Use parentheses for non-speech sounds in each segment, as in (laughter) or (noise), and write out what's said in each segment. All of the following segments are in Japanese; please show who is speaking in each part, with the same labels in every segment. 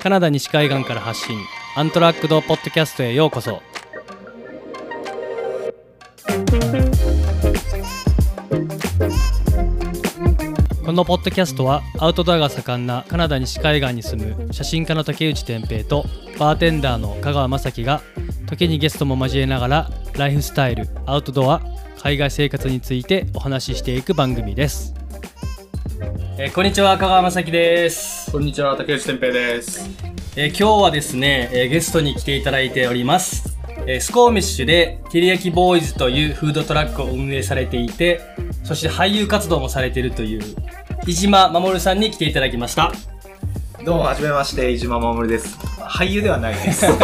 Speaker 1: カナダ西海岸から発信アントラックドポッドキャストへようこそこのポッドキャストはアウトドアが盛んなカナダ西海岸に住む写真家の竹内天平とバーテンダーの香川雅樹が時にゲストも交えながらライフスタイルアウトドア海外生活についてお話ししていく番組です、えーこんにちは香川雅樹です
Speaker 2: こんにちは、竹内天平です。
Speaker 1: えー今日はですね、えーゲストに来ていただいております、えースコーミッシュでテリヤキボーイズというフードトラックを運営されていてそして俳優活動もされているという飯島守さんに来ていただきました
Speaker 3: どうも、はじめまして、飯島守です。俳優ではないです。は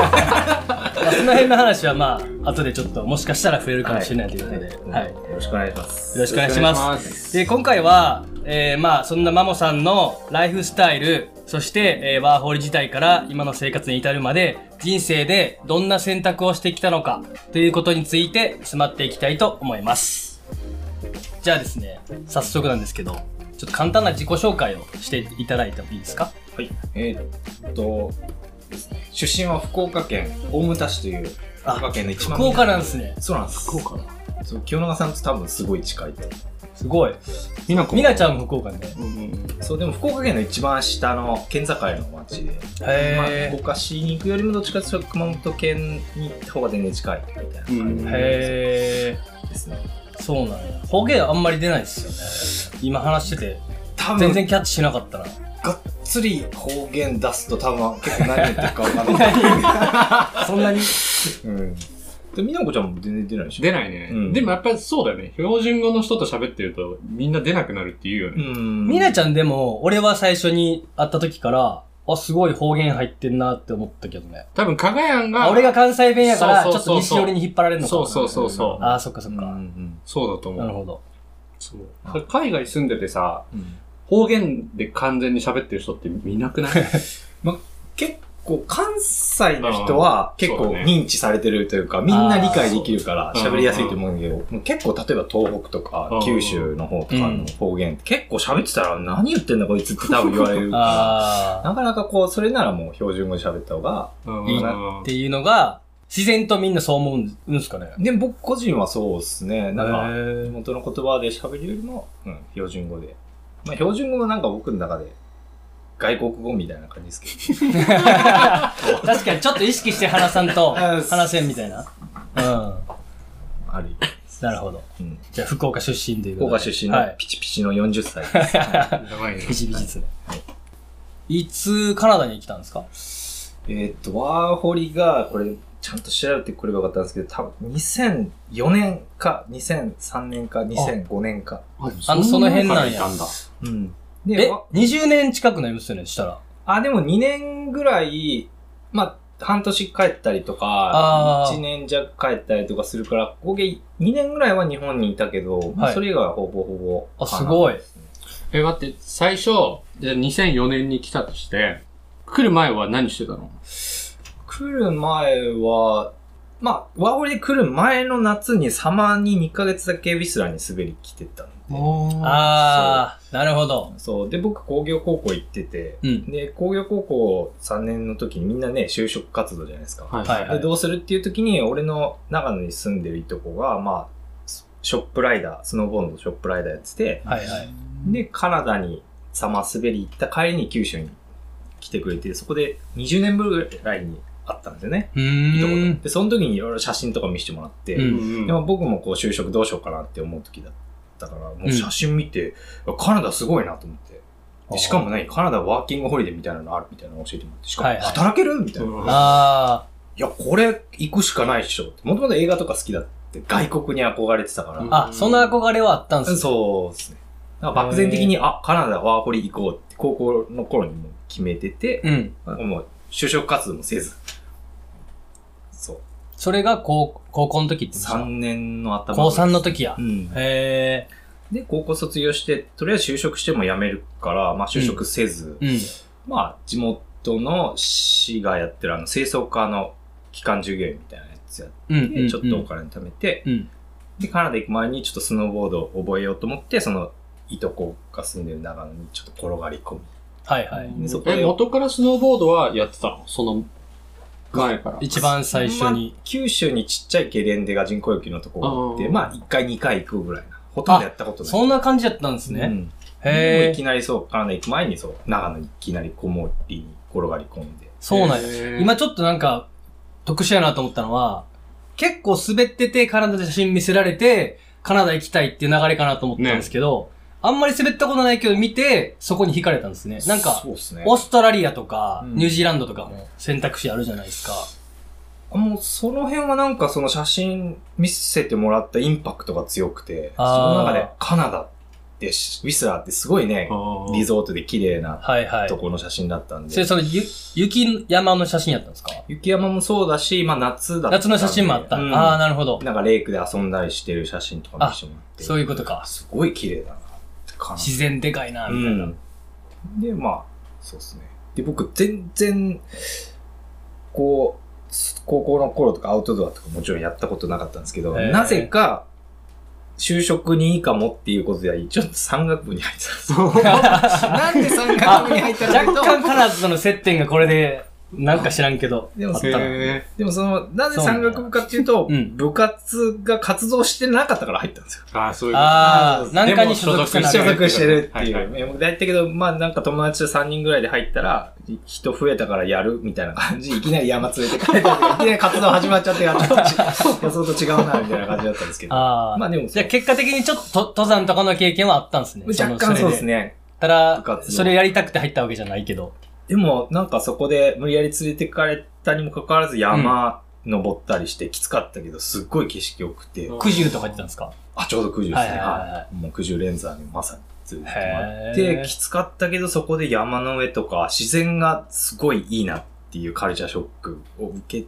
Speaker 1: まあその辺の話はまあ後でちょっともしかしたら触れ (laughs) るかもしれないということで、はい
Speaker 3: い
Speaker 1: よ
Speaker 3: よろしくお願いします。
Speaker 1: ろしくお願いします
Speaker 2: す
Speaker 1: で今回は、えーまあそんなマモさんのライフスタイルそして、えーワーホリ時代から今の生活に至るまで人生でどんな選択をしてきたのかということについて迫っていきたいと思いますじゃあですね早速なんですけどちょっと簡単な自己紹介をしていただいてもいいですか
Speaker 3: はい。
Speaker 2: えーっと、出身は福岡県大牟田市という、福岡県の一番
Speaker 1: 福岡なんですね
Speaker 2: そうなんです。
Speaker 3: 福岡
Speaker 2: そう清永さんと多分すごい近いと。
Speaker 1: すごい
Speaker 2: みなこ
Speaker 1: みなちゃんも福岡ね
Speaker 2: うんうん、そう、でも福岡県の一番下の県境の町で、まあ、
Speaker 1: へ
Speaker 2: 福岡市に行くよりもどっちかというと熊本県に行った方が全然近いみたいな感じ
Speaker 1: えへえ
Speaker 2: ですね。
Speaker 1: そうなんや方言あんまり出ないですよね今話してて
Speaker 2: 多分
Speaker 1: 全然キャッチしなかったな
Speaker 2: がっつり方言出すと多分結構何言ってるかわかんない。
Speaker 1: (laughs) そんなに
Speaker 2: うん。で、みなこちゃんも全然出ないでしょ
Speaker 4: 出ないね、
Speaker 2: うん
Speaker 4: でもやっぱりそうだよね。標準語の人と喋ってるとみんな出なくなるっていうよね。
Speaker 2: ん
Speaker 1: みなちゃんでも、俺は最初に会った時から、あ、すごい方言入ってんなって思ったけどね。
Speaker 4: 多分、加賀やん
Speaker 1: あ
Speaker 4: が、
Speaker 1: 俺が関西弁やから、ち
Speaker 4: そう
Speaker 1: ょ
Speaker 4: そ
Speaker 1: っ
Speaker 4: うそ
Speaker 1: と
Speaker 4: う
Speaker 1: 西
Speaker 4: そう
Speaker 1: 寄りに引っ張られるのか
Speaker 4: そ
Speaker 1: な。
Speaker 4: うそうそうそう。
Speaker 1: あー、そっかそっ
Speaker 2: うんう
Speaker 1: か。
Speaker 2: ん
Speaker 4: そうだと思
Speaker 1: なる
Speaker 4: う。
Speaker 1: ほど。
Speaker 4: そう海外住んでてさ、
Speaker 2: うん
Speaker 4: 方言で完全に喋ってる人って見なくない
Speaker 2: 結構関西の人は
Speaker 4: うん
Speaker 2: 結構
Speaker 4: そうだね
Speaker 2: 認知されてるというか、みんな理解できるから
Speaker 4: あーそう
Speaker 2: 喋りやすいと思うんだけど、もう結構例えば東北とか
Speaker 4: うん
Speaker 2: 九州の方とかの方言って結構喋ってたら何言ってんだこいつって多分言われる (laughs) か
Speaker 1: あ
Speaker 2: ら、なかなかこう、それならもう標準語で喋った方が、
Speaker 4: (laughs) うん
Speaker 1: いいー。っていうのが、自然とみんなそう思うんうんすかね。
Speaker 2: で、僕個人はそうですね。なん
Speaker 1: へ
Speaker 2: か、
Speaker 1: ー
Speaker 2: 地元の言葉で喋るよりも、うん、標準語で。まあ、標準語もなんか僕の中で外国語みたいな感じですけど。
Speaker 1: (laughs) 確かにちょっと意識して話さん (laughs) と、
Speaker 2: うん
Speaker 1: 話せんみたいな。うん。
Speaker 2: ある意味。
Speaker 1: なるほど。
Speaker 2: うん。
Speaker 1: じゃあ、福岡出身というこ
Speaker 2: 福
Speaker 1: とで
Speaker 2: 岡出身
Speaker 1: は
Speaker 2: の
Speaker 1: い。 (laughs)
Speaker 2: ピチピチの40歳です。
Speaker 4: やばいね
Speaker 1: ビジビジですね。いつカナダに来たんですか
Speaker 2: えーっと、ワーホリが、これ、ちゃんと調べてくればよかったんですけど、多分2004年か、2003年か、2005年か。
Speaker 1: あのその辺なんや
Speaker 4: そ中にいたんだ
Speaker 2: うん。
Speaker 1: え
Speaker 2: で、わ、
Speaker 1: 20年近くなりますよね、したら。
Speaker 2: あ、でも2年ぐらい、まあ、半年帰ったりとか
Speaker 1: あ、ー
Speaker 2: 1年弱帰ったりとかするから、合計2年ぐらいは日本にいたけど、ま
Speaker 1: は
Speaker 2: あ
Speaker 1: い
Speaker 2: それ以外はほぼほぼ。
Speaker 1: あ、すご
Speaker 2: い。
Speaker 1: い。
Speaker 4: え、待って、最初、じゃあ2004年に来たとして、来る前は何してたの
Speaker 2: 来る前は、まあ、ワーホリで来る前の夏にサマーに2ヶ月だけウィスラーに滑り来てたんで。
Speaker 1: ああ、なるほど。
Speaker 2: そう。で、僕、工業高校行ってて、
Speaker 1: うん。
Speaker 2: で、工業高校3年の時にみんなね、就職活動じゃないですか。
Speaker 4: はい
Speaker 1: はい
Speaker 2: で、どうするっていう時に、俺の長野に住んでるいとこが、まあ、ショップライダー、スノーボードのショップライダーやってて、
Speaker 1: はいはい。
Speaker 2: で、カナダにサマー滑り行った帰りに九州に来てくれて、そこで20年ぶりぐらいに会ったんですよね。
Speaker 1: う
Speaker 2: いとこ
Speaker 1: ー
Speaker 2: で
Speaker 1: ん。
Speaker 2: で、その時にいろいろ写真とか見せてもらって、
Speaker 1: うん
Speaker 2: でも僕もこう就職どうしようかなって思う時だったから、もう写真見て、カナダすごいなと思って。でしかもね、カナダワーキングホリデーみたいなのあるみたいなの教えてもらって、しか
Speaker 1: はい
Speaker 2: も
Speaker 1: はい
Speaker 2: 働けるみたいな。
Speaker 4: うん
Speaker 1: あ
Speaker 2: いや、これ行くしかないっしょって。もともと映画とか好きだって、外国に憧れてたから。
Speaker 4: うん
Speaker 1: あ、あ、そんな憧れはあったんですね
Speaker 2: そうですね。だから漠然的に、あ、カナダワーホリ行こうって高校の頃にもう決めてて、
Speaker 1: うん。
Speaker 2: もう就職活動もせず。そう。
Speaker 1: それが高高校の時って言うん
Speaker 2: 3
Speaker 1: で
Speaker 2: 年の
Speaker 1: すか
Speaker 2: 頭。
Speaker 1: 高3の時や
Speaker 2: う。ん。
Speaker 1: へえ。
Speaker 2: で、高校卒業して、とりあえず就職しても辞めるから、まあ就職せず、
Speaker 1: うん。
Speaker 2: まあ地元の市がやってるあの清掃課の機関従業員みたいなやつやっ
Speaker 1: うん
Speaker 2: て、
Speaker 1: うんうん。
Speaker 2: ちょっとお金貯めて、
Speaker 1: うん。
Speaker 2: で、カナダ行く前にちょっとスノーボードを覚えようと思って、その、いとこが住んでる長野にちょっと転がり込み。
Speaker 1: はいはい。
Speaker 2: でそこ
Speaker 4: え、
Speaker 2: で
Speaker 4: 元からスノーボードはやってたのその前から。
Speaker 1: 一番最初に。
Speaker 2: まあ九州にちっちゃいゲレンデが人工雪のとこがあって、
Speaker 4: うん
Speaker 2: まあ、1回、2回行くぐらいな。ほとんどやったことない。
Speaker 1: そんな感じだったんです
Speaker 2: う
Speaker 1: ね。
Speaker 2: んもう
Speaker 1: へ
Speaker 2: いき
Speaker 1: え。
Speaker 2: なりそう、カナダ行く前にそう、長野にいきなりこもりに転がり込んで。
Speaker 1: そうなんです。
Speaker 4: です
Speaker 1: 今ちょっとなんか、特殊やなと思ったのは、結構滑ってて、カナダで写真見せられて、カナダ行きたいっていう流れかなと思ったんですけど、あんまり滑ったことないけど見て、そこに惹かれたんですね。なんか
Speaker 2: そ、うですね。
Speaker 1: オーストラリアとか、
Speaker 2: うん
Speaker 1: ニュージーランドとかも選択肢あるじゃないですか。
Speaker 2: あもうその辺はなんかその写真見せてもらったインパクトが強くて、そ
Speaker 1: あー
Speaker 2: の中でカナダってし、ウィスラーってすごいね、リゾートで綺麗な
Speaker 1: はいはい
Speaker 2: と。この写真だったん
Speaker 1: そ
Speaker 2: で
Speaker 1: れ、。その、ゆ、雪山の写真やったんですか
Speaker 2: 雪山もそうだし、まあ夏だったんで。
Speaker 1: 夏の写真もあった。
Speaker 2: うん
Speaker 1: ああ、なるほど。
Speaker 2: なんかレイクで遊んだりしてる写真とか見せてもらって。
Speaker 1: そういうことか。
Speaker 2: すごい綺麗だなって感じ。
Speaker 1: 自然でかいな、
Speaker 2: う
Speaker 1: みたいな。
Speaker 2: ん。で、まあ、そうですね。で、僕、全然、こう、す高校の頃とかアウトドアとかもちろんやったことなかったんですけど、
Speaker 1: へー
Speaker 2: なぜか、就職にいいかもっていうことで、ちょっと山岳部に入ってたんです
Speaker 1: (laughs)
Speaker 2: よ。
Speaker 3: なんで三角部に入ったかという
Speaker 1: 若干カナダとの接点がこれで、なんか知らんけど、
Speaker 2: でも
Speaker 1: あった
Speaker 2: へ
Speaker 1: の。
Speaker 4: え
Speaker 2: でもその、なぜ
Speaker 1: そうなん
Speaker 2: 山
Speaker 1: だ
Speaker 2: 岳部かっていうと、
Speaker 1: うん
Speaker 2: 部活が活動してなかったから入ったんですよ。
Speaker 4: ああ、そういうこと
Speaker 1: ああ、なんかに所属
Speaker 4: でも
Speaker 1: せ
Speaker 2: 所
Speaker 1: なあかん
Speaker 2: 属してるってい
Speaker 4: はいは
Speaker 2: う。だけど、まあなんか友達と3人ぐらいで入ったら、い人増えたからやるみたいな感じ、いきなり山連れて帰ったりとか、いきなり活動始まっちゃって、やっと予想と違うな、みたいな感じだったんですけど。
Speaker 1: ああ。
Speaker 2: まあでも、
Speaker 1: じゃあ結果的にちょっと登山とかの経験はあったんですね。
Speaker 2: 若干そうです
Speaker 1: ね。
Speaker 2: ね。
Speaker 1: ただ
Speaker 2: 部、活の
Speaker 1: それやりたくて入ったわけじゃないけど。
Speaker 2: でも、なんかそこで無理やり連れてかれたにもかかわらず山登ったりしてきつかったけど、すっごい景色良くて、
Speaker 1: 九十とか言ってたんですか
Speaker 2: あ、ちょうど九十ですね。
Speaker 1: はいはいはいは
Speaker 2: はい。もう九十連山にまさに連れてもらっ
Speaker 1: へ
Speaker 2: て
Speaker 1: ー、
Speaker 2: きつかったけど、そこで山の上とか、自然がすごいいいなっていうカルチャーショックを受け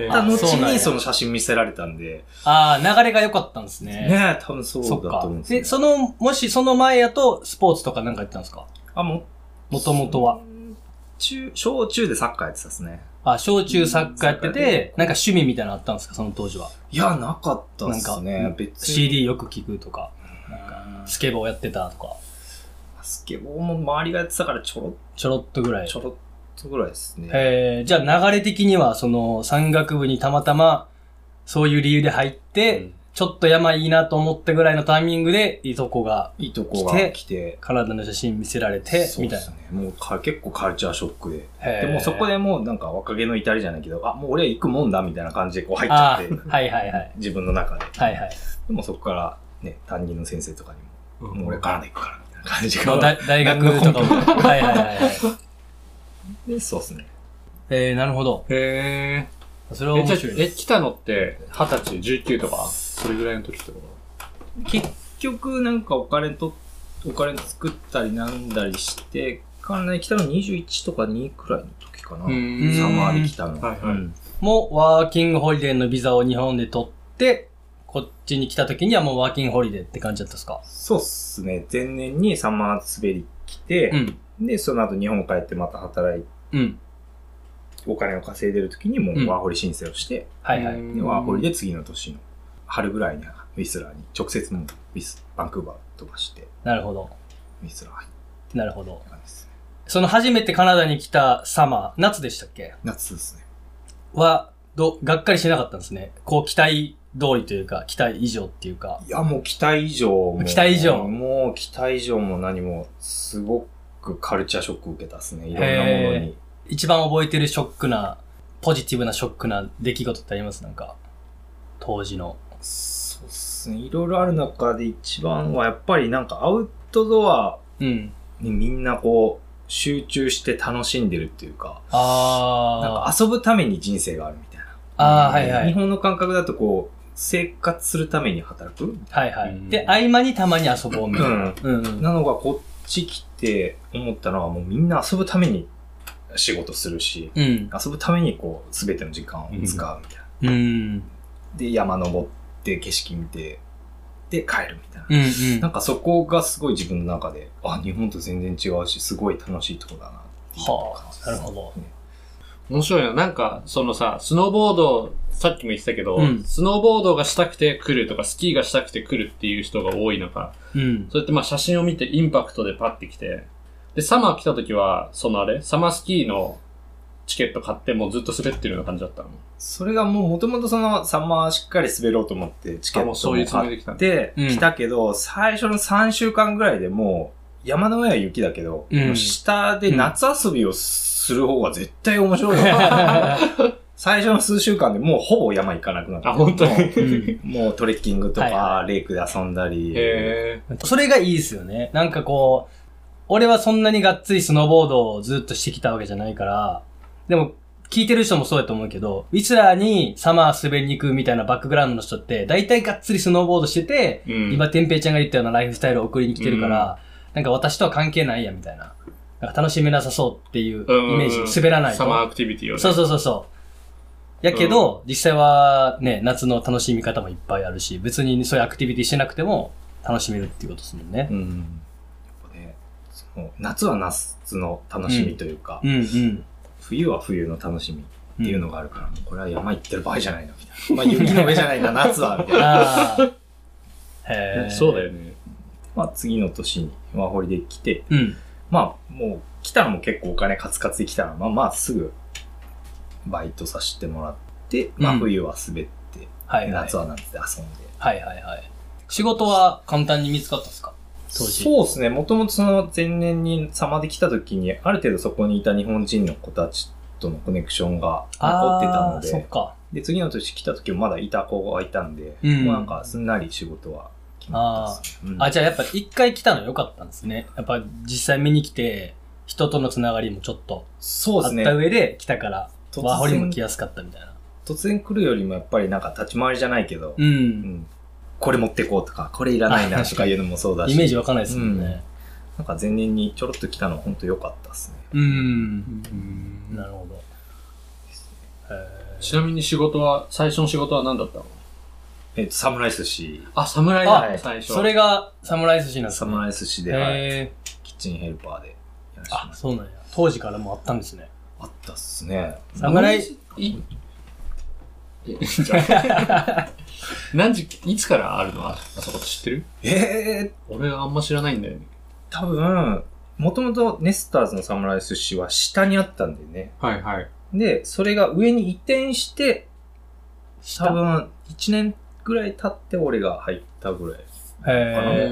Speaker 4: へえ
Speaker 2: た後
Speaker 1: そうなんや
Speaker 2: に、その写真見せられたんで、
Speaker 1: ああ、流れが良かったんですね。
Speaker 2: ねえ、多分そうだ
Speaker 1: そっ
Speaker 2: と思
Speaker 1: か
Speaker 2: うんで。すよ
Speaker 1: で、その、もしその前やと、スポーツとかなんか言ってたんですか
Speaker 2: あ、も
Speaker 1: もともとは。。
Speaker 2: 中、小中でサッカーやってたですね。
Speaker 1: あ、小中サッカーやって
Speaker 2: サッカー
Speaker 1: て、なんか趣味みたいなのあったんですかその当時は。
Speaker 2: いや、なかった
Speaker 1: な
Speaker 2: で
Speaker 1: んか
Speaker 2: すね。別に。
Speaker 1: CD よく聞くとか、なんかスケボーやってたとか、
Speaker 2: スケボーも周りがやってたからちょろっ
Speaker 1: ちょろっとぐらい
Speaker 2: ち。ょろっとぐらいですね。
Speaker 1: えー、じゃあ流れ的には、その、山岳部にたまたま、そういう理由で入って、
Speaker 4: うん
Speaker 1: ちょっと山いいなと思ったぐらいのタイミングで、いとこが、
Speaker 2: いいとこ
Speaker 1: 来て
Speaker 2: が来て、
Speaker 1: 体の写真見せられて、
Speaker 2: そう
Speaker 1: み
Speaker 2: で
Speaker 1: たい
Speaker 2: すね。もうか結構カルチャーショックで。
Speaker 1: な。
Speaker 2: でもうそこ
Speaker 1: で、
Speaker 2: でもうなんか若気の至りじゃないけど、あ、もう俺は行くもんだみたいな感じでこう入っち
Speaker 1: あ
Speaker 2: ゃって、
Speaker 1: ーはいはいはい。
Speaker 2: 自分の中で。
Speaker 1: はいはい。
Speaker 2: でもそこからね、担任の先生とかにも、もう俺カナダ行くからみたいな感じ
Speaker 1: の
Speaker 2: が。
Speaker 1: 大大学とかも。はいはいはいはい。
Speaker 2: でそうですね。
Speaker 1: えー、なるほど。
Speaker 4: へ
Speaker 1: それ
Speaker 4: え
Speaker 1: は
Speaker 4: え。
Speaker 1: 面
Speaker 4: じ
Speaker 1: 白
Speaker 4: ゃ
Speaker 1: い
Speaker 4: あ
Speaker 1: で
Speaker 4: え、
Speaker 1: す。
Speaker 4: 来たのって、二十歳、十九とか、それぐらいの時ってこ
Speaker 2: 結局なんかお金と、お金作ったりなんだりして、カナダに来たの21とか2くらいの時かな。
Speaker 4: と
Speaker 1: ん
Speaker 2: サマーで来たの。
Speaker 4: はいはい
Speaker 2: うん
Speaker 1: もう、ワーキングホリデーのビザを日本で取って、こっちに来た時にはもうワーキングホリデーって感じだったんですか
Speaker 2: そうっすね。前年にサマー滑り来て、
Speaker 1: うん。
Speaker 2: で、その後日本帰ってまた働いて、
Speaker 1: うん。
Speaker 2: お金を稼いでる時にも
Speaker 1: うん
Speaker 2: うワーホリ申請をして、
Speaker 1: はいはい。
Speaker 2: でワーホリで次の年の春ぐらいにはウィスラーに直接もうウィスバンクーバー飛ばして
Speaker 1: なるほど。
Speaker 2: ウィスラー入っ
Speaker 1: なるほど。
Speaker 2: た感じですね
Speaker 1: その初めてカナダに来たサマー、夏でしたっけ
Speaker 2: 夏ですね
Speaker 1: は、ど、がっかりしなかったんですね。こう、期待通りというか、期待以上っていうか。
Speaker 2: いやもう期待以上も
Speaker 1: 期待以上
Speaker 2: もう期待以上も何もすごくカルチャーショック受けたですねいろんなものに
Speaker 1: 一番覚えてるショックな、ポジティブなショックな出来事ってありますなんか。当時の。
Speaker 2: そうですねいろいろある中で一番はやっぱりなんかアウトドア
Speaker 1: うん。
Speaker 2: にみんなこう集中して楽しんでるっていうかなん
Speaker 1: あ
Speaker 2: か遊ぶために人生があるみたいな
Speaker 1: ー。あー、はいは
Speaker 2: 日
Speaker 1: い。
Speaker 2: 本の感覚だとこう、生活するために働く、
Speaker 1: はいは
Speaker 4: う
Speaker 1: い。
Speaker 4: ん
Speaker 1: で、合間にたまに遊ぼうみたいな。うんうん。
Speaker 2: なのがこっち来て思ったのはもうみんな遊ぶために仕事するし、
Speaker 1: うん。
Speaker 2: 遊ぶためにこう、すべての時間を使うみたいな。
Speaker 1: うん。うん
Speaker 2: で、山登って景色見て、で、帰るみたいな。
Speaker 1: うん。
Speaker 2: なんかそこがすごい自分の中で、あ、日本と全然違うし、すごい楽しいとこだなっていう感じです
Speaker 1: はあなるほど
Speaker 2: ね
Speaker 4: 面白いな。なんか、そのさ、スノーボード、さっきも言ってたけど、
Speaker 1: うん
Speaker 4: スノーボードがしたくて来るとか、スキーがしたくて来るっていう人が多い中、
Speaker 1: うん。
Speaker 4: そうやってまあ写真を見てインパクトでパッて来て、で、サマー来た時は、そのあれサマースキーのチケット買って、もうずっと滑ってるような感じだったの。
Speaker 2: それがもうもともとそのサンマーしっかり滑ろうと思ってチケ
Speaker 4: あも
Speaker 2: ッ
Speaker 4: う
Speaker 2: ト
Speaker 4: そういう
Speaker 2: も
Speaker 4: つもり
Speaker 2: 買っ
Speaker 4: で来たんだ
Speaker 2: て
Speaker 1: うん
Speaker 2: 来たけど、最初の3週間ぐらいでもう山の上は雪だけど、
Speaker 1: うん
Speaker 2: もう下で夏遊びをする方が絶対面白
Speaker 1: (laughs)
Speaker 2: いよ。最初の数週間でもうほぼ山行かなくなった。
Speaker 4: あ本当に
Speaker 2: もうもうトレッキングと
Speaker 1: はいは
Speaker 2: か、レイクで遊んだり。
Speaker 4: へ
Speaker 1: それがいいですよね。なんかこう、俺はそんなにがっつりスノーボードをずっとしてきたわけじゃないから、でも、聞いてる人もそうやと思うけど、ウィスラーにサマー滑りに行くみたいなバックグラウンドの人って、大体がっつりスノーボードしてて、
Speaker 4: うん
Speaker 1: 今、天平ちゃんが言ったようなライフスタイルを送りに来てるから、なんか私とは関係ないや、みたいな。なんか楽しめなさそうっていうイ
Speaker 4: うん
Speaker 1: メージ。滑らないと。
Speaker 4: サマーアクティビティをね。
Speaker 1: そうそうそうそう。やけど、実際はね、夏の楽しみ方もいっぱいあるし、別にそういうアクティビティしてなくても楽しめるっていうことですもんね
Speaker 2: う。ん。ねその夏は夏の楽しみというか、
Speaker 1: うんうん。
Speaker 2: 冬は冬の楽しみっていうのがあるから、もうこれは山行ってる場合じゃないな、みたいな。まあ雪の上じゃないな、夏は、みたいな。
Speaker 1: あ
Speaker 2: (laughs)
Speaker 1: あ。へえ。
Speaker 4: そうだ
Speaker 1: よ。
Speaker 4: よね。
Speaker 2: まあ次の年にワーホリで来て、
Speaker 1: うん。
Speaker 2: まあもう来たのも結構お金カツカツで来たのまあまあすぐバイトさせてもらって、ま
Speaker 1: う
Speaker 2: あ
Speaker 1: ん
Speaker 2: 冬は滑って、
Speaker 1: はいはい。
Speaker 2: 夏は夏で遊んで。
Speaker 1: はいはいはい。仕事は簡単に見つかったんですか当時。
Speaker 2: そうですね。もともとその前年にサマで来た時に、ある程度そこにいた日本人の子たちとのコネクションが残ってたの
Speaker 1: あーそっ
Speaker 2: で、
Speaker 1: か。
Speaker 2: で、次の年来た時もまだいた子がいたんで、
Speaker 1: うん
Speaker 2: もうなんかすんなり仕事は決まったっすね、うん
Speaker 1: あ、じゃあやっぱ一回来たの良かったんですね。やっぱ実際見に来て、人とのつながりもちょっと
Speaker 2: そう
Speaker 1: あ
Speaker 2: です
Speaker 1: っ
Speaker 2: ね
Speaker 1: た。上で来たから、
Speaker 2: 突然
Speaker 1: ワーホリも来やすかったみたいな。
Speaker 2: 突然来るよりもやっぱりなんか立ち回りじゃないけど、
Speaker 1: う。
Speaker 2: うんんこれ持ってこうとか、これいらないなとかいうのもそうだし、
Speaker 1: イメージわかんないですもんね。
Speaker 2: うんなんか前年にちょろっと来たの本当良かったですね。
Speaker 1: うん。なるほど。へー
Speaker 4: ちなみに仕事は、最初の仕事は何だったの
Speaker 2: えっと、サムライ寿司、
Speaker 4: あ、侍
Speaker 1: あ
Speaker 4: だ、最初。
Speaker 1: それがサムライ寿司なんです
Speaker 2: サ
Speaker 1: ね。
Speaker 2: ムライ寿司で、はい
Speaker 1: へー
Speaker 2: キッチンヘルパーでやらせてもら
Speaker 1: あ
Speaker 2: っ、
Speaker 1: そうなんや。当時からもうあったんですね。
Speaker 2: あったっすね。
Speaker 1: サムライ、
Speaker 4: いじゃあ何時、いつからあるのああそこ知ってる
Speaker 2: ええ
Speaker 4: 俺あんま知らないんだよね。
Speaker 2: 多分、もともとネスターズのサムライ寿司は下にあったんだよね。
Speaker 4: はいはい。
Speaker 2: で、それが上に移転して、多
Speaker 1: へ
Speaker 2: 分1年ぐらい経って俺が入ったぐらい。
Speaker 1: ー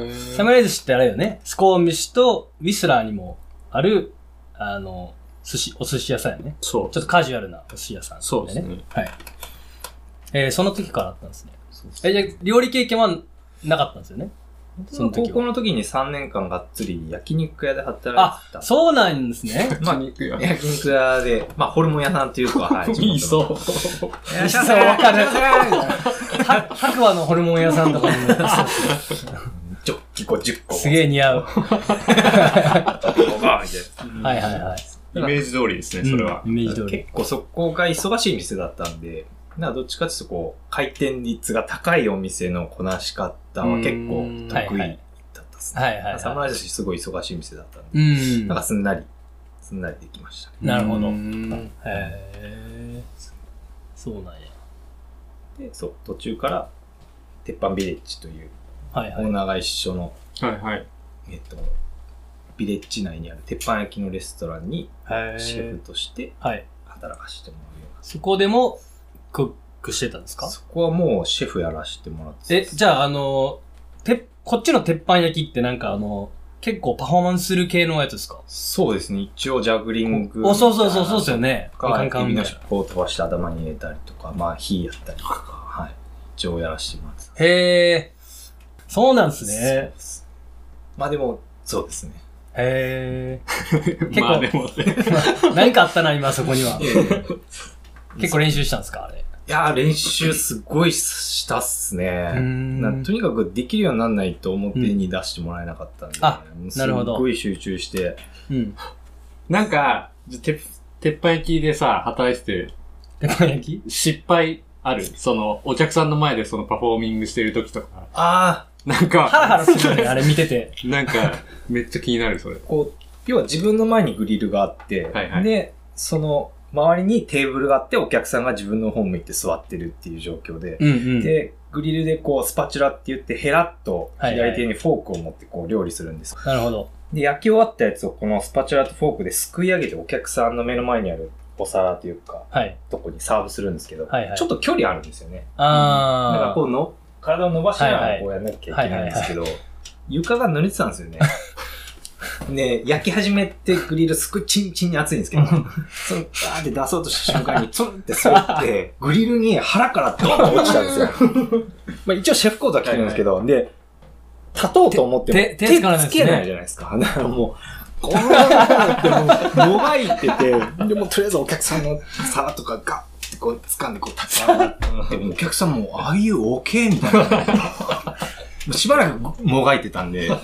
Speaker 4: へー
Speaker 1: サムライ寿司ってあれよね。スコーミシとウィスラーにもある、あの、寿司、お寿司屋さんやね。
Speaker 4: そう。
Speaker 1: ちょっとカジュアルなお寿司屋さん、
Speaker 4: そうです。ね。
Speaker 1: はい。えー、その時からあったんですね。え、じゃあ料理経験はなかったんですよね。その時は
Speaker 2: 高校の時に3年間がっつり焼肉屋で働
Speaker 1: あ
Speaker 2: いてた、んです。
Speaker 1: そうなんですね。
Speaker 4: (laughs)
Speaker 1: (laughs)
Speaker 2: まあ、
Speaker 4: 肉や
Speaker 2: 焼肉屋で、まあ、ホルモン屋さんというか、はい。
Speaker 4: いいそう。
Speaker 2: 地元の。いらっしゃいませ
Speaker 1: そうわかる
Speaker 2: いらっしゃいませ
Speaker 1: は白馬のホルモン屋さんとかにも
Speaker 2: ジョッキ5、10個。
Speaker 1: すげえ似合う。は
Speaker 2: 5がみたいな。
Speaker 1: いはいはい。
Speaker 4: (laughs) イメージ通りですね、
Speaker 1: うん
Speaker 4: それは。
Speaker 1: イメージ通り。
Speaker 2: 結構そこが忙しい店だったんで、などっちかっていうとこう、回転率が高いお店のこなし方は結構得意だったですね。
Speaker 1: はいはいはい。
Speaker 2: サムライ寿司すごい忙しい店だったんで、
Speaker 1: うん。
Speaker 2: なんかすんなり、すんなりできましたね。
Speaker 1: なるほど
Speaker 4: うーん
Speaker 1: へえ。そうなんや。
Speaker 2: で、そう、途中から、鉄板ビレッジという、
Speaker 1: はい
Speaker 2: オ
Speaker 1: は
Speaker 2: ー
Speaker 1: い。
Speaker 2: ナーが一緒の、
Speaker 4: はいはい。
Speaker 2: えっと、ビレッジ内にある鉄板焼きのレストランにシェフとして
Speaker 1: はい。
Speaker 2: 働かせてもらうようになっ
Speaker 1: そこでもクックしてたんです
Speaker 2: た
Speaker 1: か
Speaker 2: そこはもうシェフやらせてもらって
Speaker 1: え、じゃああの、て、こっちの鉄板焼きってなんかあの、結構パフォーマンスする系のやつですか
Speaker 2: そうですね、一応ジャグリング。
Speaker 1: お、そうそうそう、そうですよ
Speaker 2: ね。
Speaker 1: ね。
Speaker 2: か
Speaker 1: カンカン
Speaker 2: 指
Speaker 1: みた
Speaker 2: の
Speaker 1: いな
Speaker 2: 尻尾を飛ばして頭に入れたりとか、まあ火やったりとか、はい。一応やらせてもらってた。
Speaker 1: へえ。そうなんです
Speaker 2: そう
Speaker 1: ね
Speaker 2: で。す。まあでも、そうですね。
Speaker 1: へ構
Speaker 4: まあでもね。 (laughs)
Speaker 2: (laughs)
Speaker 1: え。何かあったな、今そこには。
Speaker 2: い
Speaker 1: 結構練習したんですかあれ。
Speaker 2: やー、練習すごいしたっす
Speaker 1: うー
Speaker 2: ね。
Speaker 1: ん
Speaker 2: なとにかくできるようにならないと表に出してもらえなかったんで、
Speaker 1: うんあ
Speaker 2: もう
Speaker 1: なるほど
Speaker 2: すっごい集中して、
Speaker 1: うん。
Speaker 4: なんか、鉄鉄板焼きでさ、働いてて、
Speaker 1: 鉄板焼き
Speaker 4: 失敗あるその、お客さんの前でそのパフォーミングしてる時とか。
Speaker 2: ああ、
Speaker 4: な
Speaker 1: ハ
Speaker 4: ん
Speaker 1: (laughs) ラハ
Speaker 4: か、
Speaker 1: ラするよね、あれ見て
Speaker 2: (laughs)
Speaker 1: て。
Speaker 4: なんか、めっちゃ気になる、それ。
Speaker 2: こう、要は自分の前にグリルがあって、
Speaker 4: はいはい
Speaker 2: で、その周りにテーブルがあって、お客さんが自分の方向いて座ってるっていう状況で、
Speaker 1: うんうん。
Speaker 2: で、グリルでこう、スパチュラって言って、ヘラッと
Speaker 1: はいはい
Speaker 2: 左手にフォークを持ってこう、料理するんです。
Speaker 1: なるほど。
Speaker 2: で、焼き終わったやつをこのスパチュラとフォークですくい上げてお客さんの目の前にあるお皿というか、
Speaker 1: はい。
Speaker 2: とこにサーブするんですけど、
Speaker 1: はいはい
Speaker 2: ちょっと距離あるんですよね。だから
Speaker 1: あ
Speaker 2: こうの、体を伸ばしなが
Speaker 1: はいは
Speaker 2: ら
Speaker 1: い
Speaker 2: こうやんなきゃいけないんですけど、床が濡れてたんですよ (laughs) ね。ね焼き始めてグリルすくチンチンに熱いんですけど、その、バーって出そうとした瞬間に、ツンって滑 (laughs) って、グリルに腹からドンと落ちたんですよ。 (laughs) まあ一応シェフコートは着てるんですけど、で、立とうと思っても
Speaker 1: 手手手つかないんですね
Speaker 2: 手つけないじゃないですか。 (laughs) だからもう、こうってもう、もがい
Speaker 1: (laughs)
Speaker 2: てて、でもとりあえずお客さんの皿とかガッてこう掴んでこう立ち上がって
Speaker 1: (laughs)
Speaker 2: お客さんも、ああいうオケーみたいな。もう (laughs) しばらくもがいてたん
Speaker 1: (laughs)
Speaker 2: で、い
Speaker 1: あ、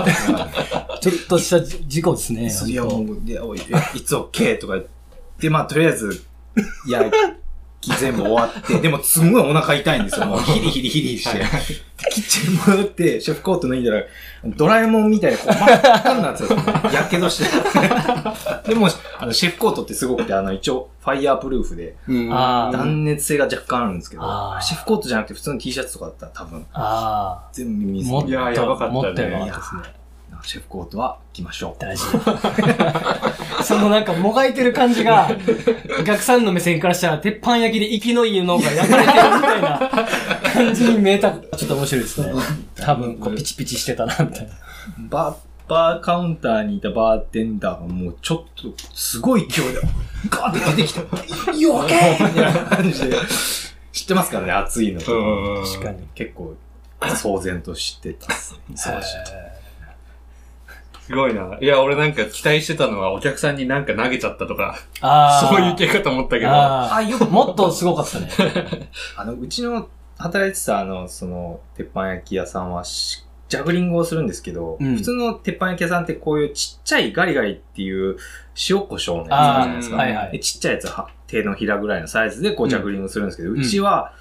Speaker 1: ちょっとした事故ですね。
Speaker 2: や、もう、いや、おい、 (laughs) いつオッケーとか言って、まあ、とりあえず、 (laughs) いや、全部終わ (laughs) って、でも、すごいお腹痛いんです (laughs) よ。もう、ヒリヒリヒリヒリして。でキッチンに戻って、シェフコート脱いだら、ドラえもんみたいな、こう、真っ赤になってたん (laughs) ですよ。やけどして。 (laughs) でも、あの、シェフコートってすごくて、あの、一応、ファイヤープルーフで、
Speaker 1: あー
Speaker 2: 断熱性が若干あるんですけど
Speaker 1: あー、
Speaker 2: シェフコートじゃなくて、普通の T シャツとかだったら、多分、
Speaker 1: あ
Speaker 2: 全部
Speaker 1: あ、
Speaker 2: 水
Speaker 1: もっ
Speaker 2: に
Speaker 1: と、
Speaker 4: いややばかったね
Speaker 1: もっとやばか
Speaker 2: い
Speaker 1: っ
Speaker 2: や
Speaker 1: た
Speaker 2: ですね。シェフコートは着ましょう。
Speaker 1: 大事。 (laughs) そのなんか、もがいてる感じ
Speaker 2: (laughs)
Speaker 1: が、お客さんの目線からしたら、鉄板焼きで生きのいいのが焼かれてるみたいな感じに見えた。ちょっと面白いですね。多分、こう、ピチピチしてたな、みたいな。
Speaker 2: バー、バーカウンターにいたバーテンダーがもうちょっと、すごい勢いで、ガーって出てきた。余計 (laughs) みたいな感じで。知ってますからね、暑いの。
Speaker 4: うん。
Speaker 1: 確かに。
Speaker 2: 結構、騒然としてたっすね。忙しい
Speaker 4: すごいな。いや、俺なんか期待してたのはお客さんになんか投げちゃったとか、
Speaker 1: ああ。
Speaker 4: そういう系かと思ったけど。
Speaker 1: ああ、よく、もっとすごかったね。
Speaker 2: あの、うちの働いてた、あの、その、鉄板焼き屋さんはし、ジャグリングをするんですけど、
Speaker 1: うん
Speaker 2: 普通の鉄板焼き屋さんってこういうちっちゃいガリガリっていう塩胡椒のやつあるじゃな
Speaker 1: あ
Speaker 2: いです
Speaker 1: あ、
Speaker 2: か。
Speaker 1: はいは
Speaker 2: で
Speaker 1: い。
Speaker 2: ちっちゃいやつは手のひらぐらいのサイズでこ
Speaker 1: う
Speaker 2: うんジャグリングするんですけど、うんちは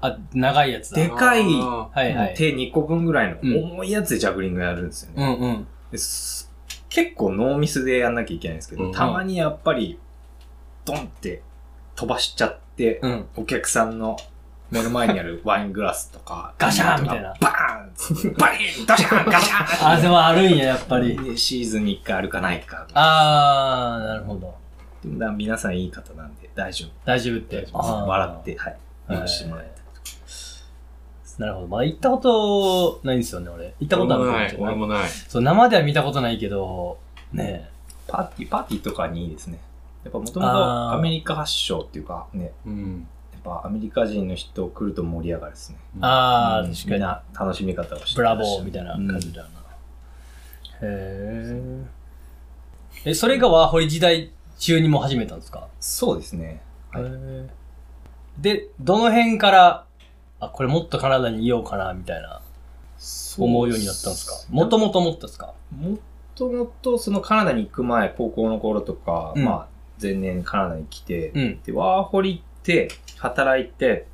Speaker 1: あ、長いやつだ。
Speaker 2: でかい
Speaker 4: あ
Speaker 1: はいはい。
Speaker 2: 手2個分ぐらい
Speaker 1: うん
Speaker 2: の重いやつでジャグリングやるんですよ
Speaker 1: う
Speaker 2: ね。
Speaker 1: んうん。
Speaker 2: です結構ノーミスでやんなきゃいけないんですけど、
Speaker 4: うん
Speaker 2: たまにやっぱりドンって飛ばしちゃって、
Speaker 1: うん。
Speaker 2: お客さんの目の前にあるワイングラスとか
Speaker 1: ガシャンみたいな
Speaker 2: バーンバリンドシャンガシャン
Speaker 1: あ、でもあるんや、やっぱり。
Speaker 2: でシーズンに1回あるかないか。
Speaker 1: ああ、なるほど。
Speaker 2: でもだから皆さんいい方なんで大丈夫。
Speaker 1: 大丈夫って。あー
Speaker 2: 笑っ。て、はい。
Speaker 1: はい
Speaker 2: 許してもらえた。
Speaker 1: なるほど。まあ、行ったことないんですよね、俺。行ったことある
Speaker 4: 俺
Speaker 1: ん
Speaker 4: もな
Speaker 1: です
Speaker 4: い。
Speaker 1: け
Speaker 4: 俺
Speaker 1: ど。
Speaker 4: もない。
Speaker 1: そう、生では見たことないけど、ね
Speaker 2: パーティー、パーティーとかにいいですね。やっぱもとも
Speaker 1: あ
Speaker 2: と
Speaker 1: ー
Speaker 2: アメリカ発祥っていうかね、
Speaker 4: うん。
Speaker 2: やっぱアメリカ人の人来ると盛り上がるですね。
Speaker 1: ああ、
Speaker 2: うん
Speaker 1: 確
Speaker 2: み
Speaker 1: か
Speaker 2: んな楽しみ方をしてらっし
Speaker 1: に。ブラ
Speaker 2: ゃる
Speaker 1: ボーみたいな感じだな。へえ。え、それがワーホリ時代中にもう始めたんですか
Speaker 2: そうですね。はい
Speaker 1: へーで、どの辺から、あ、これもっとカナダにいようかな、みたいな、思うようになったんですかもともと思ったんですか
Speaker 2: もともとそのカナダに行く前、高校の頃とか、
Speaker 1: うん
Speaker 2: まあ前年カナダに来て、
Speaker 1: うん。
Speaker 2: で、ワーホリ行って、働いて、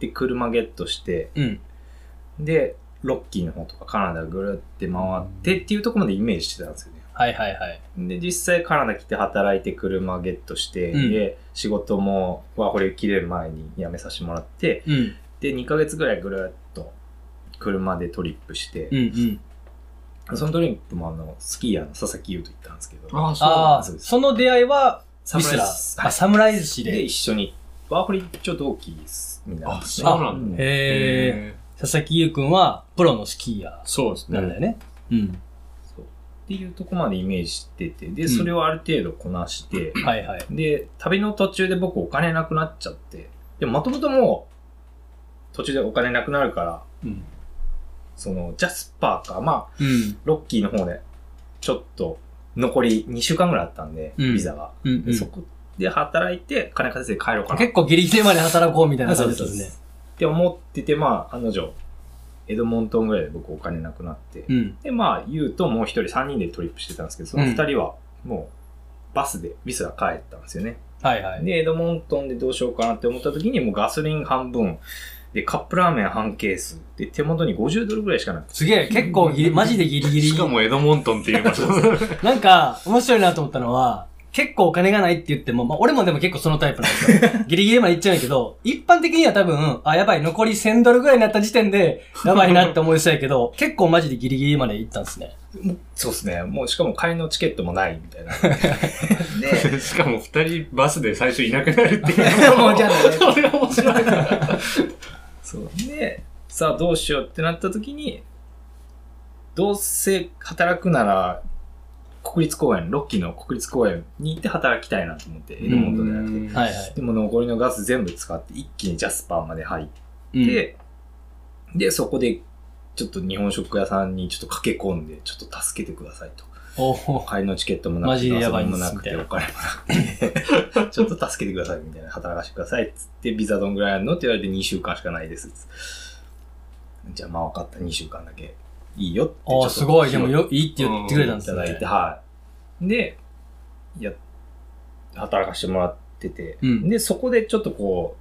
Speaker 2: で、車ゲットして、
Speaker 1: うん。
Speaker 2: で、ロッキーの方とかカナダぐるって回ってっていうところまでイメージしてたんですよね。
Speaker 1: はいはいはい。
Speaker 2: で、実際カナダ来て働いて車ゲットして、
Speaker 1: うん
Speaker 2: で、仕事もワーホリ切れる前に辞めさせてもらって、
Speaker 1: うん。
Speaker 2: で、2ヶ月ぐらいぐるっと車でトリップして
Speaker 1: うん、うん。
Speaker 2: そのトリップもあの、スキーヤーの佐々木優と行ったんですけど、
Speaker 4: ああ、そう
Speaker 1: ああ、
Speaker 2: そうです
Speaker 1: その出会いは、
Speaker 2: サ
Speaker 1: ミ
Speaker 2: ムラ
Speaker 1: ス
Speaker 2: イ
Speaker 1: ラ
Speaker 2: ズ
Speaker 1: ー。あ、サムライズ市
Speaker 2: で、
Speaker 1: で。
Speaker 2: 一緒に、ワーホリ一応同期です、みんな。
Speaker 4: あそうな
Speaker 2: う
Speaker 4: ん
Speaker 1: へえ。
Speaker 4: へえ。
Speaker 1: 佐々木優くんは、プロのスキーヤ
Speaker 4: そうです
Speaker 1: ーな
Speaker 4: ね
Speaker 1: ん。だよね。うん。
Speaker 2: そうっていうとこまでイメージしてて、で、それをある程度こなして、
Speaker 1: はいはい。
Speaker 2: で、旅の途中で僕お金なくなっちゃって、でもともともう、途中でお金なくなるから、
Speaker 4: うん
Speaker 2: その、ジャスパーか、まあ、
Speaker 1: うん。
Speaker 2: ロッキーの方で、ちょっと、残り2週間ぐらいあったんで、
Speaker 1: うん
Speaker 2: ビザが。
Speaker 1: うんう
Speaker 2: でそ
Speaker 1: ん。
Speaker 2: こで働いて、金稼いで帰ろうかな。
Speaker 1: 結構ギリギリまで働こうみたいな
Speaker 2: そう
Speaker 1: 感
Speaker 2: で
Speaker 1: じ
Speaker 2: す
Speaker 1: です
Speaker 2: そうで
Speaker 1: ね。
Speaker 2: す。って思ってて、まあ、案の定、エドモントンぐらいで僕お金なくなって、
Speaker 1: うん。
Speaker 2: で、まあ、ユウともう一人3人でトリップしてたんですけど、その2人は、もう、バスで、ビスが帰ったんですよね。
Speaker 1: はいはい。
Speaker 2: で、エドモントンでどうしようかなって思った時に、もうガソリン半分、で、カップラーメン半ケース、で、手元に50ドルぐらいしかなくて、
Speaker 1: すげえ、結構ギリ、マジでギリギリ。
Speaker 4: しかもエドモントンっていう場所。
Speaker 1: (laughs) なんか、面白いなと思ったのは、結構お金がないって言っても、まあ俺もでも結構そのタイプなんですよ。ギリギリまでいっちゃうんやけど、一般的には多分、あ、やばい、残り1000ドルぐらいになった時点で、やばいなって思いそうやけど、結構マジでギリギリまでいったんですね。
Speaker 2: そうですね。もう、しかも帰りのチケットもないみたいな。
Speaker 3: で、
Speaker 4: しかも二人バスで最初いなくなるっていう。
Speaker 2: もうじゃあね
Speaker 4: それは面白いな。
Speaker 2: そう。で、さあどうしようってなった時に、どうせ働くなら、国立公園、ロッキーの国立公園に行って働きたいなと思って、
Speaker 4: う
Speaker 2: エルモントで。
Speaker 4: ん
Speaker 1: はいはい。
Speaker 2: でも残りのガス全部使って、一気にジャスパーまで入っ
Speaker 1: うん、
Speaker 2: て、で、そこで、ちょっと日本食屋さんにちょっと駆け込んで、ちょっと助けてくださいと。
Speaker 1: おお。
Speaker 2: 帰りのチケットもなく
Speaker 1: マ
Speaker 2: て、
Speaker 1: ジでやばいん
Speaker 2: も
Speaker 1: です
Speaker 2: なくて、
Speaker 1: み
Speaker 2: お金もなく
Speaker 1: (laughs)
Speaker 2: て、ちょっと助けてくださいみたいな、働かせてくださいっつって、ビザどんぐらいあるのって言われて2週間しかないですっつって。じゃあまあ分かった、2週間だけいいよって。
Speaker 1: ああ、すごい。でも
Speaker 2: よ
Speaker 1: よ、いいって言ってくれたん
Speaker 2: い
Speaker 1: です
Speaker 2: た
Speaker 1: ね
Speaker 2: だいて、はい。で、や、働かせてもらってて、
Speaker 1: うん
Speaker 2: で、そこでちょっとこう、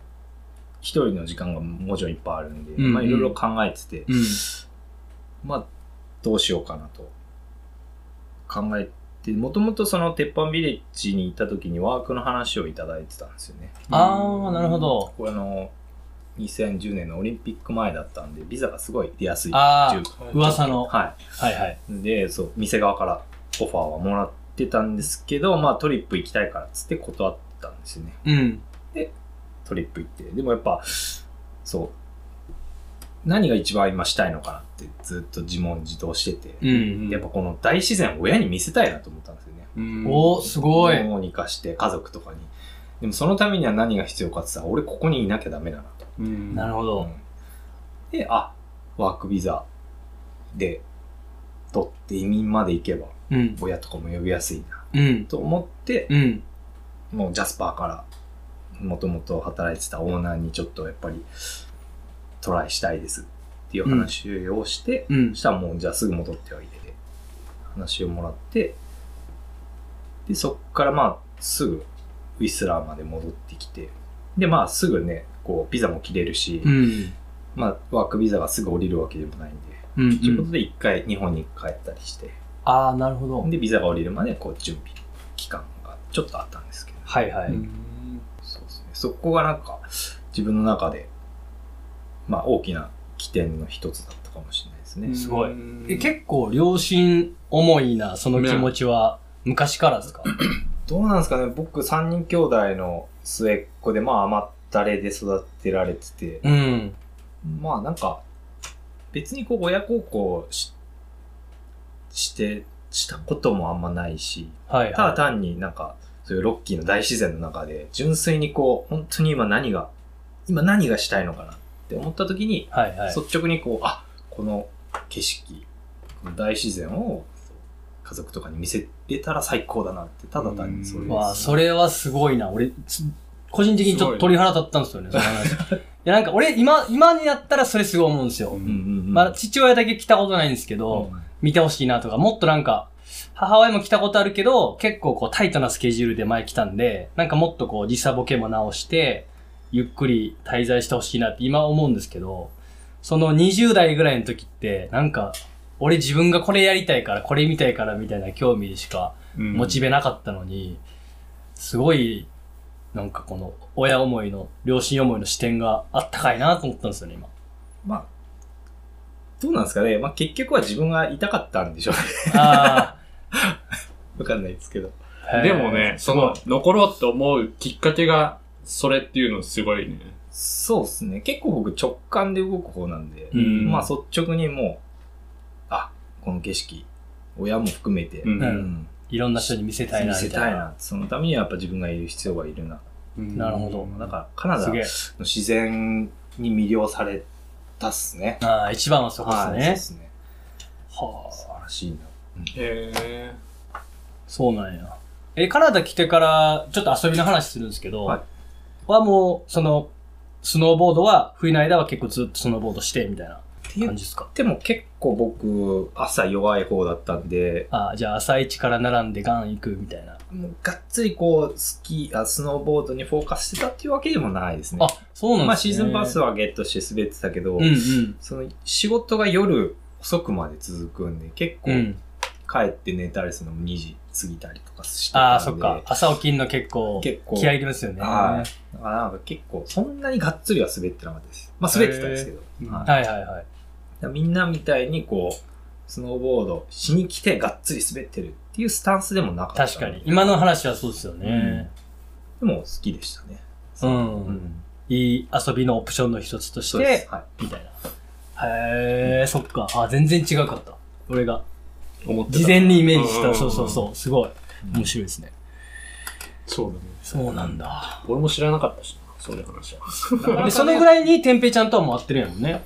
Speaker 2: 一人の時間がもちろんいっぱいあるんで、
Speaker 1: うんうん
Speaker 2: まあいろいろ考えてて、
Speaker 1: うん。
Speaker 2: まあ、どうしようかなと考えて、もともとその鉄板ビレッジに行った時にワークの話をいただいてたんですよね。
Speaker 1: ああ、なるほど。
Speaker 2: これあの、2010年のオリンピック前だったんで、ビザがすごい出やすい。
Speaker 1: ああ、
Speaker 4: うん
Speaker 1: 噂の。は
Speaker 2: はい
Speaker 1: はい。
Speaker 2: い。で、そう、店側からオファーはもらってたんですけど、まあトリップ行きたいからっつって断ったんですよね。
Speaker 1: うん。
Speaker 2: トリップ行って。でもやっぱ、そう、何が一番今したいのかなってずっと自問自答してて。
Speaker 1: うん。
Speaker 2: やっぱこの大自然を親に見せたいなと思ったんですよね。
Speaker 4: うん
Speaker 1: おお、すごい。
Speaker 2: どうにかして家族とかに。でもそのためには何が必要かってさ、俺ここにいなきゃダメだなと。
Speaker 4: うん
Speaker 1: なるほど。
Speaker 2: で、あ、ワークビザで取って移民まで行けば
Speaker 1: うん。
Speaker 2: 親とかも呼びやすいな
Speaker 1: うん。
Speaker 2: と思って、
Speaker 1: うん。
Speaker 2: もうジャスパーからもともと働いてたオーナーにちょっとやっぱりトライしたいですっていう話をして、
Speaker 1: うん
Speaker 2: そし。たらもうじゃあすぐ戻っておいでで話をもらってでそっからまあすぐウィスラーまで戻ってきてでまあすぐねこうビザも切れるし、
Speaker 1: うん。
Speaker 2: まあワークビザがすぐ降りるわけでもないんで
Speaker 1: うん。う
Speaker 2: ということ
Speaker 1: ん。
Speaker 2: で一回日本に帰ったりして
Speaker 1: ああ、なるほど。
Speaker 2: でビザが降りるまでこう準備期間がちょっとあったんですけど
Speaker 1: はいは
Speaker 4: う
Speaker 1: い。
Speaker 4: ん
Speaker 2: そうですねそこがなんか自分の中でまあ大きな起点の一つだったかもしれないですね、
Speaker 1: すごい
Speaker 4: うん
Speaker 1: え結構、両親思いな、その気持ちは、昔からですか
Speaker 2: どうなんですかね僕3人兄弟の末っ子でまあ甘ったれで育てられてて、
Speaker 1: うん。
Speaker 2: まあなんか別にこう親孝行ししてしたこともあんまないし
Speaker 1: はい
Speaker 2: ただ
Speaker 1: は
Speaker 2: 単になんかそういうロッキーの大自然の中で純粋にこう本当に今何が今何がしたいのかなって思った時に
Speaker 1: い。はいはい。
Speaker 2: 率直にこうあこの景色この大自然を家族とかに見せれたら最高だなってただ単にそれ
Speaker 4: うん
Speaker 1: わあ、それはすごいな。俺、つ個人的にちょっと鳥肌立ったんですよね、その話。いや、なんか俺、今、今になったらそれすごい思うんですよ。
Speaker 2: うんうんうん
Speaker 1: まあ、父親だけ来たことないんですけど、見てほしいなとか、もっとなんか、母親も来たことあるけど、結構こうタイトなスケジュールで前来たんで、なんかもっとこう時差ボケも直して、ゆっくり滞在してほしいなって今思うんですけど、その20代ぐらいの時って、なんか、俺自分がこれやりたいから、これ見たいからみたいな興味でしか
Speaker 4: うん
Speaker 1: モチベなかったのに、すごい、なんかこの親思いの、両親思いの視点があったかいなと思ったんですよね、今。
Speaker 4: (laughs)
Speaker 2: まあどうなんですかね、まあ、結局は自分が痛かったんでしょうね
Speaker 1: あ
Speaker 2: わかんないですけど
Speaker 1: あ
Speaker 4: でもね、その、残ろうと思うきっかけが、それっていうのすごいね。
Speaker 2: そうですね結構僕直感で動く方なんで、
Speaker 1: うん
Speaker 2: まあ率直にもうあこの景色親も含めて、
Speaker 4: うん
Speaker 2: うん
Speaker 1: いろんな人に見せたい
Speaker 2: 見
Speaker 1: な、み
Speaker 2: せ
Speaker 1: たいな。
Speaker 2: たいなそのためにはやっぱ自分がいる必要がいるな
Speaker 1: なるほど
Speaker 2: だからカナダ
Speaker 1: すげえ。
Speaker 2: の自然に魅了されたっすね。
Speaker 1: ああ、一番はそこ
Speaker 2: は
Speaker 1: です
Speaker 2: い
Speaker 1: ね。
Speaker 2: そうですね。
Speaker 1: は
Speaker 2: 素
Speaker 1: あ、
Speaker 2: 晴らしいな。
Speaker 4: へえ。
Speaker 1: そうなんや。え、カナダ来てから、ちょっと遊びの話するんですけど、
Speaker 2: はい
Speaker 1: はもう、その、スノーボードは、冬の間は結構ずっとスノーボードして、みたいな
Speaker 2: って言
Speaker 1: 感
Speaker 2: っ
Speaker 1: じですか。
Speaker 2: ても結構僕、朝弱い方だったんで、
Speaker 1: ああ、じゃあ朝一から並んでガン行く、みたいな。
Speaker 2: もうがっつりこう、スキー、あスノーボードにフォーカスしてたっていうわけでもないですね。
Speaker 1: あ、そうなんですね。
Speaker 2: まあシーズンパスはゲットして滑ってたけど、
Speaker 1: うんうん。
Speaker 2: その仕事が夜遅くまで続くんで、結構
Speaker 1: う
Speaker 2: 帰
Speaker 1: ん。
Speaker 2: って寝たりするのも2時過ぎたりとかしてたんで。
Speaker 1: ああ、そっか。朝起きんの結構、
Speaker 2: 結構
Speaker 1: 気合い入れますよね。
Speaker 2: はだからなんか結構、そんなにがっつりは滑ってなかったです。まあ滑ってたんですけど。
Speaker 4: へー
Speaker 2: はい
Speaker 1: はいはいはい。
Speaker 2: だからみんなみたいにこう、スノーボードしに来てがっつり滑ってるっていうスタンスでもなかった。
Speaker 1: 確かに。。今の話はそうですよね。
Speaker 2: でも好きでしたね。
Speaker 1: うん。
Speaker 2: うん。
Speaker 1: いい遊びのオプションの一つとし
Speaker 2: そうで
Speaker 1: て
Speaker 2: す、はい。
Speaker 1: みたいな。へえ、そっか。あ、全然違かった。俺が。
Speaker 4: 思ってた。
Speaker 1: 事前にイメージし
Speaker 4: うん
Speaker 1: た。そうそうそう。すごい。面白いですね。
Speaker 4: そうだね。
Speaker 1: そうなんだ。
Speaker 4: 俺も知らなかったしな、そういう話は。
Speaker 1: で、そのぐらいに、てんぺいちゃんとはもう会ってるんやもんね。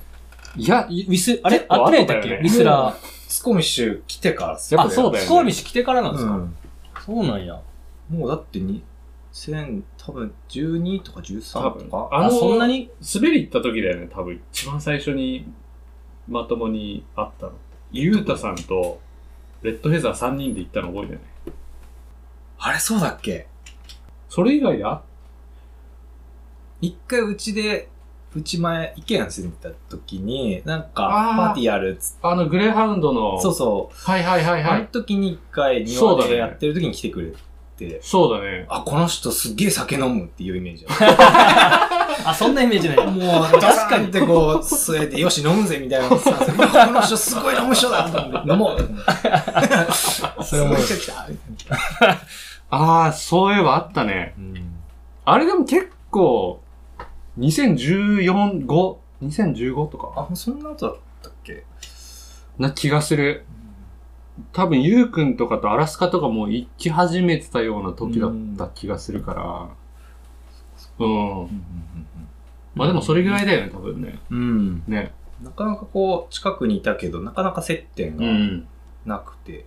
Speaker 4: いや、
Speaker 1: ウィス、あれ
Speaker 4: 結構
Speaker 1: 会ってないんだっ
Speaker 4: 後だよ
Speaker 1: け
Speaker 4: ね
Speaker 1: ウィスラー。
Speaker 2: スコミッシュ来てからっす
Speaker 4: やっぱそうだよね。
Speaker 1: スコービッシュ来てからなんです
Speaker 2: う
Speaker 1: か、
Speaker 2: ん。
Speaker 1: そうなんや。
Speaker 2: もうだって2000、多分12とか
Speaker 4: 多
Speaker 2: 13
Speaker 4: 分
Speaker 2: とか。
Speaker 4: あ
Speaker 1: あ、
Speaker 4: の、
Speaker 1: そんなに
Speaker 4: 滑り行った時だよね、多分。一番最初に、まともに会ったの。ゆうたさんと、レッドフェザー3人で行ったの覚えてない。
Speaker 2: あれそうだっけ
Speaker 4: それ以外で会っ
Speaker 2: 一回うちで、うち前、イケアに住んでた時に、なんか、
Speaker 4: あー
Speaker 2: パーティーやるっつっ
Speaker 4: あの、グレーハウンドの、
Speaker 2: て。そうそう。
Speaker 4: はいはいはいは
Speaker 2: あの
Speaker 4: い。
Speaker 2: 時に一回
Speaker 4: そう
Speaker 2: 庭
Speaker 4: だね
Speaker 2: でやってる時に来てくれて。
Speaker 4: そうだね。
Speaker 2: あ、この人すっげえ酒飲むっていうイメージだった。
Speaker 4: (laughs)
Speaker 1: あ、そんなイメージない。 (laughs)
Speaker 2: もう、確かにってこう、それで、よし、飲むぜ、みたいなのさ、この人すごい飲む人だと思って飲もう
Speaker 4: (laughs)
Speaker 2: それ (laughs) 思い出してきた。
Speaker 4: ああ、そういえばあったね。あれでも結構、2014、5、2015とか、
Speaker 2: あ、そんな後だったっけ
Speaker 4: な気がする。多分、ゆうくんとかとアラスカとかも行き始めてたような時だった気がするから。うん。まあでもそれぐらいだよね、多分ね。
Speaker 2: うん。
Speaker 4: ね。
Speaker 2: なかなかこう、近くにいたけど、なかなか接点
Speaker 4: う
Speaker 2: が
Speaker 4: ん。
Speaker 2: なくて。って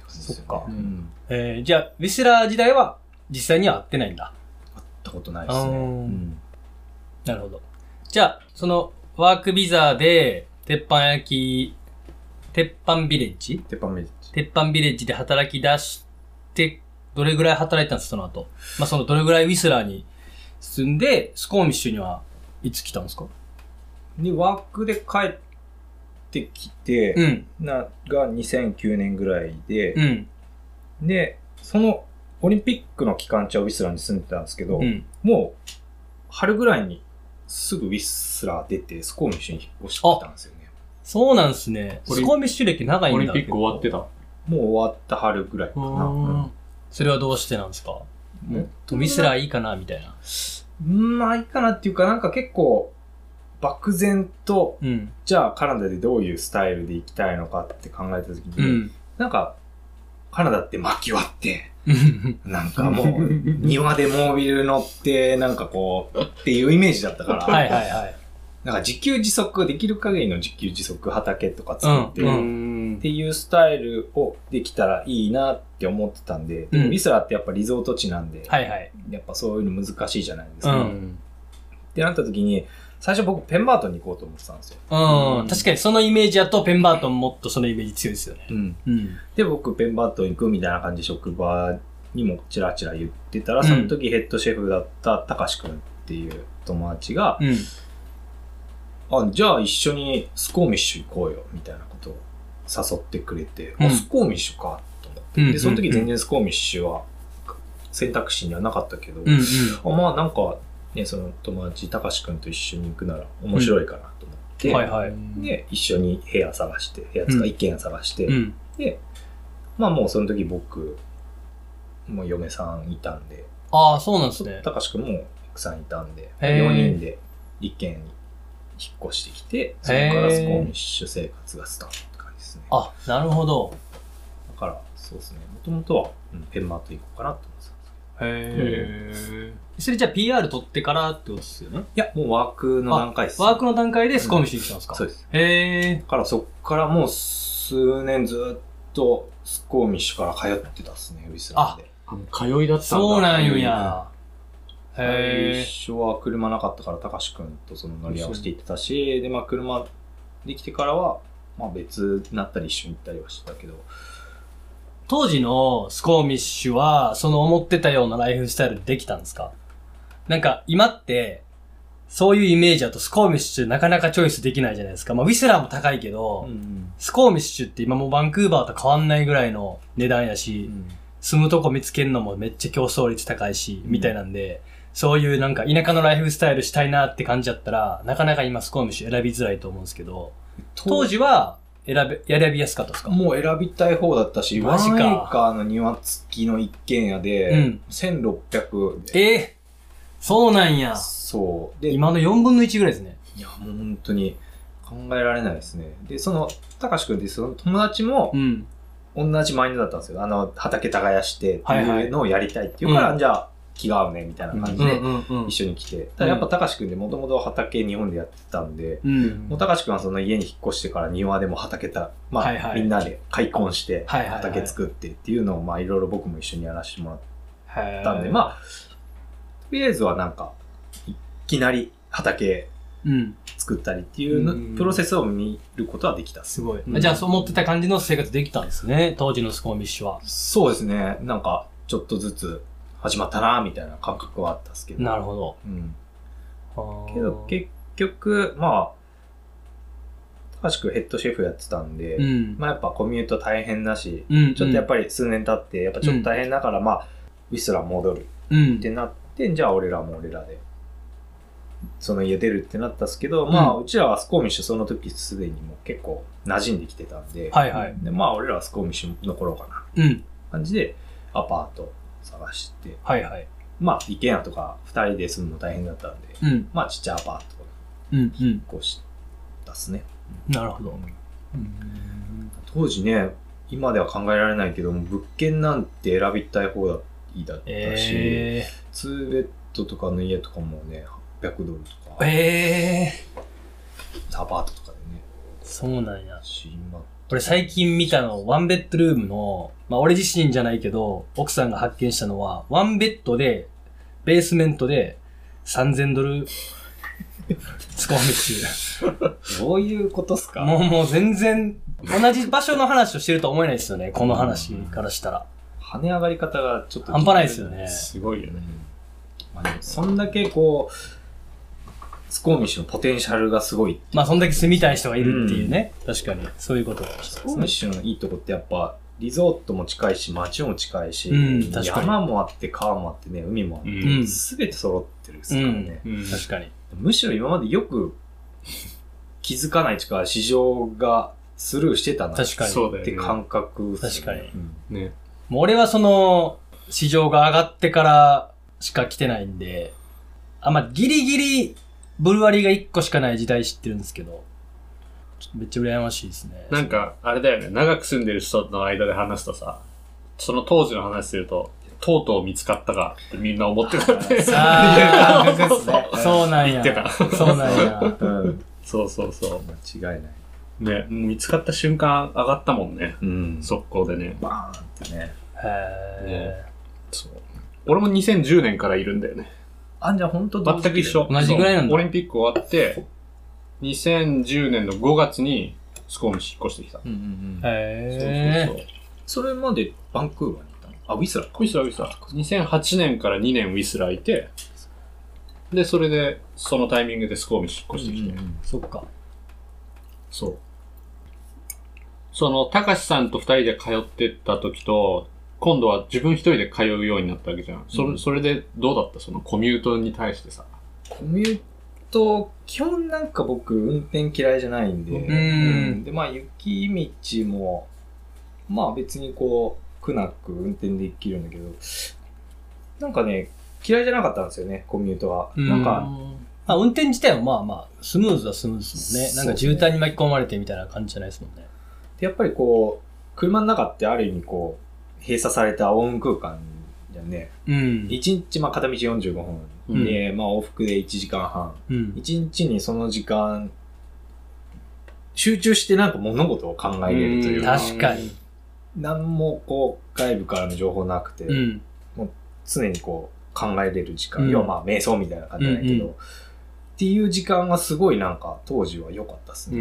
Speaker 2: 感じですよね
Speaker 1: そっか
Speaker 2: うん。
Speaker 1: えー、じゃあ、ウィスラー時代は実際には会ってないんだ。
Speaker 2: 会ったことないで
Speaker 1: あ
Speaker 2: すね。う
Speaker 1: ー
Speaker 2: ん。
Speaker 1: なるほど。じゃあ、その、ワークビザで、鉄板焼き、鉄板ビレッジ
Speaker 2: テパメッチ。
Speaker 1: 鉄板ビレッジで働き出して、どれぐらい働いたんですその後。まあ、その、どれぐらいウィスラーに住んで、スコーミッシュにはいつ来たんですか
Speaker 2: で、ワークで帰ってき
Speaker 1: う
Speaker 2: て、
Speaker 1: ん。
Speaker 2: な、が2009年ぐらいで、
Speaker 1: うん。
Speaker 2: で、そのオリンピックの期間中はウィスラーに住んでたんですけど、
Speaker 1: うん。
Speaker 2: もう春ぐらいにすぐウィスラー出て、スコーミッシュに引っ越してきたんですよね。
Speaker 1: そうなんですね。
Speaker 4: オリ
Speaker 1: スコーミッシュ歴長いん
Speaker 4: オ
Speaker 1: だ
Speaker 4: リンピック終わってた。
Speaker 2: もう終わった春ぐらいかな。うん
Speaker 1: それはどうしてなんですか
Speaker 2: もう
Speaker 1: ウィスラーいいかなみたいな。
Speaker 2: うんまあいいかなっていうか、なんか結構、漠然と、
Speaker 1: うん。
Speaker 2: じゃあカナダでどういうスタイルで行きたいのかって考えた時に、
Speaker 1: うん。
Speaker 2: なんか、カナダって巻き割って、
Speaker 1: うん
Speaker 2: なんかもう、庭でモービル乗って、なんかこう、っていうイメージだったから、
Speaker 1: (laughs) はいはいはい。
Speaker 2: なんか自給自足、できる限りの自給自足畑とか作って、
Speaker 1: うん
Speaker 2: っ
Speaker 4: ん
Speaker 2: ていうスタイルをできたらいいなって思ってたんで、
Speaker 1: う
Speaker 2: でも
Speaker 1: ん
Speaker 2: リスラってやっぱリゾート地なんで、
Speaker 1: はいはい。
Speaker 2: やっぱそういうの難しいじゃないですか。
Speaker 1: う
Speaker 2: っ
Speaker 1: ん
Speaker 2: てなった時に、最初僕ペンバートンに行こうと思ってたんですよ。
Speaker 1: うん。
Speaker 4: うん
Speaker 1: 確かにそのイメージやと、ペンバートンもっとそのイメージ強いですよね。
Speaker 2: うん
Speaker 1: うん。
Speaker 2: で、僕ペンバートン行くみたいな感じで職場にもチラチラ言ってたら、
Speaker 1: うん
Speaker 2: その時ヘッドシェフだったたかしくんっていう友達が、
Speaker 1: うん。
Speaker 2: あ、じゃあ一緒にスコーミッシュ行こうよ、みたいなことを誘ってくれて、
Speaker 1: うん
Speaker 2: あ、スコーミッシュか、と思って。
Speaker 1: うん
Speaker 2: で、その時全然スコーミッシュは選択肢にはなかったけど、
Speaker 1: うんうん。
Speaker 2: あまあなんか、ね、その友達、たかしくんと一緒に行くなら面白いかなと思って、
Speaker 1: はいはい。
Speaker 2: で、一緒に部屋探して、部屋つ
Speaker 1: う
Speaker 2: か
Speaker 1: ん
Speaker 2: 一軒家探して、
Speaker 1: うん。
Speaker 2: まあもうその時僕、もう嫁さんいたんで、
Speaker 1: ああ、そうなんですね。
Speaker 2: たかしくんも奥さんいたんで、
Speaker 1: へー
Speaker 2: 4人で一軒に引っ越してきて、そこからスコーミッシュ生活がスタートって感じですね。だ
Speaker 1: あ、なるほど。
Speaker 2: から、そうですね。もともとは、うんペンマート行こうかなと思ってたんです
Speaker 1: へえ。
Speaker 4: へ
Speaker 1: それじゃあ PR 取ってからってことですよね。
Speaker 2: けど。いや、もうワークの段階です。
Speaker 1: ワークの段階でスコーミッシュに来たんですか
Speaker 2: そうです。
Speaker 1: へえ。
Speaker 2: だからそっからもう数年ずっとスコーミッシュから通ってたっすね、ウィスラーで。
Speaker 4: あの通いだったんだ。
Speaker 1: そうなんや。
Speaker 2: 最
Speaker 1: へえ。
Speaker 2: 初は車なかったから、たかしくんとその乗り合わせて行ってたし、で、まあ車できてからは、まあ別になったり一緒に行ったりはしてたけど、
Speaker 1: 当時のスコーミッシュは、その思ってたようなライフスタイルできたんですかなんか、今って、そういうイメージだとスコーミッシュなかなかチョイスできないじゃないですか。まあ、ウィスラーも高いけど、
Speaker 2: うん
Speaker 1: スコーミッシュって今もうバンクーバーと変わんないぐらいの値段やし、住むとこ見つけるのもめっちゃ競争率高いし、
Speaker 2: うん
Speaker 1: みたいなんで、そういうなんか田舎のライフスタイルしたいなって感じだったら、なかなか今スコーミッシュ選びづらいと思うんですけど、当時は選べ、選びやすかったですか
Speaker 2: もう選びたい方だったし、
Speaker 1: マ
Speaker 2: ワ
Speaker 1: ジ
Speaker 2: ン
Speaker 1: か
Speaker 2: エーカーの庭付きの一軒家
Speaker 1: う
Speaker 2: で
Speaker 1: ん、
Speaker 2: 1600で、
Speaker 1: ええそうなんや。
Speaker 2: そう。で、
Speaker 1: 今の4分の1ぐらいですね。
Speaker 2: いや、もう本当に考えられないですね。で、その、たかしくんってその友達も
Speaker 1: うん。
Speaker 2: 同じマインドだったんですよ。あの、畑耕してって
Speaker 1: はいはいいう
Speaker 2: のをやりたいっていうから、
Speaker 1: うん
Speaker 2: じゃあ気が合うね、みたいな感
Speaker 1: う
Speaker 2: じ
Speaker 1: ん
Speaker 2: で
Speaker 1: うんうん
Speaker 2: 一。緒に来て。ただやっぱたかしくんってもともと畑日本でやってたんで、
Speaker 1: うん。
Speaker 2: もうたかしくんはその家に引っ越してから庭でも畑た、まあ、
Speaker 1: はいはい
Speaker 2: みんなで開墾して
Speaker 1: はいはいはい
Speaker 2: 畑作ってっていうのを、まあいろいろ僕も一緒にやらせてもらっ
Speaker 1: へ
Speaker 2: たんで、
Speaker 1: あ、
Speaker 2: まあ、とりあえずはなんか、いきなり畑
Speaker 1: うん。
Speaker 2: 作ったりっていう
Speaker 4: うん
Speaker 2: のプロセスを見ることはできたっす
Speaker 1: すごい。
Speaker 4: うん
Speaker 1: じゃあ、そう思ってた感じの生活できたんですね。当時のスコーミッシュは。
Speaker 2: そうですね。なんか、ちょっとずつ始まったな、みたいな感覚はあったっすけど。
Speaker 1: なるほ
Speaker 2: うん。
Speaker 1: ど。
Speaker 2: けど、結局、まあ、高橋くんヘッドシェフやってたんで、
Speaker 1: うん。
Speaker 2: まあやっぱコミュート大変だし、
Speaker 1: うん。
Speaker 2: ちょっとやっ
Speaker 1: ぱ、
Speaker 2: ぱり数年経って、やっぱちょっと大変だから、まあ、ウィスラー戻る
Speaker 1: う
Speaker 2: っ
Speaker 1: ん。
Speaker 2: てなって、じゃあ俺らも俺らで、その家出るってなったっすけど、まあ、
Speaker 1: う
Speaker 2: うちらはスコーミッシュその時すでにもう結構馴染んできてたんで、
Speaker 1: はいはい。
Speaker 2: でまあ俺らはスコーミッシュ残ろうかな
Speaker 1: うん。
Speaker 2: 感じでアパート探して、
Speaker 1: はいはい。
Speaker 2: まあ、一軒家とか2人で住むの大変だったんで、
Speaker 1: うん。
Speaker 2: まあ、ちっちゃいアパート
Speaker 1: うんうん。
Speaker 2: を越したっすね。
Speaker 1: なるほど。
Speaker 2: 当時ね、今では考えられないけども、物件なんて選びたい方だだったし、
Speaker 1: え
Speaker 2: 2ベッドとかの家とかもね、800ドルと
Speaker 1: ー。
Speaker 2: か、
Speaker 1: え
Speaker 2: アパートとかでね、
Speaker 1: ー。そうなんや。
Speaker 2: し今
Speaker 1: 俺最近見たの、ワンベッドルームの、まあ俺自身じゃないけど、奥さんが発見したのは、ワンベッドで、ベースメントで、3000ドル、使われ (laughs) て
Speaker 2: どういうことっすか
Speaker 1: る。もうもう全然、同じ場所の話をしてるとは思えないですよね、この話からしたら。
Speaker 2: 跳ね上がり方がちょっと
Speaker 1: 半端ないですよね
Speaker 4: すごいよ
Speaker 2: う
Speaker 4: ね。
Speaker 2: んまあでもそんだけこう、スコーミッシュのポテンシャルがすごい。
Speaker 1: まあそんだけ住みたい人がいるっていうね。確かに。そういうこと。
Speaker 2: スコーミッシュのいいとこってやっぱ、リゾートも近いし、街も近いし、
Speaker 1: うん確かに
Speaker 2: 山もあって、川もあってね、海もあっ
Speaker 4: う
Speaker 1: うん
Speaker 2: て、すべて揃ってるですからね、
Speaker 4: うん
Speaker 1: 確かに。
Speaker 2: むしろ今までよく気づかないちか、市場がスルーしてたなっ
Speaker 1: 確かに。
Speaker 4: そうだよ
Speaker 2: て
Speaker 4: ね。
Speaker 2: 感覚っすね、
Speaker 1: 確かに
Speaker 2: うん
Speaker 4: ね。
Speaker 1: もう俺はその、市場が上がってからしか来てないんで、あ、まあ、ギリギリ、ブルワリーが1個しかない時代知ってるんですけど、ちょっとめっちゃ羨ましいですね。
Speaker 4: なんか、あれだよね、長く住んでる人の間で話すとさ、その当時の話すると、とうとう見つかったかってみんな思ってたって。
Speaker 1: あ
Speaker 2: ー (laughs) そうそう
Speaker 1: あ、そうなん
Speaker 4: 言
Speaker 1: や。
Speaker 4: ってた。
Speaker 1: そうなん
Speaker 4: (laughs)
Speaker 1: や。
Speaker 2: うん
Speaker 4: そうそうそ
Speaker 2: 間違いない。
Speaker 4: う。ね、もう見つかった瞬間上がったもんね。
Speaker 2: うん
Speaker 4: 速攻でね。
Speaker 2: バーンってね。
Speaker 1: へ
Speaker 4: そう。俺も2010年からいるんだよね。
Speaker 2: あんじゃ本当
Speaker 4: 全く一緒。
Speaker 1: 同じぐらいなんだ
Speaker 4: そうオリンピック終わって、2010年の5月にスコームに引っ越してきた。
Speaker 2: うんうん
Speaker 1: ー
Speaker 2: うん。
Speaker 1: へ
Speaker 4: そう
Speaker 1: ー
Speaker 4: そうそう。
Speaker 2: それまでバンクーバーにいたのあ、ウィスラーか。
Speaker 4: ウィスラーウィスラー。2008年から2年ウィスラーいて、で、それで、そのタイミングでスコーミに引っ越してきて、
Speaker 1: そっか。
Speaker 4: そう。その、たかしさんと二人で通ってった時と、今度は自分一人で通うようになったわけじゃん。そ,、
Speaker 2: うん
Speaker 4: それでどうだったそのコミュートに対してさ。
Speaker 2: コミュート、基本なんか僕、運転嫌いじゃないんで、
Speaker 4: うん
Speaker 2: で、まあ、雪道も、まあ別にこう、苦なく運転できるんだけど、なんかね、嫌いじゃなかったんですよね、コミュートは。
Speaker 1: うん
Speaker 2: なん
Speaker 4: う
Speaker 2: か、
Speaker 4: ん
Speaker 1: まあ、運転自体はまあまあ、スムーズはスムーズですもんね。
Speaker 2: そう
Speaker 1: なんか渋滞に巻き込まれてみたいな感じじゃないですもんね。
Speaker 2: やっぱりこう、車の中ってある意味こう、閉鎖されたオウン空間じゃんね。
Speaker 1: うん。
Speaker 2: 1日、まあ片道45分で、まあ往復で1時間半。
Speaker 1: うん。
Speaker 2: 一日にその時間、集中してなんか物事を考えれるというか、
Speaker 1: 確かに。
Speaker 2: 何もこう外部からの情報なくて、
Speaker 1: うん。
Speaker 2: 常にこう考えれる時間、
Speaker 1: うん
Speaker 2: 要はまあ瞑想みたいな感じだけど、
Speaker 1: うんう
Speaker 2: っていう時間がすごいなんか当時は良かったです
Speaker 4: う
Speaker 2: ね。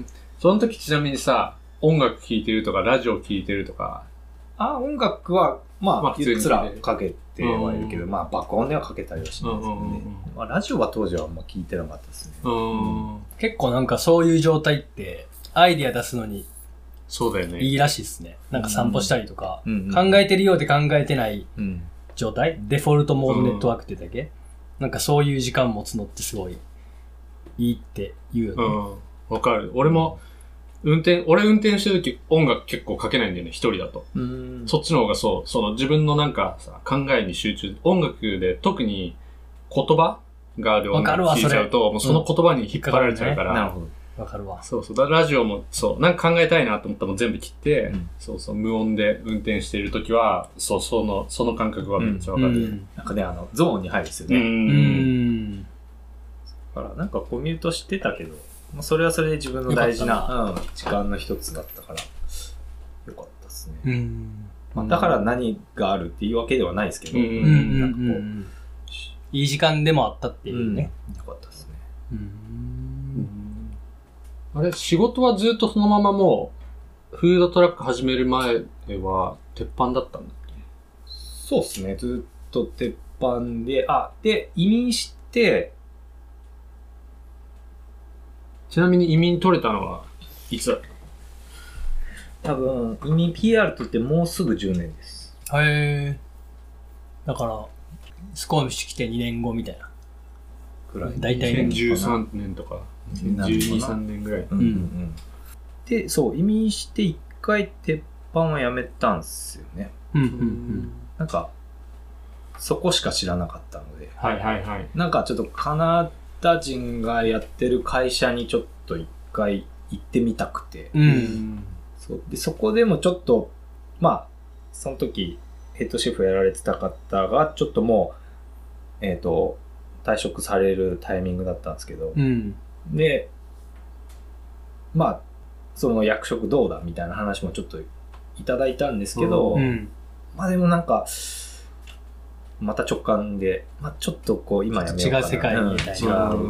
Speaker 4: ん。その時ちなみにさ、音楽聴いてるとか、ラジオ聴いてるとか、
Speaker 2: あ音楽はまあ、
Speaker 4: まあ普通
Speaker 2: ゆ
Speaker 4: に
Speaker 2: っ
Speaker 4: ね
Speaker 2: つらかけてはいるけど、まあ爆音ではかけたりはしないですけどね。まあ、ラジオは当時はあんま聞いてなかったですね。
Speaker 4: うん。
Speaker 1: 結構なんかそういう状態って、アイディア出すのに
Speaker 4: そうだよね。
Speaker 1: いいらしいですね。なんか散歩したりとか、
Speaker 2: うんうん
Speaker 1: 考えてるようで考えてない
Speaker 2: うん
Speaker 1: 状態、デフォルトモードネットワークってだけ、なんかそういう時間持つのってすごいいいって言うよ
Speaker 4: う
Speaker 1: ね。
Speaker 4: ん。わかる。俺も、運転、俺運転してる時音楽結構かけないんだよね、一人だと。
Speaker 2: うん。
Speaker 4: そっちの方がそう、その自分のなんかさ、考えに集中、音楽で特に言葉がある音
Speaker 1: わか
Speaker 4: 楽
Speaker 1: るわ
Speaker 4: 聞いちゃうと、もうその言葉に引っ張られちゃうから、
Speaker 2: なるほど。
Speaker 1: わかるわ。
Speaker 4: そうそう。だラジオも、そう、なんか考えたいなと思ったらもう全部切って、
Speaker 2: うん
Speaker 4: そうそう、無音で運転しているときは、そう、その、その感覚はめっちゃわかる。
Speaker 1: ん。
Speaker 2: なんかね、あの、ゾーンに入るんですよ
Speaker 4: う。
Speaker 2: ね。
Speaker 1: うんん。
Speaker 2: だから、なんかコミュートしてたけど、まあ、それはそれで自分の大事な、うん、時間の一つだったから、よかったですね。
Speaker 1: うん。
Speaker 2: まあ、だから何があるっていうわけではないですけど、
Speaker 4: うん
Speaker 1: う。
Speaker 4: うん
Speaker 1: うんんうん。いい時間でもあったっていうね。
Speaker 2: うんよかったですね。
Speaker 1: うん。
Speaker 4: あれ、仕事はずっとそのままもう、フードトラック始める前は、鉄板だったんだ。
Speaker 2: そうですね。ずっと鉄板で、あ、で、移民して、
Speaker 4: ちなみに移民取れたのは、いつだっ
Speaker 2: 多
Speaker 4: た
Speaker 2: 分、移民 PR とってもうすぐ10年です。
Speaker 1: へえ。だから、スコームしてきて2年後みたいな。
Speaker 2: くらい。
Speaker 1: 大体ね。
Speaker 4: ?2013 年とか、2012、3年ぐらい。
Speaker 2: うんうんうん。で、そう、移民して一回鉄板はやめたんですよね。
Speaker 1: うんう。
Speaker 4: うん
Speaker 2: なんか、そこしか知らなかったので。
Speaker 4: はいはいはい。
Speaker 2: なんかちょっとカナダ人がやってる会社にちょっと一回行ってみたくて。
Speaker 1: う。。
Speaker 4: うん
Speaker 2: そうでそこでもちょっとまあその時ヘッドシェフやられてた方がちょっともうえっ、と退職されるタイミングだったんですけど、
Speaker 1: うん。
Speaker 2: でまあその役職どうだみたいな話もちょっといただいたんですけど、
Speaker 1: うん。
Speaker 2: まあでもなんかまた直感で、まあ、ちょっとこう今やめようかな
Speaker 1: 違う世界にいたい
Speaker 2: うん違
Speaker 1: な
Speaker 2: うフ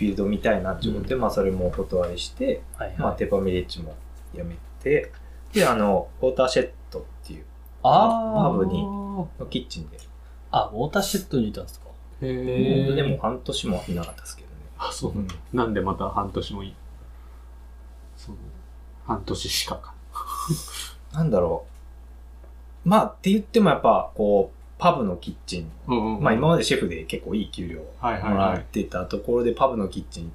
Speaker 2: ィールド見たいなってことで、まあそれもお断りして、
Speaker 1: はい
Speaker 2: まあ、
Speaker 1: はい。
Speaker 2: テーパーミレッジもやめて、で、あの、ウォーターシェットっていう、
Speaker 1: あ
Speaker 2: パブに
Speaker 4: に。
Speaker 2: キッチンで、
Speaker 1: あ、ウォーターシェットにいたんですか
Speaker 4: へー
Speaker 2: でも半年もいなかったですけどね。
Speaker 4: あ、そうなんだ。なんでまた半年もいいそう半年しかか。
Speaker 2: なんだろう。まあ、って言ってもやっぱ、こう、パブのキッチン、
Speaker 4: うん
Speaker 2: まあ今までシェフで結構いい給料も
Speaker 4: はいはいは
Speaker 2: らっ
Speaker 4: い。
Speaker 2: てたところで、パブのキッチン、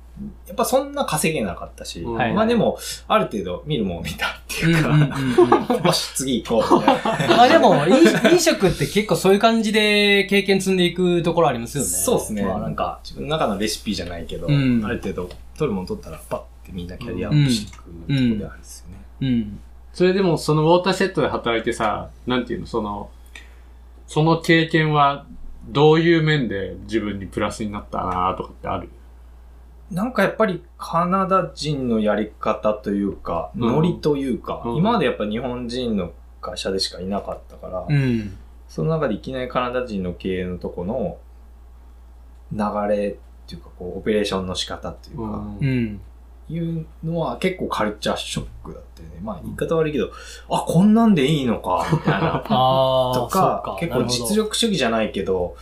Speaker 2: やっぱそんな稼げなかったし、
Speaker 4: うん
Speaker 1: はい
Speaker 2: まあでも、ある程度見るもん見たって
Speaker 1: うん
Speaker 2: いううんか、 (laughs)
Speaker 1: うんうん
Speaker 2: よし、次行こうみたいな。
Speaker 1: まあでも、飲飲食って結構そういう感じで経験積んでいくところありますよね。
Speaker 2: そうですね。
Speaker 1: まあ
Speaker 2: な
Speaker 1: なん
Speaker 2: ん
Speaker 1: か。
Speaker 2: か、自分の中のレシピじゃないけど、
Speaker 1: うん
Speaker 2: ある程度、取るもん取ったら、パッてみんなキャリアアップしていくところであるんですよね。
Speaker 1: うん。
Speaker 4: それでもそのウォーターシェットで働いてさ、なんていうの、その、その経験はどういう面で自分にプラスになったなとかってある
Speaker 2: なんかやっぱり、カナダ人のやり方というか、
Speaker 4: うん
Speaker 2: ノリというか、
Speaker 4: うん
Speaker 2: 今までやっぱ日本人の会社でしかいなかったから、
Speaker 1: うん。
Speaker 2: その中でいきなりカナダ人の経営のとこの流れっていうか、こう、オペレーションの仕方というか、
Speaker 1: うん。
Speaker 2: いうのは結構カルチャーショックだったよね。まあ言い方悪いけど、あ、こんなんでいいのか、みたいな。
Speaker 1: (laughs) ああ。
Speaker 2: とか、
Speaker 1: そう
Speaker 2: 結
Speaker 1: なる
Speaker 2: 構実。
Speaker 1: ほど
Speaker 2: 力主義じゃないけど、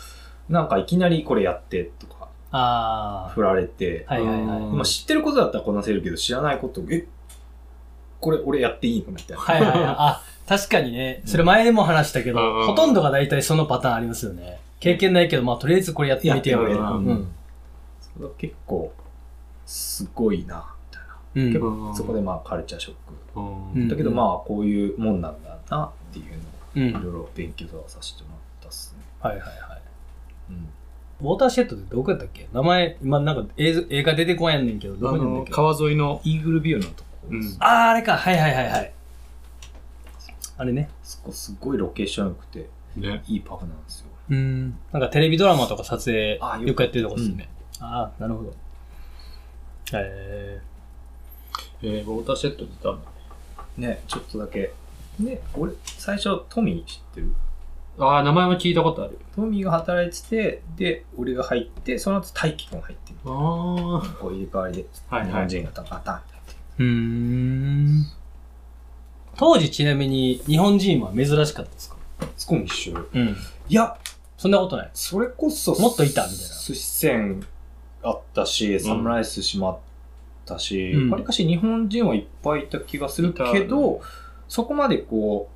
Speaker 2: なんかいきなりこれやってとか、
Speaker 1: あ
Speaker 2: 振られて、
Speaker 1: あ。はいはいはい。
Speaker 4: うん
Speaker 2: まあ知ってることだったらこなせるけど、知らないこと、え、これ俺やっていいのみたいな。
Speaker 1: はいはいはい。あ、確かにね、それ前でも話したけど、
Speaker 4: うん
Speaker 1: ほとんどが大体そのパターンありますよね。経験ないけど、まあとりあえずこれやってみてよ。
Speaker 2: やって
Speaker 1: う
Speaker 2: みて
Speaker 4: うん
Speaker 1: う
Speaker 2: うん
Speaker 1: ん。
Speaker 2: それは結構、すごいな、み
Speaker 1: う
Speaker 2: たいな。
Speaker 1: ん。
Speaker 2: 結
Speaker 4: う
Speaker 2: 構
Speaker 4: ん
Speaker 2: そこでまあカルチャーショッ
Speaker 4: う
Speaker 1: うん
Speaker 4: ん
Speaker 2: ク。だけどまあこういうもんなんだな、っていう
Speaker 1: う
Speaker 2: のをいろ
Speaker 1: ん。
Speaker 2: いろ勉強させてもらったっすね。
Speaker 1: はいはいはい。
Speaker 2: うん。
Speaker 1: ウォーターシェットってどこやったっけ名前、今なんか映像映画出てこんやんねんけど、ど
Speaker 4: あ
Speaker 1: こにんだ
Speaker 4: の
Speaker 1: っ、け
Speaker 4: 川沿いの、
Speaker 2: イーグルビューのとこ
Speaker 4: うん
Speaker 1: ああ、あれか。はいはいはいはい。あれね。
Speaker 2: そこすごいロケーション良くて、
Speaker 4: ね。
Speaker 2: いいパフなんですよ。
Speaker 1: うん。なんかテレビドラマとか撮影
Speaker 2: あ、
Speaker 1: よくやってるとこですね。ああ、なるほど。え
Speaker 4: えー、ウォーターシェットって言ったんだ。
Speaker 2: ね、ちょっとだけ。ね、俺、最初、トミー知ってる
Speaker 4: ああ、名前は聞いたことある。
Speaker 2: トミーが働いてて、で、俺が入って、その後、大輝くん入ってる。
Speaker 4: ああ。は
Speaker 2: こう入れ替わりで、
Speaker 4: い
Speaker 2: 日
Speaker 4: は
Speaker 2: 本
Speaker 4: い。
Speaker 2: 人がたパターンって入ってる。
Speaker 1: ー。うーん。当時ちなみに日本人は珍しかったですか
Speaker 2: そこも一緒。
Speaker 1: うん。
Speaker 2: いや、
Speaker 1: そんなことない。
Speaker 2: それこそ、
Speaker 1: もっといたみたいな
Speaker 2: 寿司店あったし、サムライスしまったし、
Speaker 1: うん
Speaker 2: わりかし日本人はいっぱいいた気がするけど、そこまでこ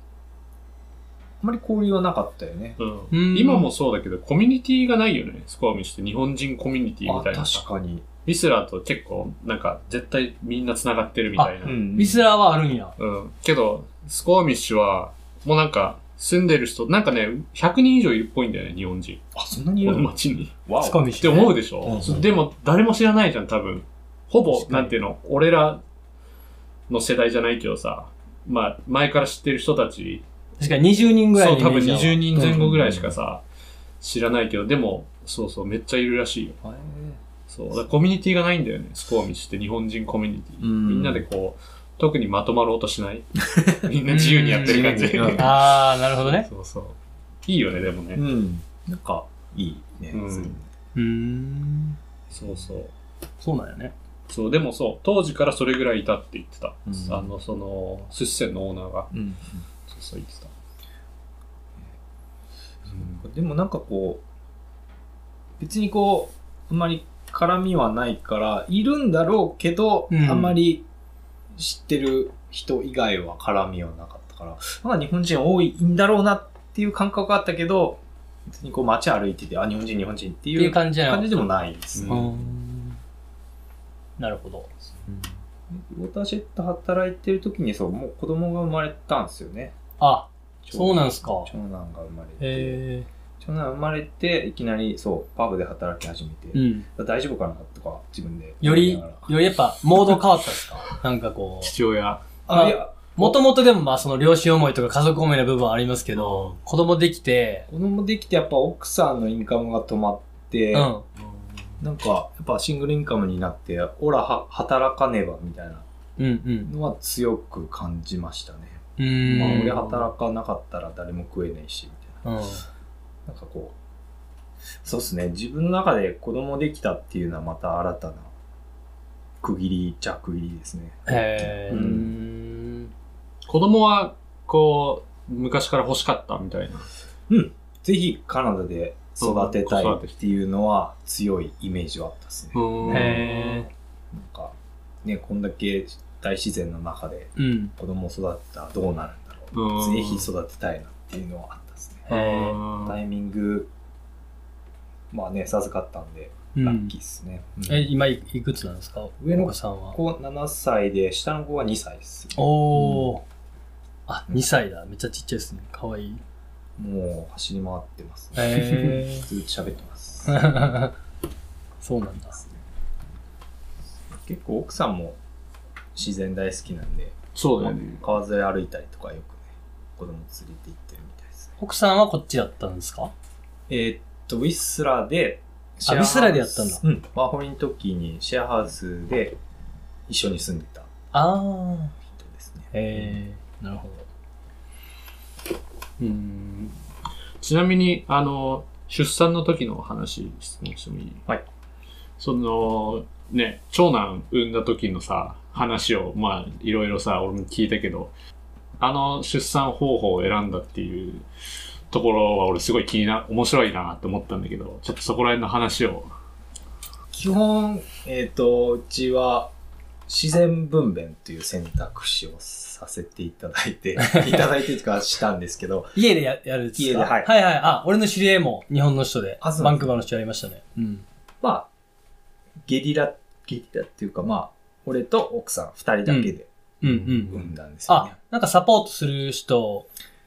Speaker 2: う、あまり交流はなかったよね。
Speaker 4: う
Speaker 1: うん
Speaker 4: ん、今もそうだけど、コミュニティがないよね。スコア見して、日本人コミュニティみ
Speaker 2: あ、
Speaker 4: たいな。
Speaker 2: 確かに。
Speaker 4: ウィスラーと結構、なんか、絶対みんな繋がってるみたいな。
Speaker 1: ウィスラーはあるんや。
Speaker 4: うん。けど、スコーミッシュは、もうなんか、住んでる人、なんかね、100人以上いるっぽいんだよね、日本人。
Speaker 2: あ、そんなにい
Speaker 4: こ
Speaker 2: る
Speaker 4: の
Speaker 2: の
Speaker 4: 街に。
Speaker 2: わ
Speaker 1: つ
Speaker 2: お
Speaker 1: かみし
Speaker 4: ってて
Speaker 1: ね。
Speaker 4: 思うでしょ、
Speaker 2: うん
Speaker 4: でも、誰も知らないじゃん、多分。ほぼ
Speaker 2: 確、かに
Speaker 4: なんていうの、俺らの世代じゃないけどさ、まあ、前から知ってる人たち、
Speaker 1: 確かに20人ぐらい
Speaker 4: そ
Speaker 1: の
Speaker 4: う、多分
Speaker 1: イメージ
Speaker 4: 20
Speaker 1: や
Speaker 4: 人前後ぐらいしかさ、知らないけど、でも、そうそう、めっちゃいるらしいよ。
Speaker 1: わ
Speaker 4: そう、だからコミュニティがないんだよね、スコアミチって日本人コミュニティ。
Speaker 2: うん
Speaker 4: みんなでこう、特にまとまろうとし (laughs) ない。みんな自由にやってる感じ。
Speaker 2: うん
Speaker 1: あー、なるほどね。
Speaker 4: (laughs) そうそう。いいよね、でもね。
Speaker 2: うん。なんか、いいね。
Speaker 4: うん
Speaker 1: うーん。
Speaker 4: そうそう。
Speaker 1: そうなんやね。
Speaker 4: そう、でもそう、当時からそれぐらいいたって言ってた。
Speaker 2: うん
Speaker 4: あの、その、寿司店のオーナーが、
Speaker 2: うん。
Speaker 4: そうそう言ってた。
Speaker 2: でもなんかこう、別にこう、あんまり絡みはないから、いるんだろうけど、
Speaker 1: うん
Speaker 2: あんまり知ってる人以外は絡みはなかったから、まあ日本人多いんだろうなっていう感覚があったけど、別にこう街歩いてて、あ、日本人、日本人って
Speaker 1: って
Speaker 2: い
Speaker 1: いうう感じじゃな
Speaker 2: 感
Speaker 1: い
Speaker 2: じでもないですね。
Speaker 4: う
Speaker 1: なるほど。
Speaker 2: ウォーターシェット働いてる時にそう、もう子供が生まれたんですよね。
Speaker 1: あ、
Speaker 2: 長
Speaker 1: そうなんすか。
Speaker 2: 長男が生まれて、
Speaker 1: へ
Speaker 2: 長男生まれて、いきなりそう、パブで働き始めて、
Speaker 1: え。うん。
Speaker 2: 大丈夫かなとか、自分で。
Speaker 1: より、よ
Speaker 2: 思いながら
Speaker 1: りやっぱ、モード変わったですかなんかこう。
Speaker 4: 父親。
Speaker 1: まあ
Speaker 2: あ、いや、
Speaker 1: もともとでもまあその両親思いとか家族思いの部分はありますけど、子供できて、
Speaker 2: 子供できてやっぱ奥さんのインカムが止まって、
Speaker 1: うん。
Speaker 2: なんか、やっぱシングルインカムになって、オラは働かねばみたいな
Speaker 1: うんうん。
Speaker 2: のは強く感じましたね。
Speaker 1: う
Speaker 2: まあ、
Speaker 1: ーん。
Speaker 2: 俺働かなかったら誰も食えないし、みたいな。
Speaker 1: うん。
Speaker 2: なんかこう、そうですね、自分の中で子供できたっていうのはまた新たな区切りっちゃ区切りですね。
Speaker 1: へえ。
Speaker 2: う
Speaker 4: 子供は、こう、昔から欲しかったみたいな。
Speaker 2: ぜひカナダで育てたいっていうのは強いイメージはあったですね。
Speaker 4: うん
Speaker 1: へえ。
Speaker 2: なんか、ね、こんだけ大自然の中で
Speaker 1: うん。
Speaker 2: 子供を育てたらどうなるんだろ
Speaker 4: う
Speaker 2: う。
Speaker 4: ん
Speaker 2: ぜひ育てたいなっていうのはあったですね。
Speaker 1: へえ。
Speaker 2: タイミング、まあね、授かったんで、
Speaker 1: うん
Speaker 2: ラッキーですね。うん
Speaker 1: え、今いいくつなんですか
Speaker 2: 上の
Speaker 1: お子さんは。
Speaker 2: 子7歳で、下の子は2歳です。
Speaker 1: おー。あ、2歳だ。めっちゃちっちゃいですね。かわいい。
Speaker 2: もう走り回ってます、ね。
Speaker 1: へえ。
Speaker 2: ずっと喋ってます。
Speaker 1: (laughs) そうなんだ。
Speaker 2: 結構奥さんも自然大好きなんで、
Speaker 4: そうだよね。
Speaker 2: 川沿い歩いたりとかよくね、子供連れて行ってるみたいですね。
Speaker 1: 奥さんはこっちだったんですか
Speaker 2: えーっと、ウィスラーで、シェア
Speaker 1: ウィ
Speaker 2: ハウス
Speaker 1: スラーでやったんだ
Speaker 2: うん。ワーホリの時にシェアハウスで一緒に住んでた
Speaker 1: あー。
Speaker 2: 人ですね。
Speaker 1: へえ。なるほ
Speaker 4: うんちなみに、あの、出産の時の話、質問してもいい
Speaker 2: はい。
Speaker 4: その、ね、長男産んだ時のさ、話を、まあ、いろいろさ、俺も聞いたけど、あの出産方法を選んだっていうところは、俺すごい気にな、面白いなと思ったんだけど、ちょっとそこら辺の話を。
Speaker 2: 基本、えーっと、うちは自然分娩という選択肢をさせていただい (laughs) て、いただいてというかしたんですけど、
Speaker 1: ど。家でややるんですか
Speaker 2: 家ではい
Speaker 1: はいはい。あ、俺の知り合いも日本の人で、
Speaker 2: あそう
Speaker 1: バンクーバーの人やりましたね。うん。
Speaker 2: まあ、ゲリラ、ゲリラっていうかまあ、俺と奥さん二人だけで
Speaker 1: うんう
Speaker 2: 産
Speaker 1: ん。
Speaker 2: んだんですよね。
Speaker 1: あ、なんかサポートする人、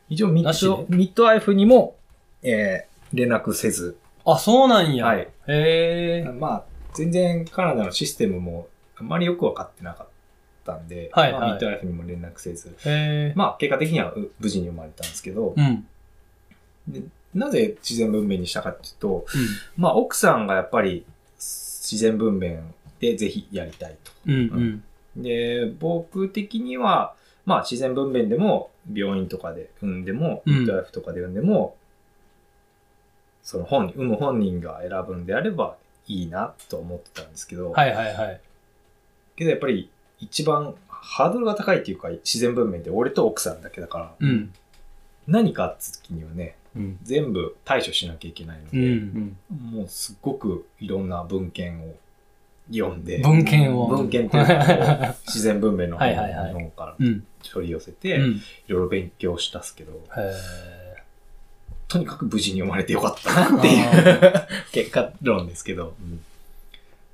Speaker 2: 一応ミ
Speaker 1: なし
Speaker 2: ッド
Speaker 1: で、
Speaker 2: ミッドワイフにも、えー連絡せず、
Speaker 1: あ、そうなんや。
Speaker 2: はい
Speaker 1: へえ。
Speaker 2: まあ、全然カナダのシステムもあんまりよく分かってなかったんで、
Speaker 1: はいはい
Speaker 2: まあミッドワイフにも連絡せず、
Speaker 1: へえ。
Speaker 2: まあ、結果的にはう無事に生まれたんですけど、
Speaker 1: うん。
Speaker 2: でなぜ自然分娩にしたかっていうと、
Speaker 1: うん
Speaker 2: まあ、奥さんがやっぱり自然分娩でぜひやりたいと。
Speaker 1: うんうん。
Speaker 2: で、僕的には、まあ、自然分娩でも、病院とかで産んでも、
Speaker 1: うん
Speaker 2: ミッドワイフとかで産んでも、その本人、産む本人が選ぶんであればいいなと思ってたんですけど、
Speaker 1: はいはいはい。
Speaker 2: けどやっぱり一番ハードルが高いっていうか自然文明って俺と奥さんだけだから、
Speaker 1: うん。
Speaker 2: 何かあった時にはね
Speaker 4: うん。
Speaker 2: 全部対処しなきゃいけないの
Speaker 1: う
Speaker 2: で、
Speaker 1: ん。
Speaker 2: もうすっごくいろんな文献を読んで
Speaker 1: 文献を。
Speaker 2: 文献っていうかこう自然文明の
Speaker 1: はいはいはい
Speaker 2: 本から
Speaker 1: うん。
Speaker 2: 取り寄せ
Speaker 1: う
Speaker 2: て、い
Speaker 1: ん。
Speaker 2: ろいろ勉強したっすけど
Speaker 1: へえ。
Speaker 2: と (laughs) にかく無事に生まれてよかったなっていう
Speaker 1: あー
Speaker 2: 結果論ですけど、うん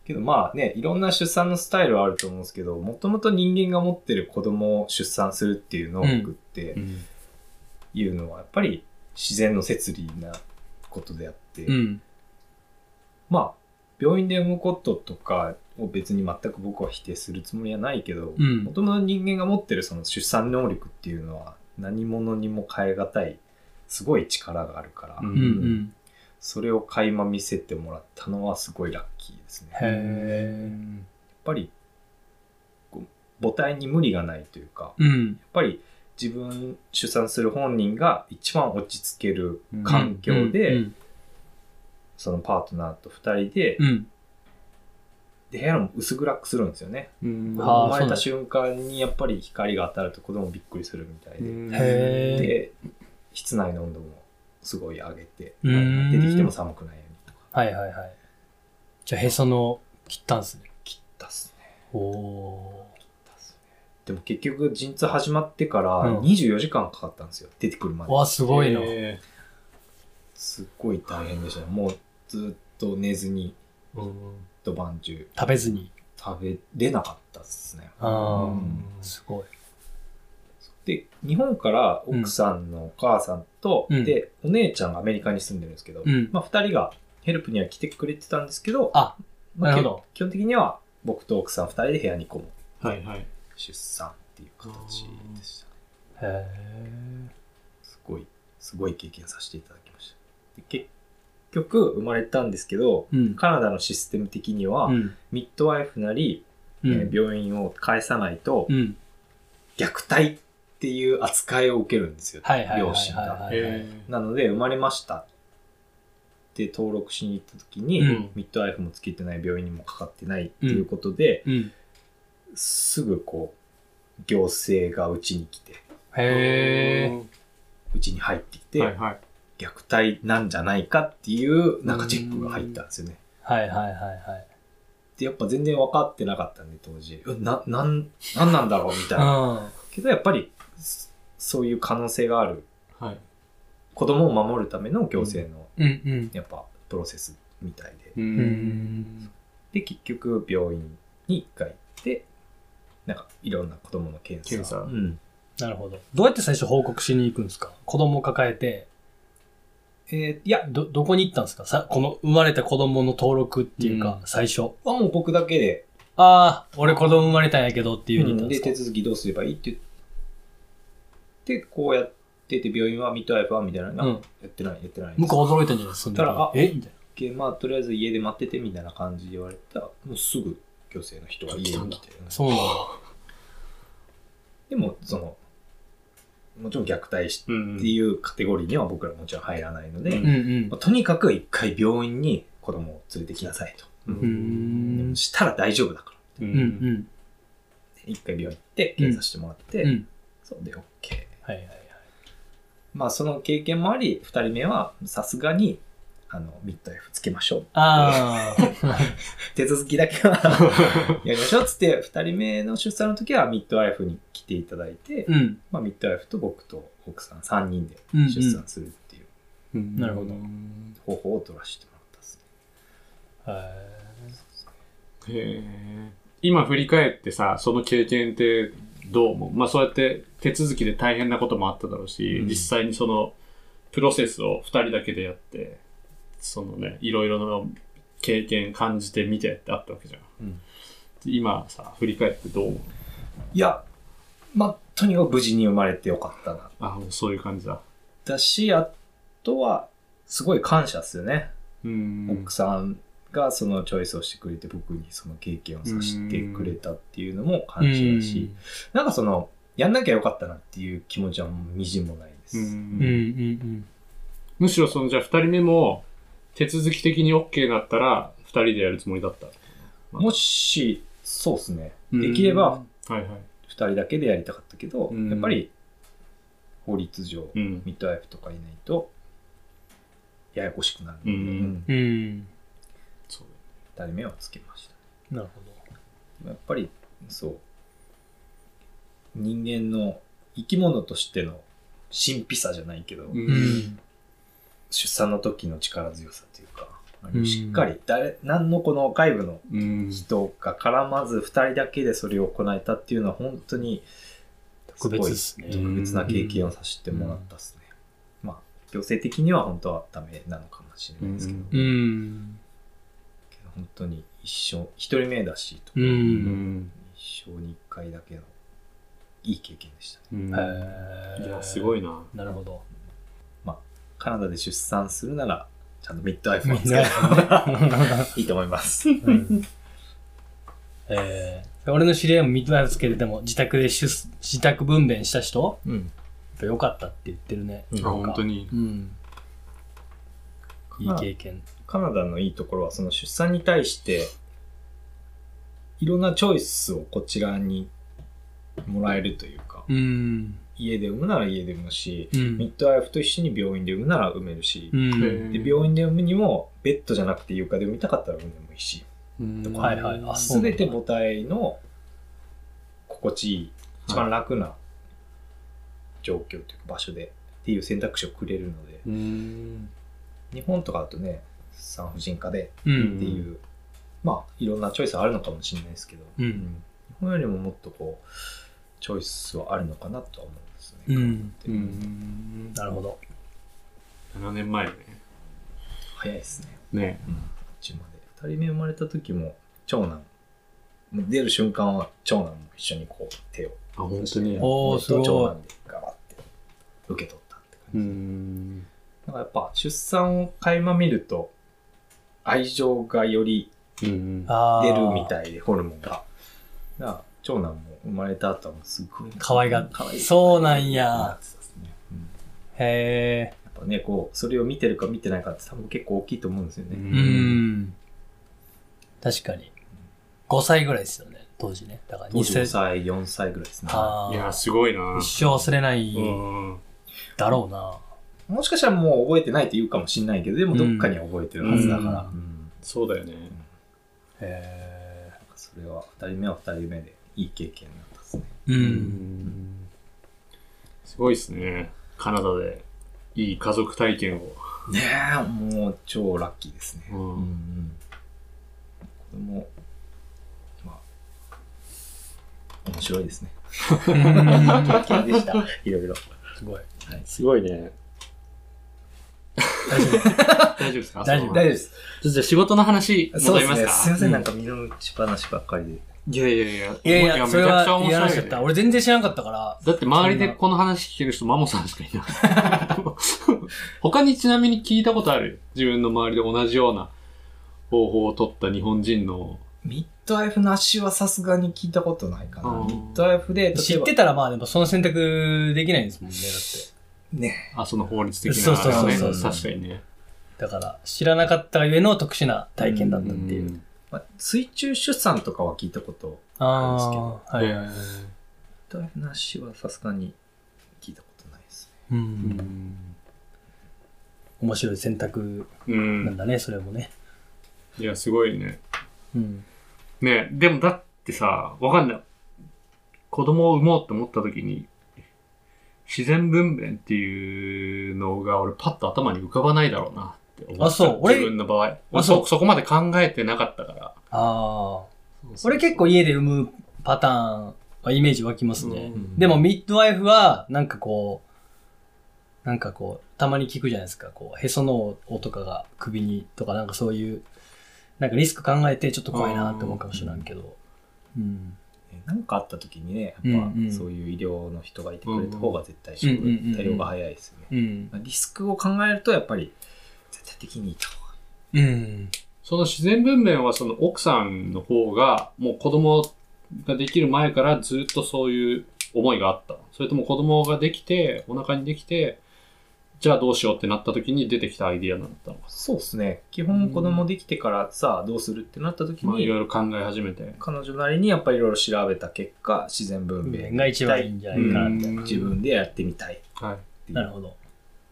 Speaker 2: けどまあね、いろんな出産のスタイルはあると思うんですけど、もともと人間が持ってる子供を出産するっていう能力って
Speaker 4: うん
Speaker 2: いうのは、やっぱり自然の摂理なことであって、
Speaker 1: うん。
Speaker 2: まあ、病院で産むこととかを別に全く僕は否定するつもりはないけど
Speaker 1: う、
Speaker 2: も
Speaker 1: ん。
Speaker 2: ともと人間が持ってるその出産能力っていうのは何者にも変え難い、すごい力があるから、
Speaker 4: うん
Speaker 1: うん。うん。
Speaker 2: それを垣間見せてもらったのはすごいラッキーですね。
Speaker 1: へえ。
Speaker 2: やっぱりこう母体に無理がないというかやっ
Speaker 1: うん。
Speaker 2: ぱり自分出産する本人が一番落ち着ける環境で、
Speaker 1: うん。
Speaker 2: そのパートナーと2人で,、
Speaker 1: うん。
Speaker 2: で部屋も薄暗くするんですよね
Speaker 4: うん
Speaker 1: あー
Speaker 2: 生まれた瞬間にやっぱり光が当たると子供びっくりするみたいで、
Speaker 1: へー
Speaker 2: で室内の温度もすごい上げて
Speaker 1: うーん
Speaker 2: 出てきても寒くないようにとか
Speaker 1: はいはいはい。じゃあ、へその切ったんすね。
Speaker 2: 切ったっすね
Speaker 1: おお。
Speaker 2: でも結局陣痛始まってから
Speaker 1: うん
Speaker 2: 24時間かかったんですよ出てくるまで
Speaker 1: わ、すごいな。
Speaker 4: へ
Speaker 2: すっごい大変でしたねもうずっと寝ずに
Speaker 4: ーうん
Speaker 2: 一晩中
Speaker 1: 食べずに。
Speaker 2: 食べれなかったですね
Speaker 1: あ
Speaker 2: う
Speaker 1: あ。
Speaker 2: ん
Speaker 1: すごい。
Speaker 2: で日本から奥さんのお母さんと、
Speaker 1: うん
Speaker 2: でお姉ちゃんがアメリカに住んでるんですけど、
Speaker 1: うん。
Speaker 2: まあ、2人がヘルプには来てくれてたんですけど
Speaker 1: あ
Speaker 2: まあ
Speaker 1: なるほど
Speaker 2: 基基本的には僕と奥さん2人で部屋にこもって
Speaker 4: はいはい。
Speaker 2: 出産っていう形でしたね
Speaker 1: へえ。
Speaker 2: すごいすごい経験させていただきましたで結局生まれたんですけど
Speaker 1: うん。
Speaker 2: カナダのシステム的には、
Speaker 1: うん。
Speaker 2: ミッドワイフなり、
Speaker 1: う
Speaker 2: えー
Speaker 1: ん。
Speaker 2: 病院を返さないと、
Speaker 1: うん。
Speaker 2: 虐待っていう扱いを受けるんですよ。
Speaker 1: はいはいはいはいはい。
Speaker 2: 両親が
Speaker 1: へ
Speaker 2: なので、生まれましたって登録しに行った時に、
Speaker 1: うん
Speaker 2: ミッドワイフもつけてない病院にもかかってないっていうことで、
Speaker 1: ーうん。
Speaker 2: すぐこう、行政がうちに来て、
Speaker 1: へえ。
Speaker 2: うちに入ってきて、
Speaker 4: はいはい。
Speaker 2: 虐待なんじゃないかっていう、なんかチェックが入ったんですよね。
Speaker 1: はいはいはいはい。
Speaker 2: で、やっぱ全然分かってなかったんで、当時。うな、なん、なんなんだろうみたいな。
Speaker 1: う
Speaker 2: けど、やっぱり、そそういう可能性がある。
Speaker 4: はい。
Speaker 2: 子供を守るための行政の、
Speaker 1: ん。うんうん。
Speaker 2: やっぱ、プロセスみたいで。
Speaker 4: う
Speaker 1: うん。
Speaker 2: で、結局、病院に一回行って、なんか、いろんな子供の検査。
Speaker 4: 検査
Speaker 2: うん。
Speaker 1: なるほど。どうやって最初報告しに行くんですか子供抱えて、
Speaker 2: えーいや、
Speaker 1: ど、どこに行ったんですかさ、この生まれた子供の登録っていうか、
Speaker 4: う
Speaker 1: 最初。
Speaker 2: あもう僕だけで、
Speaker 1: ああ、俺子供生まれたんやけどっていうふうに言っ
Speaker 2: うん
Speaker 1: た
Speaker 2: で、
Speaker 1: んで
Speaker 2: 手
Speaker 1: す
Speaker 2: 続きどうすればいいって言って、こうやってて、病院はミッドワイフはみたいな、
Speaker 1: か、うん、
Speaker 2: やってない、やってない。
Speaker 1: 向こう驚いたんじゃないですかそんな
Speaker 2: たらあ
Speaker 1: えみたい
Speaker 2: でまあ、とりあえず家で待っててみたいな感じで言われたら、もうすぐ行政の人が家に来て。
Speaker 1: な。そうなんだ。
Speaker 2: でも、その、もちろん虐待し
Speaker 4: うん
Speaker 2: っていうカテゴリーには僕らもちろん入らないので、
Speaker 4: うん
Speaker 1: うんうん
Speaker 2: まあ。とにかく一回病院に子供を連れてきなさいと。
Speaker 4: う
Speaker 1: うー
Speaker 4: ん。
Speaker 1: ん。
Speaker 2: したら大丈夫だから。
Speaker 4: う。
Speaker 1: うんん
Speaker 2: 一回病院行って検査してもらって、
Speaker 1: うん。うん。
Speaker 2: そうで OK。
Speaker 1: はいはいはい。
Speaker 2: まあその経験もあり、二人目はさすがに、あの、ミッド F つけましょう。
Speaker 1: あ
Speaker 2: 手続きだけ
Speaker 1: (laughs)
Speaker 2: はやりましょうっつって、二人目の出産の時はミッド F に来ていただいて、
Speaker 1: あ。 (laughs) うん。
Speaker 2: まあミッド F と僕と奥さん三人で
Speaker 1: うんうん
Speaker 2: 出産するっていう
Speaker 4: うん
Speaker 1: なるほど
Speaker 2: 方法を取らせてもらったですね。
Speaker 4: へえ。今振り返ってさ、その経験ってどう思うまあそうやって手続きで大変なこともあっただろうし、
Speaker 2: うん
Speaker 4: 実際にそのプロセスを二人だけでやって、そのね、いろいろな経験感じてみてってあったわけじゃん。
Speaker 2: うん
Speaker 4: 今さ、振り返ってどう思う
Speaker 2: いや、まあとにかく無事に生まれてよかったな
Speaker 4: あ、もうそういう感じだ。
Speaker 2: だし、あとは、すごい感謝っすよね。
Speaker 4: うん
Speaker 2: 奥。さんがそのチョイスをしてくれて、僕にその経験をさせてくれたっていうのも感謝だし、なんかその、やんなきゃよかったなっていう気持ちはもうみじんもないです。
Speaker 1: うんうんうん
Speaker 4: むしろそのじゃあ2人目も手続き的に OK だったら2人でやるつもりだった。
Speaker 2: もし、そうですね。
Speaker 4: うん
Speaker 2: できれば、
Speaker 4: はいはい。
Speaker 2: 2人だけでやりたかったけど、
Speaker 4: うん
Speaker 2: やっぱり、法律上、
Speaker 4: うん。
Speaker 2: ミッドワイフとかいないと、ややこしくなるので、
Speaker 4: う
Speaker 2: う
Speaker 4: ん
Speaker 2: ん
Speaker 1: うん。うん。
Speaker 4: そう
Speaker 2: 2人目をつけました。
Speaker 1: なるほ
Speaker 2: やっぱりそう人間の生き物としての神秘さじゃないけど、
Speaker 4: う。
Speaker 1: ど。うんん。
Speaker 2: 出産の時の力強さというか
Speaker 1: うん
Speaker 2: しっかり、誰、何のこの外部の
Speaker 4: うん。
Speaker 2: 人が絡まず、二人だけでそれを行えたっていうのは、本当に、
Speaker 3: 特別ですね。
Speaker 2: 特別な経験をさせてもらったですね。まあ、行政的には本当はダメなのかもしれないですけど、
Speaker 1: うん。うん。
Speaker 2: けど本当に一生、一人目だし、
Speaker 1: う。
Speaker 4: うんん。
Speaker 2: 一生に一回だけの、いい経験でしたね。
Speaker 4: うん。いや、す
Speaker 1: い。
Speaker 4: ごいな。
Speaker 1: なるほど。 (laughs)
Speaker 2: カナダで出産するなら、ちゃんとミッドアイフォン使えいいと思います。
Speaker 1: うんえー、俺の知り合いもミッドナイフつけてても自宅で出す自宅分娩した人
Speaker 3: うん。
Speaker 1: やっぱ良かったって言ってるね。
Speaker 4: あ、本当に。
Speaker 1: うん。いい経験。
Speaker 2: カナダのいいところは、その出産に対して、いろんなチョイスをこちらにもらえるというか、
Speaker 1: うん。
Speaker 2: 家で産むなら家で産むし、
Speaker 1: うん。
Speaker 2: ミッドワイフと一緒に病院で産むなら産めるし、
Speaker 1: うん。
Speaker 2: で病院で産むにも、ベッドじゃなくて床で産みたかったら産んでもいいし、
Speaker 4: うん
Speaker 1: はいはい。あ、そう
Speaker 2: す
Speaker 1: な
Speaker 2: べ
Speaker 1: んだ
Speaker 2: て母体の心地いい、一番楽な状況というか場所でっていう選択肢をくれるので、
Speaker 4: うん。
Speaker 2: 日本とかだとね、産婦人科で
Speaker 1: う。
Speaker 4: うん
Speaker 2: っていう、まあいろんなチョイスはあるのかもしれないですけど、
Speaker 1: うん
Speaker 2: 日本よりももっとこうチョイスはあるのかなとは思うんです
Speaker 1: う
Speaker 2: ね。
Speaker 1: ん。
Speaker 4: うん。
Speaker 1: なるほど。
Speaker 4: 7年前ね。
Speaker 2: 早いですね。
Speaker 4: ね。
Speaker 2: うちまで。二人目生まれた時も長男もう出る瞬間は長男も一緒にこう手を
Speaker 4: あ、本当に。
Speaker 1: おー
Speaker 2: 俺と
Speaker 1: すごい
Speaker 2: 長男でガバって受け取ったって
Speaker 4: う
Speaker 2: 感じ。
Speaker 4: ん。
Speaker 2: なんかやっぱ出産を垣間見ると愛情がより
Speaker 4: うん。
Speaker 1: あ
Speaker 2: 出るみ
Speaker 1: い。
Speaker 2: たいでホルモンが。だから長男も生まれた後はもうすごい
Speaker 1: 可愛がっ
Speaker 2: 可愛い
Speaker 1: そうなんや
Speaker 2: なってたっすねうん
Speaker 1: へ
Speaker 2: やっぱね、こう、それを見てるか見てないかって多分結構大きいと思うんですよ
Speaker 4: う。
Speaker 2: ね。
Speaker 1: え。うんん。確かに。5歳ぐらいですよね、当時ね。だから
Speaker 2: 当時5
Speaker 1: 2歳。
Speaker 2: 歳、4歳ぐらいですね。
Speaker 1: あ
Speaker 4: いや、
Speaker 1: あ。
Speaker 4: すごいな。
Speaker 1: 一生忘れない
Speaker 4: うん。
Speaker 1: だろうな。
Speaker 2: もしかしたらもう覚えてないって言うかもしれないけど、でもどっかには覚えてるはずだから。
Speaker 1: う
Speaker 2: うん
Speaker 4: そうだよね。
Speaker 1: へ
Speaker 2: なんかそれは2人目は2人目でいい経験になったですね。
Speaker 1: え。う。
Speaker 4: うんん。すごいですね。カナダで、いい家族体験を。
Speaker 2: ねえ、もう超ラッキーですね。
Speaker 4: う
Speaker 2: うんんこれも、まあ、面白いですね。 (laughs) 経験でした。いろいろ。
Speaker 1: すごい。
Speaker 4: すごいね。
Speaker 1: 大丈夫。
Speaker 4: (laughs) 大丈夫ですか
Speaker 1: 大丈夫
Speaker 4: その
Speaker 2: 大
Speaker 4: 話
Speaker 2: 丈夫です。
Speaker 4: ちょっとじゃあ仕事の話、
Speaker 2: そう
Speaker 4: 戻
Speaker 2: で
Speaker 4: り
Speaker 2: す
Speaker 4: ます
Speaker 2: ね。
Speaker 4: か
Speaker 2: すいません、なんか身の内話ばっかりで。
Speaker 4: いやいやいや。
Speaker 1: いやいや、
Speaker 4: め
Speaker 1: そ
Speaker 4: ち
Speaker 1: れ
Speaker 4: ゃ
Speaker 1: は
Speaker 4: くちゃ面
Speaker 1: 言わない
Speaker 4: 白
Speaker 1: か
Speaker 4: よ
Speaker 1: っ
Speaker 4: ね。
Speaker 1: た。俺全然知らなかったから。
Speaker 4: だって周りでこの話聞ける人、マモさんしかいない。 (laughs) 他にちなみに聞いたことある自分の周りで同じような方法を取った日本人の。
Speaker 2: ミッドワイフなしはさすがに聞いたことないかな。
Speaker 4: うん
Speaker 2: ミッドワイフで、例えば
Speaker 1: 知ってたらまあでもその選択できないんですもんね、だって。
Speaker 2: ね。
Speaker 4: あ、その法律的な。
Speaker 1: そうそうそう
Speaker 4: ね
Speaker 2: そう
Speaker 4: 確かにね。
Speaker 1: だから、知らなかったゆえの特殊な体験だったっていう。
Speaker 4: ん。
Speaker 2: まあ、水中出産とかは聞いたこと、
Speaker 1: あ
Speaker 2: です
Speaker 1: あ、
Speaker 2: け
Speaker 1: はいはい。
Speaker 2: ミッドワイフなしはさすがに聞いたことないですね。
Speaker 1: う。
Speaker 4: うんん。
Speaker 1: 面白い選択
Speaker 4: う
Speaker 1: なん
Speaker 4: ん。
Speaker 1: だね、それもね。
Speaker 4: いや、すごいね。
Speaker 1: うん。
Speaker 4: ねでもだってさ、わかんない。子供を産もうと思った時に、自然分娩っていうのが俺パッと頭に浮かばないだろうなって思った。
Speaker 1: あそう俺
Speaker 4: 自分の場合。
Speaker 1: あそう
Speaker 4: そ、そこまで考えてなかったから。
Speaker 1: ああ。俺結構家で産むパターンはイメージ湧きますね。
Speaker 4: うん
Speaker 1: でもミッドワイフは、なんかこう、なんかこう、たまに聞くじゃないですか。こう、へその緒とかが首にとか、なんかそういう、なんかリスク考えてちょっと怖いなって思うかもしれないけど。うん。
Speaker 2: ねなんかあった時にね、
Speaker 1: うん
Speaker 2: やっ
Speaker 1: うん
Speaker 2: ぱそういう医療の人がいてくれた方が絶対
Speaker 1: うんうんうん
Speaker 2: 対応が早いですよね。
Speaker 1: うん。
Speaker 2: まあリスクを考えると、やっぱり絶対的にいいと。
Speaker 1: うん。
Speaker 4: その自然分娩はその奥さんの方が、もう子供ができる前からずっとそういう思いがあった。それとも子供ができて、お腹にできて、じゃあどうしようってなった時に出てきたアイディアになったのか。
Speaker 2: そうですね。基本子供できてからさあどうするってなった時
Speaker 4: まあい
Speaker 2: に、
Speaker 4: ろいろ考え始めて。
Speaker 2: 彼女なりにやっぱりいろいろ調べた結果、自然
Speaker 1: 分
Speaker 2: 分娩
Speaker 1: 娩が一番いいんじゃないかなみたいな。
Speaker 2: 自分でやってみたい
Speaker 4: はい。
Speaker 2: ってい
Speaker 1: なる
Speaker 2: う
Speaker 1: ほど。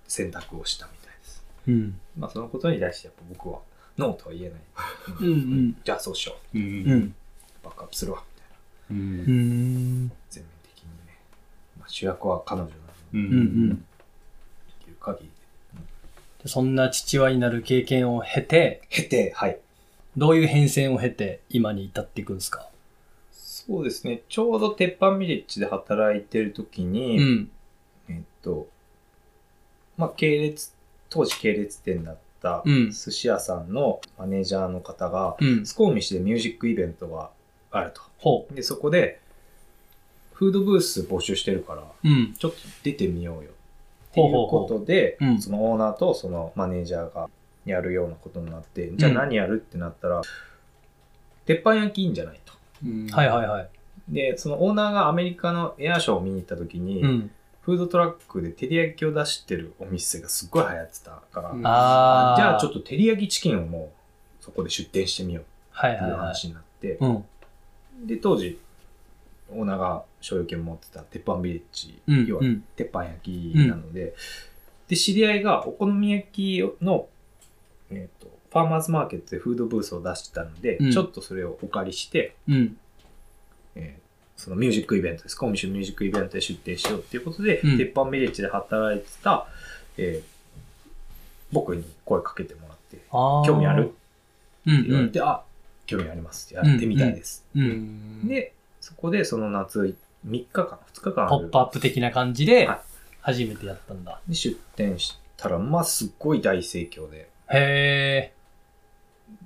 Speaker 2: 選択をしたみたいです。
Speaker 1: うん。
Speaker 2: まあそのことに対してやっぱ僕はノーとは言えない。
Speaker 1: うんうん。
Speaker 2: じゃあそうしよう。
Speaker 4: う。
Speaker 1: うんん。
Speaker 2: バックアップするわ。みたいな。
Speaker 4: う。
Speaker 1: うんん。
Speaker 2: 全面的にね。まあ、主役は彼女なの
Speaker 1: う
Speaker 4: う。
Speaker 1: んん
Speaker 2: でいう限り、
Speaker 1: でそんな父親になる経験を経て、
Speaker 2: 経て、はい。
Speaker 1: どういう変遷を経て今に至っていくんですか
Speaker 2: そうですね。ちょうど鉄板ビレッジで働いてる時
Speaker 1: う
Speaker 2: に、
Speaker 1: ん。
Speaker 2: えっと、まあ、系列、当時系列店だった
Speaker 1: うん
Speaker 2: 寿司屋さんのマネージャーの方が、
Speaker 1: うん。
Speaker 2: スコーミシでミュージックイベントがあると。
Speaker 1: ほ
Speaker 2: で、そこで、フードブース募集してるから、
Speaker 1: う。うん。
Speaker 2: ちょっと出てみようよ。ってい
Speaker 1: ほ
Speaker 2: う
Speaker 1: うほうほ
Speaker 2: こ
Speaker 1: う
Speaker 2: とで
Speaker 1: うん、
Speaker 2: そのオーナーとそのマネージャーがやるようなことになって、じゃあ何やるってなったら、鉄板焼きいいんじゃないと。
Speaker 1: はい
Speaker 4: い。
Speaker 1: はいはい。
Speaker 2: で、そのオーナーがアメリカのエアショーを見に行った時に、
Speaker 1: うん。
Speaker 2: フードトラックで照り焼きを出してるお店がすっごい流行ってたから、
Speaker 4: うん
Speaker 2: じ
Speaker 1: ああ。
Speaker 2: ゃあちょっ
Speaker 1: と。
Speaker 2: と照り焼きチキンをもうそこで出店してみよう
Speaker 1: はい
Speaker 2: って
Speaker 1: はい
Speaker 2: いう
Speaker 1: はい。
Speaker 2: 話になって、
Speaker 1: うん。
Speaker 2: で、当時、オーナーが所有権持ってた鉄板ビレッジ、
Speaker 1: うん。
Speaker 2: 要は
Speaker 1: うん。
Speaker 2: 鉄板焼きなので、で、知り合いがお好み焼きの、えっ、と、ファーマーズマーケットでフードブースを出してたので、
Speaker 1: うん
Speaker 2: ちょっとそれをお借りして、
Speaker 1: うん。
Speaker 2: えーそのミュージックイベントです。コミッションミュージックイベントで出店しようっていうことで、
Speaker 1: うん
Speaker 2: 鉄板ビレッジで働いてた、えー僕に声かけてもらって、
Speaker 1: ああ。
Speaker 2: 興味あるって
Speaker 1: うん
Speaker 2: 言われて、あ、興味あります。やってみたいです。
Speaker 1: うん。うん。
Speaker 4: で、
Speaker 2: で、そこでその夏、3日間、2日間あ
Speaker 1: ポ
Speaker 2: る
Speaker 1: ップアップ的な感じで
Speaker 2: はい、
Speaker 1: 初めてやったんだ。
Speaker 2: で出店したら、まあ、すっごい大盛況で。
Speaker 1: へえ。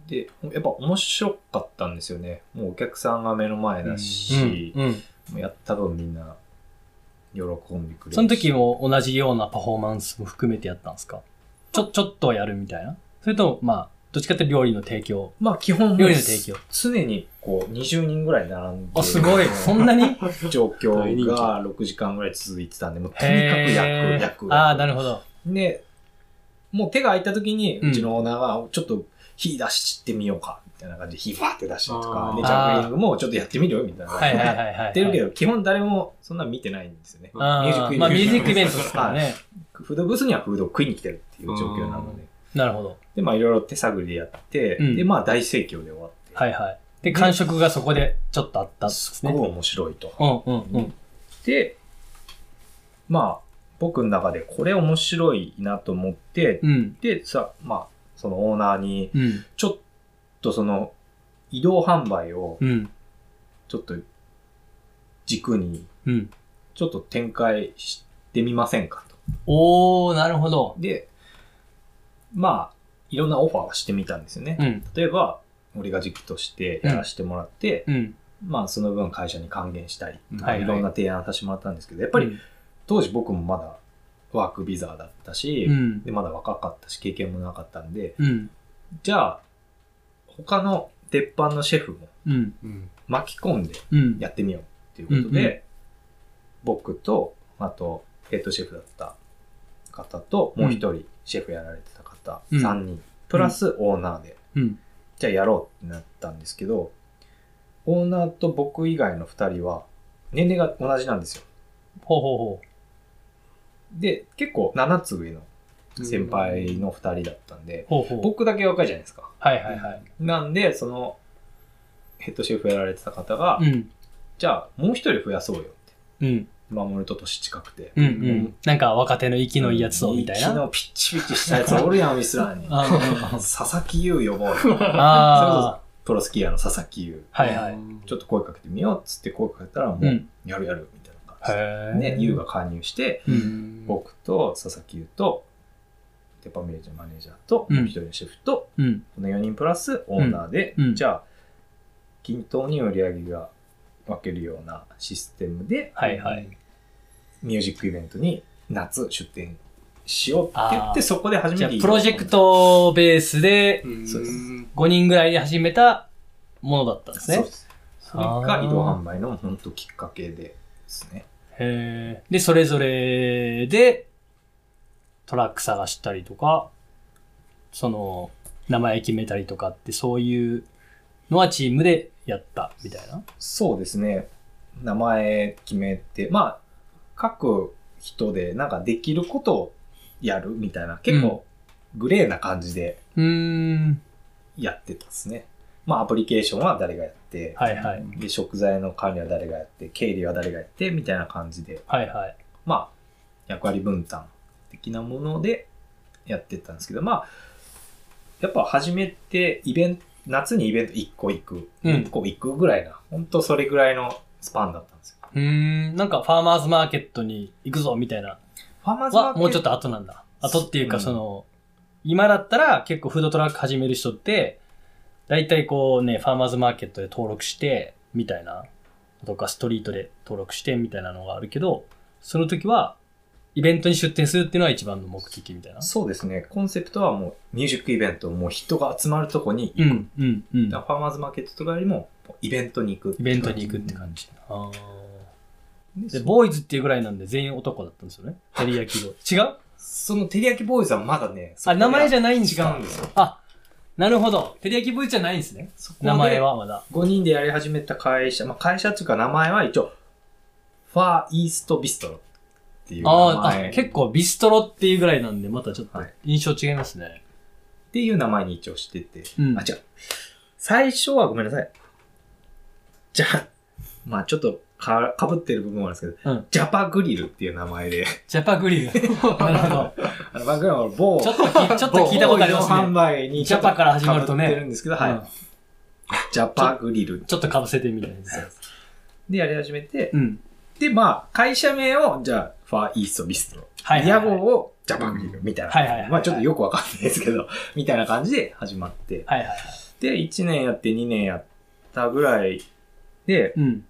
Speaker 2: で、やっぱ面白かったんですよね。もうお客さんが目の前だ
Speaker 1: う
Speaker 2: し
Speaker 1: ん。、うん。
Speaker 2: もうやった分みんな喜んでくれるし
Speaker 1: その時も同じようなパフォーマンスも含めてやったんですかちょ、ちょっとはやるみたいなそれとも、まあ、どっちかっていうと料理の提供。
Speaker 2: まあ基本もう
Speaker 1: 料理の提供
Speaker 2: 常にこう20人ぐらい並んで、
Speaker 1: あ、すごい。 (laughs) そんなにへ
Speaker 2: 状況
Speaker 4: 大人気
Speaker 2: が6時間ぐらい続いてたんで、もうとにかく
Speaker 1: え。
Speaker 2: 焼く、焼く。
Speaker 1: ああ、なるほど。
Speaker 2: で、もう手が空いた時に、
Speaker 1: うん
Speaker 2: うちのオーナーが、ちょっと火出してみようか、みたいな感じで火バーって出したりと
Speaker 4: あ
Speaker 2: か
Speaker 4: ー、
Speaker 2: で、ジャグリングもちょっとやってみるよ、みたいな。
Speaker 1: はいはいはい (laughs) はいはい。
Speaker 2: やってるけど、基本誰もそんな見てないんですよね。
Speaker 1: あー。まあ、ミュージックイベントですからね。
Speaker 2: フードブースにはフードを食いに来てるっていう状況なので。
Speaker 1: なるほど。
Speaker 2: で、まあいろいろ手探りでやって、
Speaker 1: うん
Speaker 2: で、まあ大盛況で終わって、
Speaker 1: はいはい。で、感触がそこでちょっとあったんですす
Speaker 2: ごい
Speaker 1: ね。
Speaker 2: 面白いと。
Speaker 1: うんうんうん。
Speaker 2: で、まあ僕の中でこれ面白いなと思って、
Speaker 1: うん。
Speaker 2: で、さ、まあそのオーナーに、
Speaker 1: うん。
Speaker 2: ちょっとその移動販売を
Speaker 1: うん。
Speaker 2: ちょっと軸に、
Speaker 1: うん。
Speaker 2: ちょっと展開してみませんかと。
Speaker 1: おー、なるほど。
Speaker 2: で、まあ、いろんなオファーはしてみたんですよね。
Speaker 1: うん。
Speaker 2: 例えば、俺が軸としてやらせてもらって、
Speaker 1: うん。
Speaker 2: まあ、その分会社に還元したり、
Speaker 4: うん
Speaker 1: はい
Speaker 2: いろんな提案させてもらったんですけど、やっぱり
Speaker 1: り、
Speaker 2: 当時僕もまだワークビザだったし、
Speaker 1: うん
Speaker 2: で、。まだ若かったし、経験もなかったんで、
Speaker 1: うん。
Speaker 2: じゃあ、他の鉄板のシェフも
Speaker 1: うん。
Speaker 4: うん。
Speaker 2: 巻き込んで
Speaker 1: うん。
Speaker 2: やってみようっていうことで、
Speaker 1: うんうん
Speaker 2: 僕と、あと、ヘッドシェフだった方と、もう一人、シェフやられてた方、
Speaker 1: うん
Speaker 2: 3人、プラスオーナーで、
Speaker 1: うん。
Speaker 2: じゃあやろうってなったんですけど、オーナーと僕以外の2人は、年齢が同じなんですよ。
Speaker 1: ほうほうほ
Speaker 2: で、結構7つ上の先輩の2人だったんで
Speaker 1: う。、ほうほう。
Speaker 2: 僕だけ若いじゃないですか。
Speaker 1: はいはいはい。
Speaker 2: なんで、その、ヘッドシェフやられてた方が、
Speaker 1: うん。
Speaker 2: じゃあもう1人増やそうよって。
Speaker 1: うん。
Speaker 2: 守ると年近くて。
Speaker 1: うん。うん。なんか若手の息のいいやつを、みたい
Speaker 2: 昨
Speaker 1: な。
Speaker 2: 日ピッチピチしたやつおるやん、ウィスラーに。
Speaker 1: あー
Speaker 2: 佐々木優呼ぼう。それこそ
Speaker 1: あ
Speaker 2: プロスキーヤーの佐々木優。
Speaker 1: ー。はいはい。
Speaker 2: ちょっと声かけてみようっつって声かけたら、も
Speaker 1: う。
Speaker 2: うんやるやるみたいな感
Speaker 1: へ
Speaker 2: じで。
Speaker 1: え。
Speaker 2: で、優が加入して、
Speaker 1: う。
Speaker 4: うんん。
Speaker 2: 僕と佐々木優と、デパメージのマネージャーと、
Speaker 1: うん
Speaker 2: もう一人のシェフと、
Speaker 1: うん。
Speaker 2: この4人プラスオーナーで、
Speaker 1: うんうん
Speaker 2: じゃあ、均等に売り上げが分けるようなシステムで、
Speaker 1: はいはい。
Speaker 2: ミュージックイベントに夏出店しようって言って、
Speaker 1: あー
Speaker 2: そこで初
Speaker 1: じ
Speaker 2: め
Speaker 1: ゃあ
Speaker 2: て、
Speaker 1: プロジェクトベースで
Speaker 4: うん。
Speaker 2: そうです
Speaker 1: 5人ぐらいで始めたものだったんです
Speaker 2: そう
Speaker 1: ね
Speaker 2: で。す。それが移動販売の本当きっかけでですね。
Speaker 1: へーで、それぞれで、トラック探したりとか、その、名前決めたりとかって、そういうのはチームでやった、みたいな。
Speaker 2: そうですね。名前決めて、まあ、各人でなんかできることをやるみたいな、結構グレーな感じで
Speaker 1: うーん。
Speaker 2: やってたですね。まあ、アプリケーションは誰がやって、
Speaker 1: はいはい。
Speaker 2: で食材の管理は誰がやって、経理は誰がやって、みたいな感じで、
Speaker 1: はいはい。
Speaker 2: まあ、役割分担的なものでやってたんですけど、まあ、やっぱ初めてイベント、夏にイベント1個行く、
Speaker 1: うん
Speaker 2: 1個行くぐらいな、ほんとそれぐらいのスパンだったんですよ。
Speaker 1: うーん、なんかファーマーズマーケットに行くぞみたいな
Speaker 2: ファーマーズマー
Speaker 1: は
Speaker 2: ケット
Speaker 1: もうちょっと後なんだ。後っていう
Speaker 2: う
Speaker 1: か
Speaker 2: ん
Speaker 1: その、今だったら結構フードトラック始める人って、だいたいこうね、ファーマーズマーケットで登録して、みたいな、とかストリートで登録してみたいなのがあるけど、その時は、イベントに出店するっていうのは一番の目的みたいな。
Speaker 2: そうですね。コンセプトはもうミュージックイベント、もう人が集まるとこに行く。
Speaker 1: うん、うん、うん。
Speaker 2: だからファーマーズマーケットとかよりも、イベントに行く。
Speaker 1: イベントに行くって感じ。あー
Speaker 2: で
Speaker 1: で、ボーイズっていうぐらいなんで全員男だったんですよね。照り焼きボーイ。違う
Speaker 2: その、照り焼きボーイズはまだね、
Speaker 1: あ、名前じ
Speaker 2: ゃ
Speaker 1: ゃないんです
Speaker 2: 違
Speaker 1: か
Speaker 2: うんですよ。
Speaker 1: あ、なるほど。照り焼きボーイズじゃないんですね。
Speaker 2: そこで
Speaker 1: 名前。はまだ。
Speaker 2: 5人でやり始めた会社、まあ、会社っていうか名前は一応、ファーイーストビストロっていう名
Speaker 1: あー
Speaker 2: 前
Speaker 1: あ、結構ビストロっていうぐらいなんで、またちょっと
Speaker 2: はい
Speaker 1: 印象違いますね。
Speaker 2: っていう名前に一応してて、
Speaker 1: うん
Speaker 2: あ、違う。最初はごめんなさい。じゃあ、まあちょっとかかぶってる部分はあるんですけど、
Speaker 1: うん
Speaker 2: ジャパグリルっていう名
Speaker 1: (laughs)
Speaker 2: 前で、
Speaker 1: ジャパグリル。なるほど。
Speaker 2: あの、僕らも某、
Speaker 1: ちょっとき、ちょっと聞いたことあります
Speaker 2: 某移動販
Speaker 1: ね。
Speaker 2: 売に
Speaker 1: ジャパから始まるとね
Speaker 2: 被ってるんですけど、
Speaker 1: うん
Speaker 2: はい。ジャパグリル
Speaker 1: ちょっとかぶせてみたいな。
Speaker 2: でやり始めて、
Speaker 1: うん。
Speaker 2: で、まあ、会社名を、じゃあ、ファーイーストビストロ。
Speaker 1: はいはい
Speaker 2: 屋
Speaker 1: はい。
Speaker 2: 号をジャパンビルみたいな。
Speaker 1: はいはいはい
Speaker 2: まあちょっとよくわかんないですけど、 (laughs) みたいな感じで始まって。
Speaker 1: はいはいはい。
Speaker 2: で、1年やって2年やったぐらいで、
Speaker 1: うん。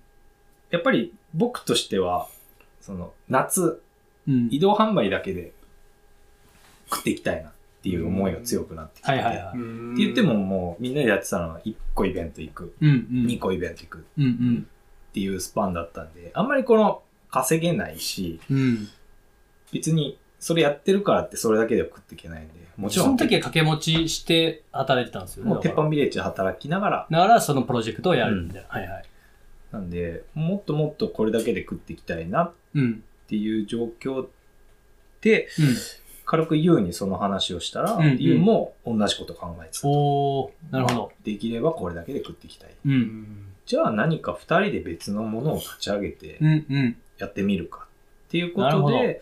Speaker 2: やっぱり僕としては、その、夏、
Speaker 1: うん。
Speaker 2: 移動販売だけで食っていきたいなっていう思いが強くなってきて。
Speaker 1: はいはい
Speaker 2: っ
Speaker 1: はい。
Speaker 4: ん
Speaker 2: て言ってももうみんなでやってたのは1個イベント行く、
Speaker 1: うんうん。
Speaker 2: 2個イベント行くっ
Speaker 1: うん
Speaker 2: ていうスパンだったんで、あんまりこの稼げないし、
Speaker 1: うん。うん。
Speaker 2: 別にそれやってるからってそれだけでは食っていけないんで、もちろん。
Speaker 1: その時は掛け持ちして働いてたんですよね。
Speaker 2: もう
Speaker 1: だ
Speaker 2: 鉄
Speaker 1: から
Speaker 2: 板ビレッジで働きながら、
Speaker 1: だからそのプロジェクトをやるみたいな。はいはい。
Speaker 2: なんで、もっともっとこれだけで食っていきたいなっ
Speaker 1: うん。
Speaker 2: ていう状況
Speaker 1: う
Speaker 2: で、
Speaker 1: ん。
Speaker 2: 軽くユウにその話をしたら
Speaker 1: うんうん、
Speaker 2: ユウも同じこと考えてた。
Speaker 1: おー、なるほど。
Speaker 2: できればこれだけで食っていきたい。
Speaker 1: うん。
Speaker 2: じゃあ何か二人で別のものを立ち上げて
Speaker 1: うんうん。
Speaker 2: やってみるかっていうこ
Speaker 1: なるほ
Speaker 2: と
Speaker 1: ど
Speaker 2: で、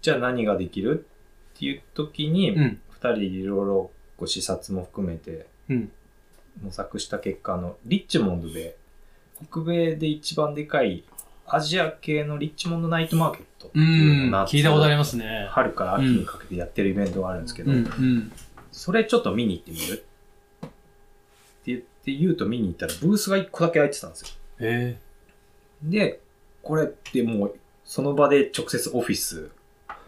Speaker 2: じゃあ何ができるっていう時に、
Speaker 1: う
Speaker 2: 二
Speaker 1: ん。
Speaker 2: 人いろいろこう視察も含めて
Speaker 1: うん。
Speaker 2: 模索した結果あのリッチモンドで北米で一番でかいアジア系のリッチモンドナイトマーケットって
Speaker 1: う。
Speaker 2: いうんのを夏
Speaker 1: 聞いたことありますね。
Speaker 2: 春から秋にかけてやってるイベントがあるんですけ
Speaker 1: う
Speaker 2: ど、
Speaker 1: んうん。
Speaker 2: それちょっと見に行ってみるって言って言うと見に行ったらブースが1個だけ空いてたんですよ
Speaker 1: え
Speaker 2: でこれってもうその場で直接オフィス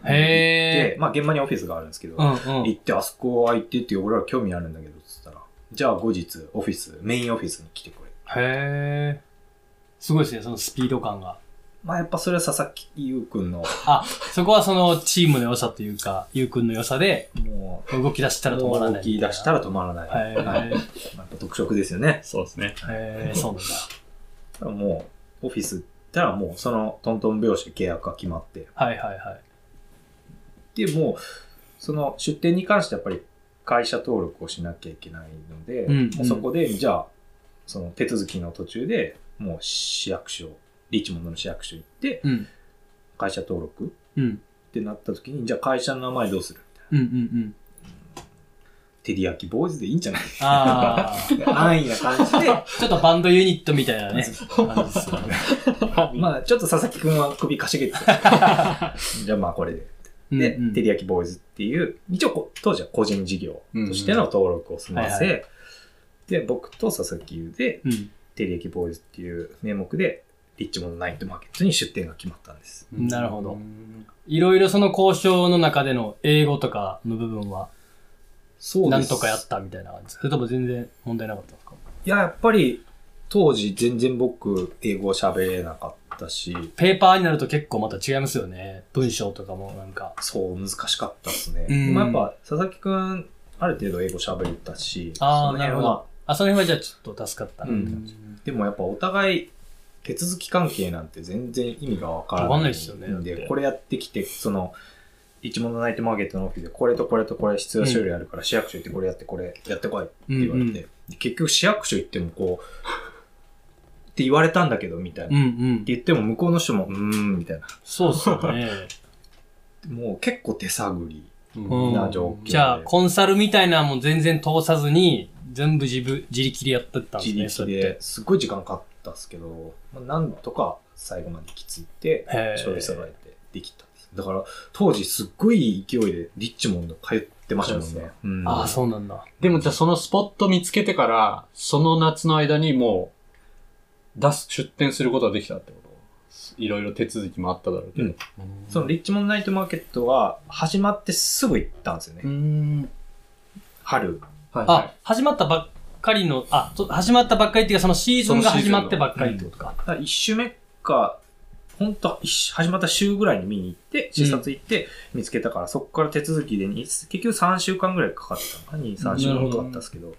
Speaker 1: ー、へ
Speaker 2: で、まあ現場にオフィスがあるんですけど、
Speaker 1: ー。うんうん
Speaker 2: 行。ってあそこ空いてって俺ら興味あるんだけどっつったらじゃあ後日オフィスメインオフィスに来てくれ
Speaker 1: へー。すごいですね、そのスピード感が。
Speaker 2: まあやっぱそれは佐々木優くんの、
Speaker 1: あ、そこはそのチームの良さというか、ゆうくんの良さで、
Speaker 2: もう、
Speaker 1: 動き出したら止まらない。
Speaker 2: 動き出したら止まらない。
Speaker 1: はい
Speaker 2: まあやっぱ特色ですよね。
Speaker 4: そう (laughs) ですね。
Speaker 1: へー、そうなんだ。
Speaker 2: ただもう、オフィス行ったらもうそのトントン拍子で契約が決まって。
Speaker 1: はいはいはい。
Speaker 2: で、もう、その出店に関してやっぱり会社登録をしなきゃいけないので、
Speaker 1: うん
Speaker 2: もうそこで、じゃあ、その手続きの途中でもう市役所、リッチモンドの市役所行って、
Speaker 1: うん。
Speaker 2: 会社登録っ
Speaker 1: うん。
Speaker 2: てなった時に、じゃあ会社の名前どうするみたい
Speaker 1: うん
Speaker 2: な。
Speaker 1: うんうん。
Speaker 2: テリヤキボーイズでいいんじゃない
Speaker 1: あー。
Speaker 2: 安易な感じで、
Speaker 1: ちょっとバンドユニットみたいなね、感じですよね。
Speaker 2: まあ、ちょっと佐々木くんは首かしげてた。じゃあまあこれで。で、
Speaker 1: うんうん
Speaker 2: テリヤキボーイズっていう、一応こ当時は個人事業としての登録を済ませ、
Speaker 1: うんうん
Speaker 2: で、僕と佐々木優で、
Speaker 1: うん。
Speaker 2: テリヤキボーイズっていう名目で、リッチモンドナイトマーケットに出店が決まったんです。
Speaker 1: なるほど。いろいろその交渉の中での英語とかの部分は、
Speaker 2: そう
Speaker 1: な
Speaker 2: で
Speaker 1: ん
Speaker 2: す。
Speaker 1: とかやったみたいな感じですかそれとも全然問題なかったんですか
Speaker 2: いや、やっぱり、当時全然僕、英語喋れなかったし、
Speaker 1: ペーパーになると結構また違いますよね。文章とかもなんか。
Speaker 2: そう、難しかったですね。
Speaker 1: うん
Speaker 2: でもやっぱ、佐々木くん、ある程度英語喋れたし、
Speaker 1: あ
Speaker 2: そ
Speaker 1: あ、
Speaker 2: の
Speaker 1: な
Speaker 2: 辺
Speaker 1: る
Speaker 2: は
Speaker 1: ほど。あ、その辺はじゃあちょっと助かった。
Speaker 2: うんでもやっぱお互い手続き関係なんて全然意味がわからない。
Speaker 1: わかんないですよね
Speaker 2: んで
Speaker 1: だって
Speaker 2: これやってきて、その、一物ナイトマーケットのオフィスで、これとこれとこれ必要書類あるから、市役所行ってこれやってこれやってこいって
Speaker 1: うん
Speaker 2: 言われて、
Speaker 1: うん
Speaker 2: で結局市役所行ってもこう、って言われたんだけど、みたいな。
Speaker 1: うん
Speaker 2: っ
Speaker 1: うん。
Speaker 2: て言っても
Speaker 1: (laughs)
Speaker 2: 向こうの人も、うーん、みたいな。
Speaker 1: そうっすよね。
Speaker 2: もう結構手探り
Speaker 4: うん
Speaker 2: な状況で。
Speaker 1: じゃあ、コンサルみたいなのも全然通さずに、全部自分、自力でやってったんです
Speaker 2: 自
Speaker 1: ね、
Speaker 2: 力で、すっごい時間かかったっすけど、まあ、なんとか最後まで行き着いて
Speaker 1: それって。へー
Speaker 2: 書類揃えてできたんです。だから、当時すっごい勢いでリッチモンド通ってましたもん
Speaker 3: そうで
Speaker 2: ね
Speaker 3: す。
Speaker 2: うん
Speaker 1: ああ、そうなんだ。
Speaker 4: でもじゃあそのスポット見つけてから、その夏の間にもう、出す、出店することができたってこといろいろ手続きもあっただろうけ
Speaker 2: う
Speaker 4: ど。
Speaker 2: んそのリッチモンドナイトマーケットは始まってすぐ行ったんですよね。
Speaker 4: うーん。
Speaker 2: 春。
Speaker 4: はい、は
Speaker 1: あ、始まったばっかりの、あ、と始まったばっかりっていうか、そのシーズンが始まってばっかりってことか。
Speaker 2: だから一週目か、ほんと、一週始まった週ぐらいに見に行って、視察行って見つけたから、そこから手続きでに、結局3週間ぐらいかかったのかな、2、3週間かかったんですけど、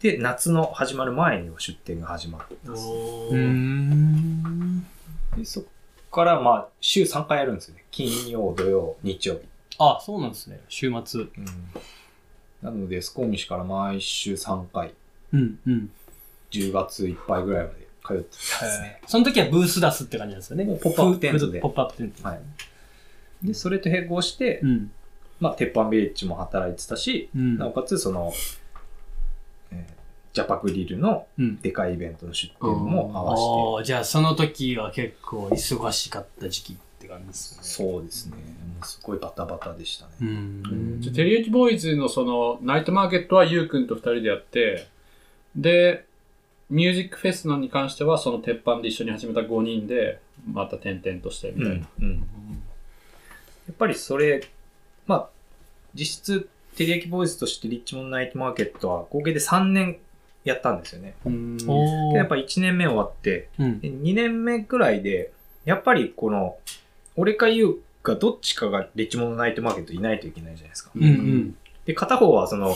Speaker 2: で、夏の始まる前には出店が始まって
Speaker 4: い。
Speaker 2: ます。
Speaker 4: お
Speaker 1: うー
Speaker 4: ー
Speaker 1: ん。
Speaker 2: でそこから、まあ、週3回やるんですよね。金曜、土曜、日曜日。
Speaker 1: あ、そうなんですね。週末。
Speaker 2: なので、スコーミシから毎週3回、
Speaker 1: うん、うん。
Speaker 2: 10月いっぱいぐらいまで通ってたんですね。
Speaker 1: えーその時はブース出すって感じなんですよね。
Speaker 2: もうポップアップテントで
Speaker 1: ポップアップテント。
Speaker 2: はい。で、それと並行して、
Speaker 1: うん。
Speaker 2: まあ、鉄板ビレッジも働いてたし、
Speaker 1: うん
Speaker 2: なおかつ、その、えージャパグリルの
Speaker 1: うん。
Speaker 2: でかいイベントの出店も合わせ
Speaker 1: ああ、じゃあその時は結構忙しかった時期って感じですね。
Speaker 2: て、そうですね。もうすごいバタバタでしたね。
Speaker 1: う
Speaker 4: うん
Speaker 1: ん。
Speaker 4: じゃあ、テリヤキボーイズのその、ナイトマーケットはゆうくんと二人でやって、で、ミュージックフェスのに関しては、その鉄板で一緒に始めた5人で、また転々としてみたいな。
Speaker 2: うんやっぱりそれ、まあ、実質、テリヤキボーイズとしてリッチモンナイトマーケットは合計で3年やったんですよね。
Speaker 4: うん
Speaker 1: おー
Speaker 2: でやっぱ1年目終わって、
Speaker 1: うん。
Speaker 2: で2年目くらいで、やっぱりこの、俺かユウかどっちかがリッチモンナイトマーケットいないといけないじゃないですか。
Speaker 1: うんうん。
Speaker 2: で、片方はその、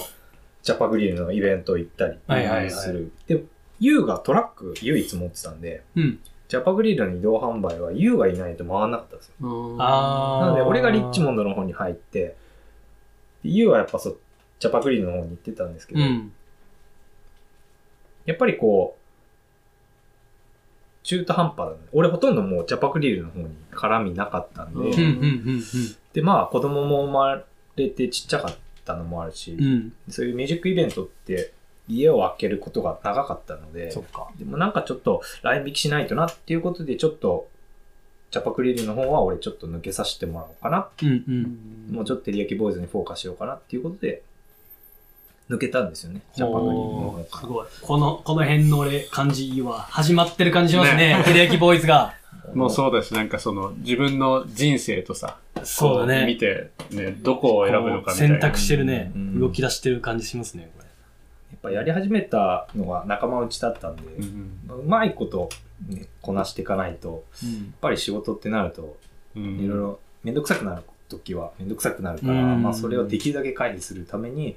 Speaker 2: ジャパグリルのイベント行ったりする。
Speaker 1: はいはいはい
Speaker 2: で、ユウがトラック唯一持ってたんで、
Speaker 1: うん。
Speaker 2: ジャパグリルの移動販売はユウがいないと回らなかったんですよ。
Speaker 1: あー
Speaker 2: なので、俺がリッチモンドの方に入って、ユウはやっぱそう、ジャパグリルの方に行ってたんですけど、
Speaker 1: うん。
Speaker 2: やっぱりこう、中途半端だね。俺ほとんどもうジャパグリルの方に絡みなかったんで、
Speaker 1: うん。うん。うん。
Speaker 2: で、まあ子供も生まれてちっちゃかったのもあるし、
Speaker 1: うん。うん。
Speaker 2: そういうミュージックイベントって家を開けることが長かったので
Speaker 1: そ、っか。
Speaker 2: でもなんかちょっとライン引きしないとなっていうことで、ちょっとジャパクリルの方は俺ちょっと抜けさせてもらおうかな。
Speaker 1: うん。うん。
Speaker 2: もうちょっとテリヤキボーイズにフォーカスしようかなっていうことで、抜けたんですよね。ジャパクリルの
Speaker 1: お
Speaker 2: 方
Speaker 1: ー
Speaker 2: か
Speaker 1: す
Speaker 2: ら。
Speaker 1: ごい。この、この辺の俺、感じは、始まってる感じしますね。テリヤキボーイズが。
Speaker 4: もうそうだし、なんかその、自分の人生とさ、
Speaker 1: そうだ
Speaker 4: こ
Speaker 1: ね
Speaker 4: 見。て、ね、どこを選ぶのかみたいな。
Speaker 1: 選択してるね
Speaker 2: う。ん
Speaker 1: 動き出してる感じしますね、これ。
Speaker 2: やっぱやり始めたのが仲間内だったんで、
Speaker 4: うんう
Speaker 2: まあうまいこと、ね、こなしていかないと、やっぱり仕事ってなると、
Speaker 4: んうん
Speaker 2: いろいろめんどくさくなる時はめんどくさくなるから、
Speaker 1: うん
Speaker 2: まあそれをできるだけ回避するために、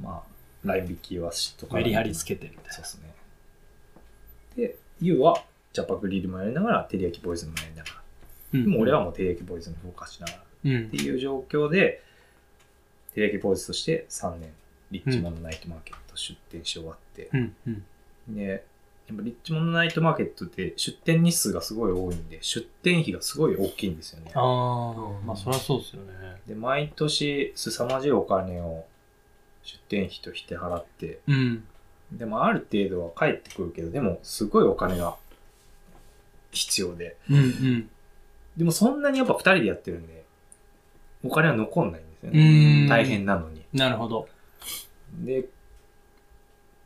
Speaker 2: まあ、ライン引きはしとかな
Speaker 1: メ
Speaker 2: いと。
Speaker 1: リハリつけてみたいな
Speaker 2: そうですね。で、ユウはジャパグリルもやりながら、テリヤキボーイズもやりながら、
Speaker 1: うん
Speaker 2: でも俺はもうテリヤキボーイズにフォーカスしながらっ
Speaker 1: うん
Speaker 2: て。いう状況で、テリヤキボーイズとして3年、リッチモンドナイトマーケット出店し終わって、
Speaker 1: うん。うん。
Speaker 2: で、やっぱリッチモンドナイトマーケットって出店日数がすごい多いんで、出店費がすごい大きいんですよね。
Speaker 1: ああ、まあそりゃそうですよね。
Speaker 2: で、毎年凄まじいお金を出店費として払って、
Speaker 1: うん。
Speaker 2: でもある程度は返ってくるけど、でもすごいお金が必要で。
Speaker 1: うんうん。
Speaker 2: でもそんなにやっぱ2人でやってるんで、お金は残んないんですよ
Speaker 1: う
Speaker 2: ね
Speaker 1: ー。ん
Speaker 2: 大変なのに。
Speaker 1: なるほど。
Speaker 2: で、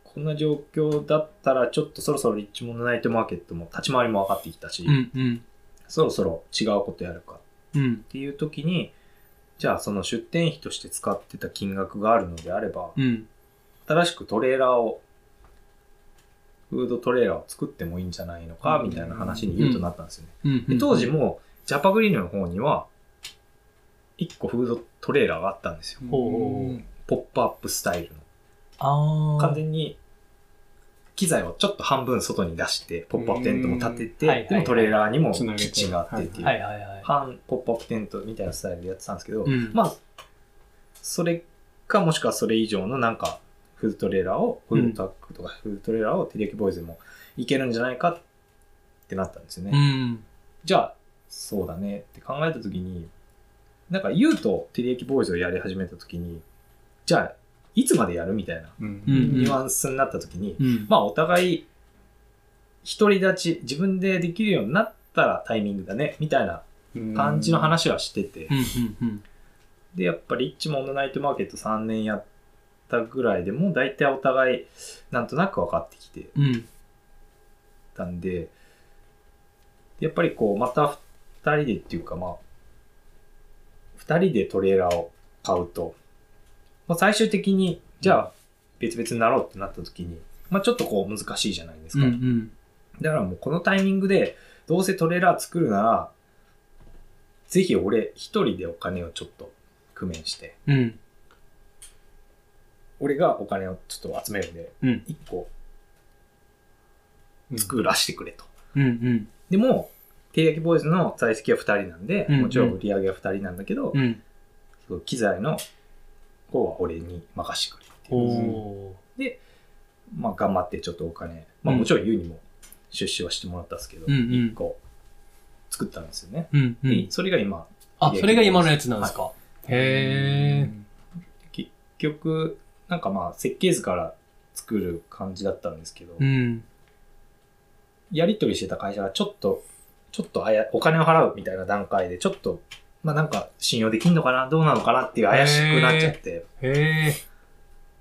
Speaker 2: こんな状況だったら、ちょっとそろそろリッチモンドナイトマーケットも立ち回りも上がってきたし、
Speaker 1: うんうん。
Speaker 2: そろそろ違うことやるかっ
Speaker 1: うん。
Speaker 2: ていう時に、じゃあその出店費として使ってた金額があるのであれば、
Speaker 1: うん。
Speaker 2: 新しくトレーラーを、フードトレーラーを作ってもいいんじゃないのか、みたいな話に言うとなったんですよね。
Speaker 1: うん
Speaker 2: で当時、も、ジャパグリーンの方には、1個フードトレーラーがあったんですよ。
Speaker 1: ほうほう
Speaker 2: ポップアップスタイル
Speaker 1: あ
Speaker 2: の。
Speaker 1: あ。
Speaker 2: 完全に、機材をちょっと半分外に出して、ポップアップテントも立て
Speaker 1: うんはいはいは
Speaker 2: て、
Speaker 1: い
Speaker 2: でもトレーラーにもキ
Speaker 4: つなげて
Speaker 2: ッチンがあってっていう
Speaker 1: はい、はいはい。
Speaker 2: 半ポップアップテントみたいなスタイルでやってたんですけど、
Speaker 1: うん
Speaker 2: まあ、それかもしくはそれ以上のなんか、フードトレーラーを、フードタックとかフードトレーラーをテリヤキボーイズでもいけるんじゃないかってなったんですよね。
Speaker 1: うん。
Speaker 2: じゃあ、そうだねって考えたときに、なんか、ゆうとテリヤキボーイズをやり始めたときに、じゃあ、いつまでやるみたいな
Speaker 4: うん
Speaker 1: うん
Speaker 2: ニュアンスになったときに、
Speaker 1: うん。
Speaker 2: まあ、お互い、独り立ち、自分でできるようになったらタイミングだね、みたいな感じの話はしてて、
Speaker 1: うんうん
Speaker 2: で、やっぱリッチもオンナナイトマーケット3年やったぐらいでもう大体お互いなんとなく分かってきて
Speaker 1: うん。うん。
Speaker 2: たんで、やっぱりこう、また2人でっていうかまあ、2人でトレーラーを買うと、まあ、最終的に、じゃあ別々になろうってなった時に、まあちょっとこう難しいじゃないです
Speaker 1: うんう
Speaker 2: か。
Speaker 1: ん。
Speaker 2: だからもうこのタイミングで、どうせトレーラー作るなら、ぜひ俺一人でお金をちょっと工面して、
Speaker 1: うん。
Speaker 2: 俺がお金をちょっと集めるんで、
Speaker 1: うん
Speaker 2: 一個作らしてくれと。
Speaker 1: うん
Speaker 2: でも、契約ボーイズの在籍は2人なんで、
Speaker 1: うん
Speaker 2: もちろん売り上げは2人なんだけど、
Speaker 1: うん。うん。
Speaker 2: その機材の方は俺に任してくれっていう。
Speaker 1: おー。
Speaker 2: まあ頑張ってちょっとお金、まあ
Speaker 1: うん
Speaker 2: もちろんユーにも出資はしてもらったんですけど、
Speaker 1: うんうん
Speaker 2: 一個作ったんですよね。
Speaker 1: うんう
Speaker 2: で
Speaker 1: ん。
Speaker 2: それが今、
Speaker 1: あ、それが今のやつなんですか。へ
Speaker 2: 結局、なんかまあ設計図から作る感じだったんですけど、
Speaker 1: ー。うん。
Speaker 2: やり取りしてた会社がちょっと、ちょっとあや、お金を払うみたいな段階で、ちょっと、まあなんか信用できんのかなどうなのかなっていう怪しくなっちゃって。
Speaker 1: へー。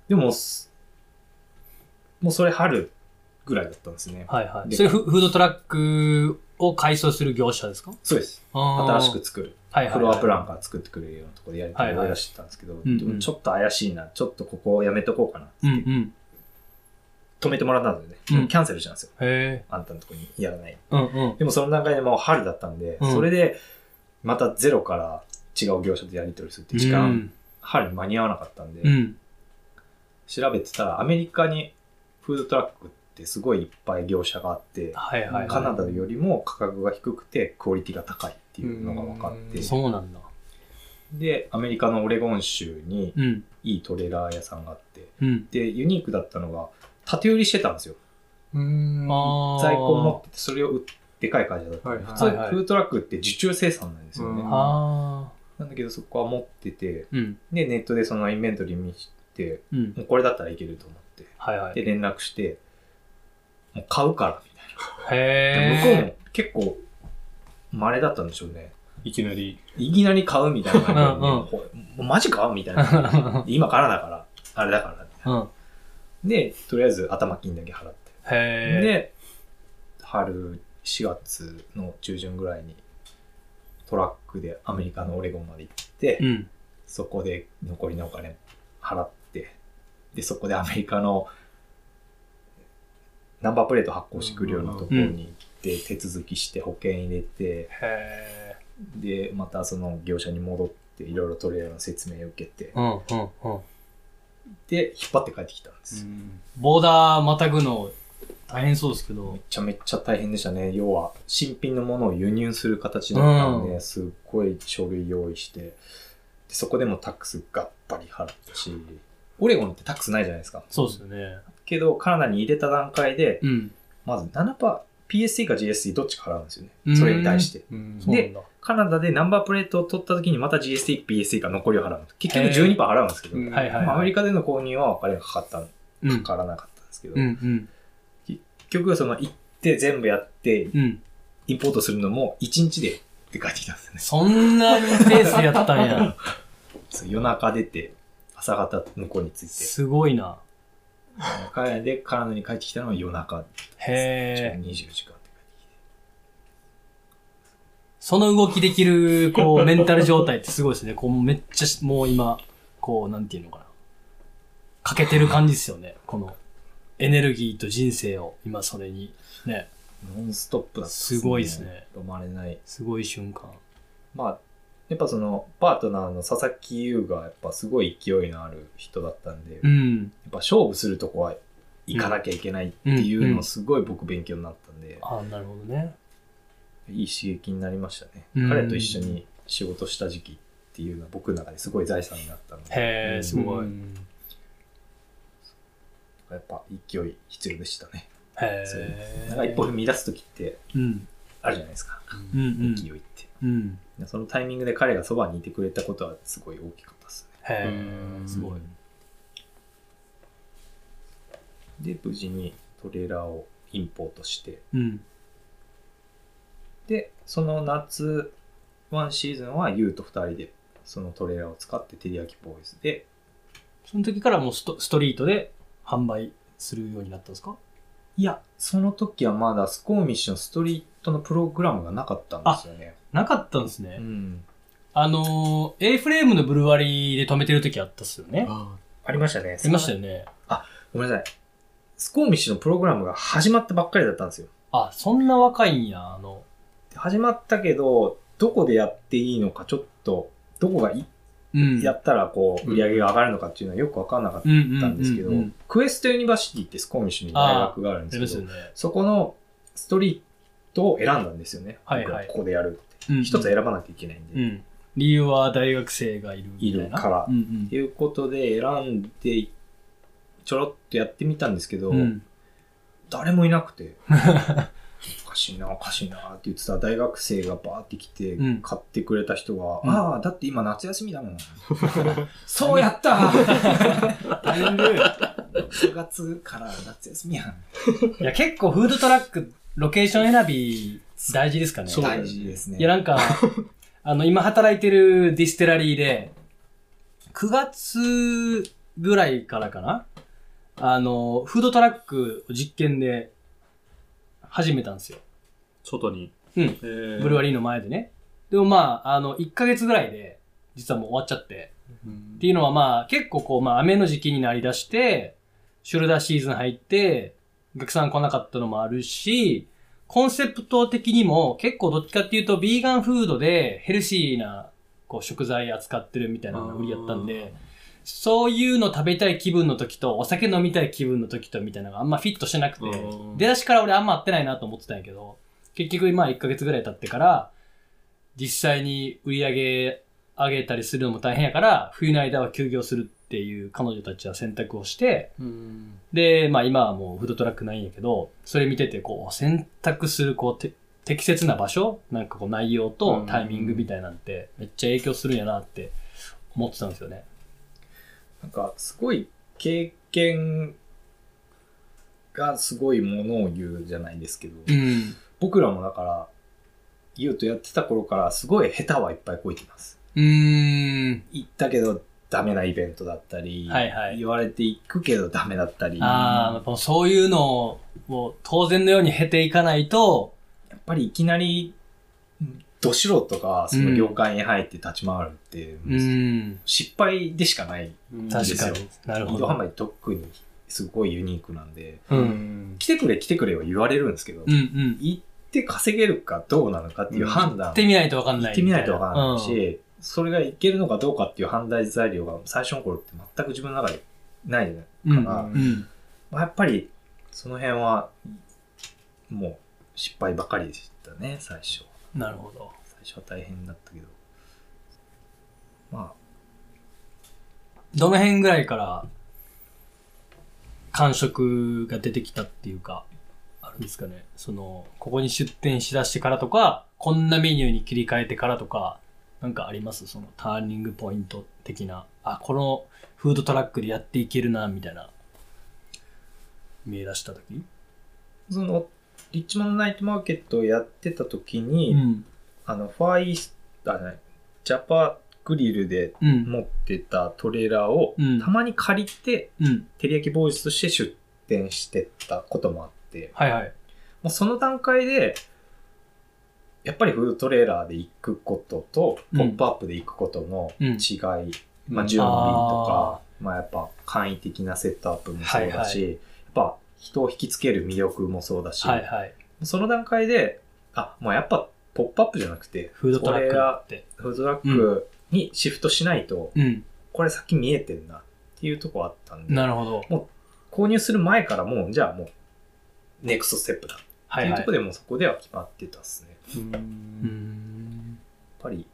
Speaker 2: でも、すもうそれ春ぐらいだったんですね。
Speaker 1: はいはい。
Speaker 2: で
Speaker 1: それフフードトラックを改装する業者ですか
Speaker 2: そうです。
Speaker 1: 新
Speaker 2: 新しく作る。
Speaker 1: はいはいはい
Speaker 2: フロアプランから作ってくれるようなところでやり取りを出してたんですけど、
Speaker 1: いはい
Speaker 2: でもちょっと怪しいな。ちょっとここをやめとこうかな。
Speaker 1: うんうん。
Speaker 2: 止めてもらったんですよね。
Speaker 1: うん
Speaker 2: キャンセルしたんですよ。
Speaker 1: へ
Speaker 2: あんたのとこにやらない。
Speaker 1: ー。うんうん。
Speaker 2: でもその段階でもう春だったんで、
Speaker 1: うん
Speaker 2: それで、またゼロから違う業者とやり取りするって時間、春に間に合わなかったんで、
Speaker 1: うん。うん。
Speaker 2: 調べてたらアメリカにフードトラックってすごいいっぱい業者があって、
Speaker 1: はいはいはい。
Speaker 2: カナダよりも価格が低くてクオリティが高いっていうのが分かって、
Speaker 1: そうなんだ。
Speaker 2: で、アメリカのオレゴン州に
Speaker 1: うん。
Speaker 2: いいトレーラー屋さんがあって、
Speaker 1: うん。
Speaker 2: で、ユニークだったのが、縦売りしてたんですよ。
Speaker 4: うん。
Speaker 1: あー
Speaker 2: 在庫を持ってて、それを売って、でかい会社だったんで、
Speaker 4: はいはい
Speaker 2: 普通フードトラックって受注生産なんですよね。
Speaker 4: うん
Speaker 1: あ
Speaker 2: なんだけど、そこは持ってて、
Speaker 1: ー。うん。
Speaker 2: で、ネットでそのインベントリー見て、
Speaker 1: うん。
Speaker 2: もうこれだったらいけると思って、
Speaker 1: はいは
Speaker 2: で、
Speaker 1: い。
Speaker 2: 連絡して、もう買うから、みたいな。
Speaker 1: へ
Speaker 2: 向こう
Speaker 1: ー。
Speaker 2: も結構、稀だったんでしょうね。
Speaker 4: いきなり。
Speaker 2: いきなり買うみたいな。
Speaker 1: うんうん
Speaker 2: ほマジかみた
Speaker 1: (laughs)
Speaker 2: いな。今からだから、あれだからみたいな。
Speaker 1: うん。
Speaker 2: で、とりあえず頭金だけ払って。
Speaker 1: へー。
Speaker 2: で、春4月の中旬ぐらいに、トラックでアメリカのオレゴンまで行って、
Speaker 1: うん。
Speaker 2: そこで残りのお金払って、で、そこでアメリカのナンバープレート発行してくるようなところに行って、手続きして保険入れて、
Speaker 1: へ
Speaker 2: で、またその業者に戻って、いろいろトレーラーの説明を受けて
Speaker 1: ー。、うんうんうん。
Speaker 2: で、引っ張って帰ってきたんです。め
Speaker 1: ボーダーまたぐの大変そうですけど。
Speaker 2: ちゃめちゃ大変でしたね。要は、新品のものを輸入する形だったので、
Speaker 1: う
Speaker 2: すっごい書類用意して、でそこでもタックスがっぱり払ったし、オレゴンってタックスないじゃないですか。
Speaker 1: そうですよね。
Speaker 2: けど、カナダに入れた段階で、
Speaker 1: うん。
Speaker 2: まず 7%PSC か GST どっちか払うんですよ
Speaker 1: うーん
Speaker 2: ね。それに対して。
Speaker 4: うん
Speaker 1: そうなんだ。
Speaker 2: カナダでナンバープレートを取った時にまた GST か PSC か残りを払うんです。結局12%払うんですけど、
Speaker 4: うん
Speaker 1: はいはい
Speaker 2: まあア
Speaker 1: は
Speaker 2: メ
Speaker 1: い。
Speaker 2: リカでの購入はお金がかかった、
Speaker 1: うん
Speaker 2: かからなかったんですけど、
Speaker 1: うんうん。
Speaker 2: 結局その行って全部やって、
Speaker 1: うん。
Speaker 2: インポートするのも1日でって帰ってきたんですよね。
Speaker 1: そんなにペースやったんや。
Speaker 2: そう夜中出て、朝方向こうに着い
Speaker 1: (laughs)
Speaker 2: て、
Speaker 1: すごいな。
Speaker 2: 帰でカナダに帰ってきたのは夜中、
Speaker 1: へえ。
Speaker 2: 20時間って
Speaker 1: その動きできる、こう、メンタル状態ってすごいですね。こう、めっちゃし、もう今、こう、なんていうのかな。欠けてる感じですよね。この、エネルギーと人生を、今それに。ね。
Speaker 2: 帰ってきて、ノンストップだったん
Speaker 1: すごいです。ね。
Speaker 2: 止まれない。
Speaker 1: すごい瞬間。
Speaker 2: まあ、やっぱその、パートナーの佐々木優が、やっぱすごい勢いのある人だったんで、
Speaker 1: う
Speaker 2: やっ
Speaker 1: ん。
Speaker 2: ぱ勝負するとこは行かなきゃいけないっていうのをすごい僕勉強になったんで、
Speaker 1: ああ、なるほどね。
Speaker 2: いい刺激になりましたね。
Speaker 1: うん
Speaker 2: 彼と一緒に仕事した時期っていうのは僕の中ですごい財産になったので、
Speaker 1: へえ、すごい。
Speaker 4: うん
Speaker 2: やっぱ勢い必要でしたね。
Speaker 1: へ
Speaker 2: そう
Speaker 1: え。
Speaker 2: なんか一歩踏み出す時って、
Speaker 1: うん。
Speaker 2: あるじゃないですか。
Speaker 1: うんうん
Speaker 2: 勢いって。
Speaker 1: うん
Speaker 2: そのタイミングで彼がそばにいてくれたことはすごい大きかったですね。
Speaker 1: へえ
Speaker 4: うん
Speaker 1: すごい
Speaker 2: で、無事にトレーラーをインポートして、
Speaker 1: うん
Speaker 2: で、その夏、ワンシーズンはユウと二人で、そのトレーラーを使ってテリヤキボーイズで、
Speaker 1: その時からもうストストリートで販売するようになったんですか
Speaker 2: いや、その時はまだスコーミッシュのストリートのプログラムがなかったんですよね。
Speaker 1: なかったんです
Speaker 2: う
Speaker 1: ね。
Speaker 2: ん。
Speaker 1: あのー、A フレームのブルワリーで止めてる時あったっすよね。
Speaker 4: あ
Speaker 2: ありましたね。
Speaker 1: いましたよね。
Speaker 2: ごめんなさい。スコーミッシュのプログラムが始まったばっかりだったんですよ。
Speaker 1: あ、そんな若いんや、あの。
Speaker 2: 始まったけど、どこでやっていいのか、ちょっと、どこがい
Speaker 1: うん
Speaker 2: やったらこう
Speaker 4: うん
Speaker 2: 売り上げが上がるのかっていうのはよく分かんなかっ
Speaker 1: うんうん
Speaker 2: たんですけど、
Speaker 1: うんうん
Speaker 2: クエストユニバーシティってスコーミッシュに大学があるん
Speaker 1: あり
Speaker 2: で
Speaker 1: ますす
Speaker 2: け
Speaker 1: よ
Speaker 2: ど、
Speaker 1: ね。
Speaker 2: そこのストリートを選んだんですよね。
Speaker 1: はいはい
Speaker 2: 僕ここでやるって。
Speaker 1: うんうん
Speaker 2: 一つ選ばなきゃいけないんで。
Speaker 1: う
Speaker 2: っ
Speaker 1: ん。理由は大学生がいるみたない
Speaker 2: るから
Speaker 1: うんうん
Speaker 2: ていうことで選んで、ちょろっとやってみたんですけど、
Speaker 1: うん。
Speaker 2: 誰もいな
Speaker 1: (laughs)
Speaker 2: くて、おかしいな、おかしいなって言ってた大学生がバーって来て
Speaker 1: うん、
Speaker 2: 買ってくれた人が、
Speaker 1: うん
Speaker 2: ああ、だって今夏休みだもん。そうやった (laughs)
Speaker 1: (laughs) タイミング。
Speaker 2: !9 月から夏休みやん。
Speaker 1: いや、結構フードトラック、ロケーション選び、大事ですかね。
Speaker 4: そうだよ
Speaker 2: 大
Speaker 4: ね
Speaker 2: 事ですね。
Speaker 1: いや、なんか、あの、今働いてるディステラリーで、9月ぐらいからかなあの、フードトラックを実験で始めたんですよ。
Speaker 4: 外に。
Speaker 1: うん
Speaker 4: えー
Speaker 1: ブルワリーの前でね。でもまあ、あの、1ヶ月ぐらいで、実はもう終わっちゃって。
Speaker 4: うん
Speaker 1: っていうのはまあ、結構こう、まあ、雨の時期になりだして、シュルダーシーズン入って、お客さん来なかったのもあるし、コンセプト的にも結構どっちかっていうと、ビーガンフードでヘルシーな、こう、食材扱ってるみたいなのが売りやったんで、そういうの食べたい気分の時と、お酒飲みたい気分の時とみたいなのがあんまフィットしてなくて
Speaker 4: あー、
Speaker 1: 出だしから俺あんま合ってないなと思ってたんやけど、結局今1ヶ月ぐらい経ってから、実際に売り上げ上げたりするのも大変やから、冬の間は休業するっていう彼女たちは選択をして、
Speaker 4: うん
Speaker 1: で、まあ今はもうフードトラックないんやけど、それ見てて、こう、選択する、こう、て適切な場所なんかこう内容とタイミングみたいなんて、めっちゃ影響するんやなって思ってたんですよね。
Speaker 2: なんか、すごい経験がすごいものを言うじゃないですけど、
Speaker 1: うん。
Speaker 2: 僕らもだから、ユウとやってた頃からすごい下手はいっぱいこいてます。
Speaker 1: うん。
Speaker 2: 行ったけどダメなイベントだったり、
Speaker 1: はいはい
Speaker 2: 言われて行くけどダメだったり、
Speaker 1: ああ、やっぱそういうのを当然のように経ていかないと、
Speaker 2: やっぱりいきなり、ど素人がその業界に入って立ち回るって、
Speaker 1: うん。
Speaker 2: 失敗でしかない。
Speaker 4: うん
Speaker 1: 確か
Speaker 2: いいです
Speaker 1: に。なる
Speaker 2: 移
Speaker 1: ほ
Speaker 2: 動販
Speaker 1: ど。
Speaker 2: 売特にすごいユニークなんで、
Speaker 1: う。
Speaker 4: うんん。
Speaker 2: 来てくれ来てくれは言われるんですけど、
Speaker 1: うんうん。
Speaker 2: 行って稼げるかどうなのかっていう判断、
Speaker 1: 行ってみないとわかんない
Speaker 2: 行ってみないとわからない
Speaker 1: うん
Speaker 2: し、それがいけるのかどうかっていう判断材料が最初の頃って全く自分の中でないじゃない
Speaker 1: うん
Speaker 2: から
Speaker 1: うん。
Speaker 2: まあやっぱりその辺はもう失敗ばかりでしたね最初
Speaker 1: なるほど。
Speaker 2: 最初は大変だったけどま
Speaker 1: どの辺ぐらいから、感触が出てきたっていうか、あるんですかね。その、ここに出店しだしてからとか、こんなメニューに切り替えてからとか、なんかありますそのターニングポイント的な。あ、このフードトラックでやっていけるな、みたいな。見え出した時
Speaker 2: あそのリッチマンナイトマーケットをやってた時に、
Speaker 1: うん。
Speaker 2: あのファーイースあじゃないジャパグリルで
Speaker 1: うん。
Speaker 2: 持ってたトレーラーを
Speaker 1: うん
Speaker 2: たまに借りて
Speaker 1: うん。
Speaker 2: 照り焼きボーイズとして出店してたこともあって
Speaker 1: はいはい。
Speaker 2: もうその段階で、やっぱりフードトレーラーで行くことと、
Speaker 1: うん
Speaker 2: ポップアップで行くことの違い、まあ、準備と
Speaker 1: あ
Speaker 2: か、まあやっぱ簡易的なセットアップもそうだし、
Speaker 1: は
Speaker 2: やっぱ人を引きつける魅力もそうだし、
Speaker 1: はいはい。
Speaker 2: その段階で、あ、もうやっぱポップアップじゃなくて、
Speaker 1: フードトラッ
Speaker 2: これが
Speaker 1: クって。
Speaker 2: フードトラックにシフトしないと、
Speaker 1: うん。
Speaker 2: これ先見えてんなっていうとこあったんで、
Speaker 1: なるほど。
Speaker 2: 購入する前からもう、じゃあもう、ネクストステップだっ
Speaker 1: は
Speaker 2: て
Speaker 1: い
Speaker 2: いう
Speaker 1: は
Speaker 2: と
Speaker 1: い
Speaker 2: こ。でもうそこでは決まってたっすね。
Speaker 4: う
Speaker 1: うんん。
Speaker 2: やっぱり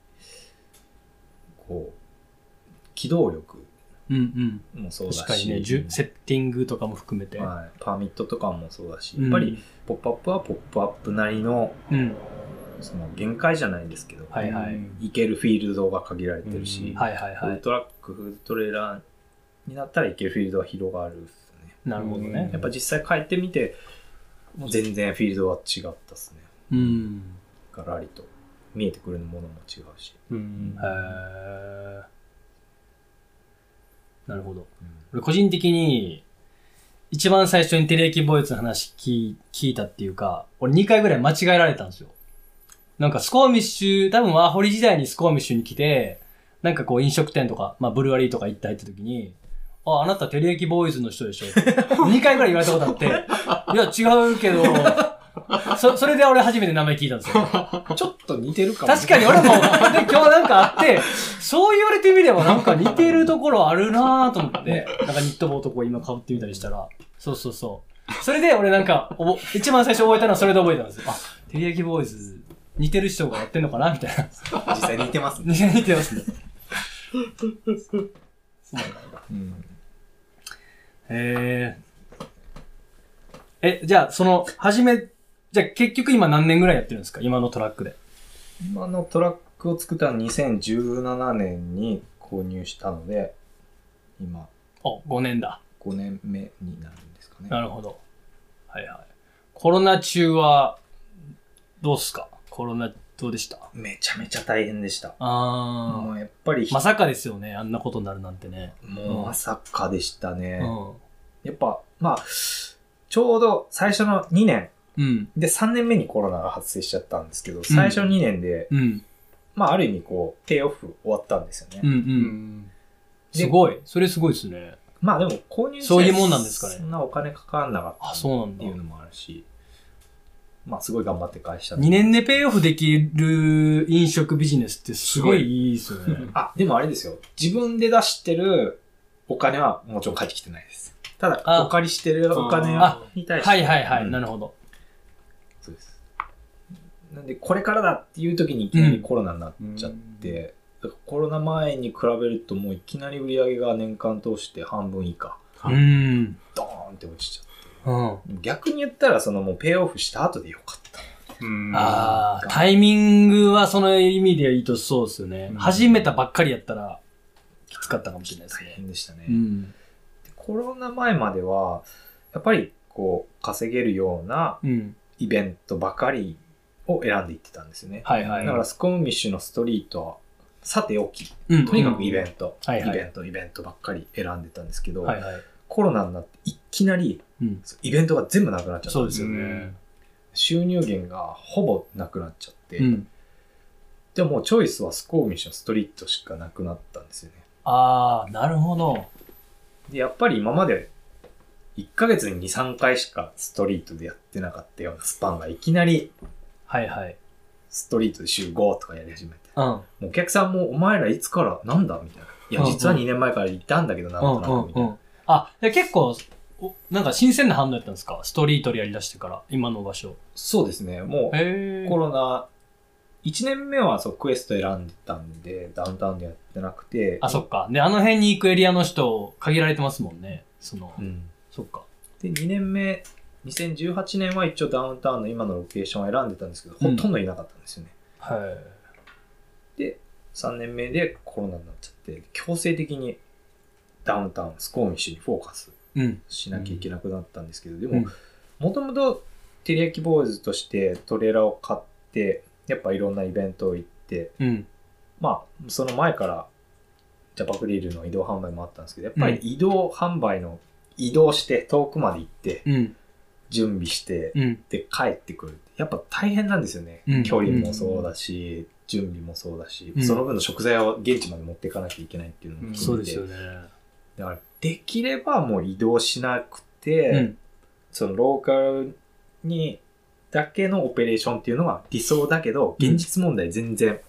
Speaker 2: こう機動力
Speaker 1: うんうん。
Speaker 2: もそうだし。
Speaker 1: 確かにね、じゅセッティングとかも含めて。
Speaker 2: はい。パーミットとかもそうだし、やっぱり、ポップアップはポップアップなりの、
Speaker 1: うん。うん。
Speaker 2: その限界じゃないですけど、
Speaker 1: はいはい。
Speaker 2: 行けるフィールドが限られてるし、
Speaker 1: はいはい
Speaker 2: フー
Speaker 1: は
Speaker 2: ドトラック、フードトレーラーになったら行けるフィールドは広がるっすね。
Speaker 1: い。なるほどね
Speaker 2: や。っぱ実際帰ってみて、もう全然フィールドは違ったっすね。
Speaker 1: うん。
Speaker 2: ガラリと。見えてくるものも違うし。
Speaker 4: うん
Speaker 1: へーなるほど。俺個人的に、一番最初にテレキボーイズの話聞い聞いたっていうか、俺2回ぐらい間違えられたんですよ。なんかスコーミッシュ、多分ワーホリ時代にスコーミッシュに来て、なんかこう飲食店とか、まあブルワリーとか行った入った時に、あ、あなたテレキボーイズの人でしょ (laughs) ?2 回ぐらい言われたことあって、いや違うけど、そ、それで俺初めて名前聞いたんですよ。
Speaker 3: ちょっと似てるかも。
Speaker 1: 確かに俺も、で、今日なんかあって、そう言われてみればなんか似てるところあるなぁと思って、なんかニット帽とこう今被ってみたりしたら、そうそうそう。それで俺なんか、おぼ一番最初覚えたのはそれで覚えたんですよ。あ、テリヤキボーイズ、似てる人がやってんのかなみたいな。
Speaker 2: 実際似てますね。
Speaker 1: 似て似てますね。
Speaker 2: うん。
Speaker 1: へえ。え、じゃあその、初め、じゃあ結局今何年ぐらいやってるんですか今のトラックで。
Speaker 2: 今のトラックを作ったのは2017年に購入したので、今、
Speaker 1: お、5年だ。
Speaker 2: 5年目になるんですかね。
Speaker 1: なるほど。はいはい。コロナ中は、どうっすかコロナ、どうでした
Speaker 2: めちゃめちゃ大変でした。も
Speaker 1: ああ。
Speaker 2: うやっぱり、
Speaker 1: まさかですよね。あんなことになるなんてね。
Speaker 2: もうまさかでしたね
Speaker 1: う。ん。
Speaker 2: やっぱ、まあ、ちょうど最初の2年、
Speaker 1: うん。
Speaker 2: で、3年目にコロナが発生しちゃったんですけど、最初2年で、
Speaker 1: うん。
Speaker 2: まあ、ある意味こう、テイオフ終わったんですよね。
Speaker 1: うん。う。
Speaker 4: うんん。
Speaker 1: すごい。それすごいですね。
Speaker 2: まあでも、購入自体
Speaker 1: そういうもんなんですかね
Speaker 2: そんなお金かかんなかった。
Speaker 1: あそうなん
Speaker 2: っ
Speaker 1: だ
Speaker 2: ていうのもあるし、まあ、すごい頑張って会社
Speaker 1: 2年でペイオフできる飲食ビジネスってすごいいいですよね。
Speaker 2: あ、でもあれですよ。自分で出してるお金はもちろん返ってきてないです。ただ
Speaker 1: あ、
Speaker 2: お借りしてるお金
Speaker 1: あ
Speaker 2: に対し
Speaker 1: (laughs)
Speaker 2: て。
Speaker 1: はいはいは
Speaker 2: う
Speaker 1: い。
Speaker 2: ん
Speaker 1: なるほど。
Speaker 2: そうです。なんで、これからだっていう時にいきなりコロナになっちゃって、だからコロナ前に比べるともういきなり売り上げが年間通して半分以下、
Speaker 1: う。
Speaker 4: うん
Speaker 2: ドーンって落ちちゃった。
Speaker 1: うん。
Speaker 2: 逆に言ったら、そのもうペイオフした後でよかった。
Speaker 4: うん
Speaker 1: ああ、タイミングはその意味で言うとそうですよね。
Speaker 4: うん
Speaker 1: 始めたばっかりやったら、きつかったかもしれないです
Speaker 2: 大
Speaker 1: ね。
Speaker 2: 変でしたね。
Speaker 1: うん。
Speaker 2: でコロナ前までは、やっぱりこう、稼げるような
Speaker 1: うん。
Speaker 2: イベントばかりを選んでいってたんですよね。
Speaker 1: はいはい。
Speaker 2: だからスコーミッシュのストリートはさておき、
Speaker 1: うん。
Speaker 2: とにかくイベント、
Speaker 1: はいはい
Speaker 2: イベント、イベントばっかり選んでたんですけど、
Speaker 1: はいはい。
Speaker 2: コロナになっていきなり
Speaker 1: うん。
Speaker 2: イベントが全部なくなっちゃった
Speaker 1: そ
Speaker 2: ん
Speaker 1: う
Speaker 2: で。
Speaker 1: ですすよ
Speaker 4: う
Speaker 1: ね
Speaker 4: ん。
Speaker 2: 収入源がほぼなくなっちゃって、
Speaker 1: うん。
Speaker 2: でももうチョイスはスコーミッシュのストリートしかなくなったんですよね。
Speaker 1: ああ、なるほど。
Speaker 2: で、やっぱり今まで1ヶ月に2、3回しかストリートでやってなかったようなスパンがいきなり
Speaker 1: はいはい。
Speaker 2: ストリートで集合とかやり始めて。
Speaker 1: うん。
Speaker 2: もうお客さんも、お前らいつから、なんだみたいな。いや、
Speaker 1: うん
Speaker 2: 実は2年前からいたんだけど、なんとなく、みた
Speaker 1: う
Speaker 2: い
Speaker 1: んうん
Speaker 2: な。
Speaker 1: うん。あ、じゃあ結構、おなんか新鮮な反応やったんですかストリートでやり出してから、今の場所。
Speaker 2: そうですね。も
Speaker 1: へえ。
Speaker 2: う、コロナ、1年目はそう、クエスト選んでたんで、ダウンタウンでやってなくて。
Speaker 1: あ、そっか。で、あの辺に行くエリアの人、限られてますもんね。その
Speaker 2: う。ん。
Speaker 1: そっか。
Speaker 2: で、2年目、2018年は一応ダウンタウンの今のロケーションを選んでたんですけど、
Speaker 1: うん
Speaker 2: ほとんどいなかったんですよね。
Speaker 1: はい。
Speaker 2: 3年目でコロナになっちゃって、強制的にダウンタウン、スコーミッシュにフォーカス
Speaker 1: うん。
Speaker 2: しなきゃいけなくなったんですけど、で
Speaker 1: うん
Speaker 2: ももともとテリヤキボーイズとしてトレーラーを買ってやっぱいろんなイベントを行って
Speaker 1: うん。
Speaker 2: まあその前からジャパクリルの移動販売もあったんですけどやっぱり移動販売の移動して遠くまで行って
Speaker 1: うん。
Speaker 2: 準備して
Speaker 1: うん。
Speaker 2: で帰ってくるってやっぱ大変なんですよね、
Speaker 1: うん
Speaker 2: 距離もそうだし準備もそうだし、
Speaker 1: うん
Speaker 2: その分の食材を現地まで持っていかなきゃいけないっていうのも
Speaker 4: うん
Speaker 1: そ
Speaker 2: 含
Speaker 1: う
Speaker 2: め
Speaker 1: です
Speaker 2: て、
Speaker 1: よね。
Speaker 2: だからできればもう移動しなくて、
Speaker 1: うん。
Speaker 2: そのローカルにだけのオペレーションっていうのは理想だけど、
Speaker 1: うん
Speaker 2: 現実問題全然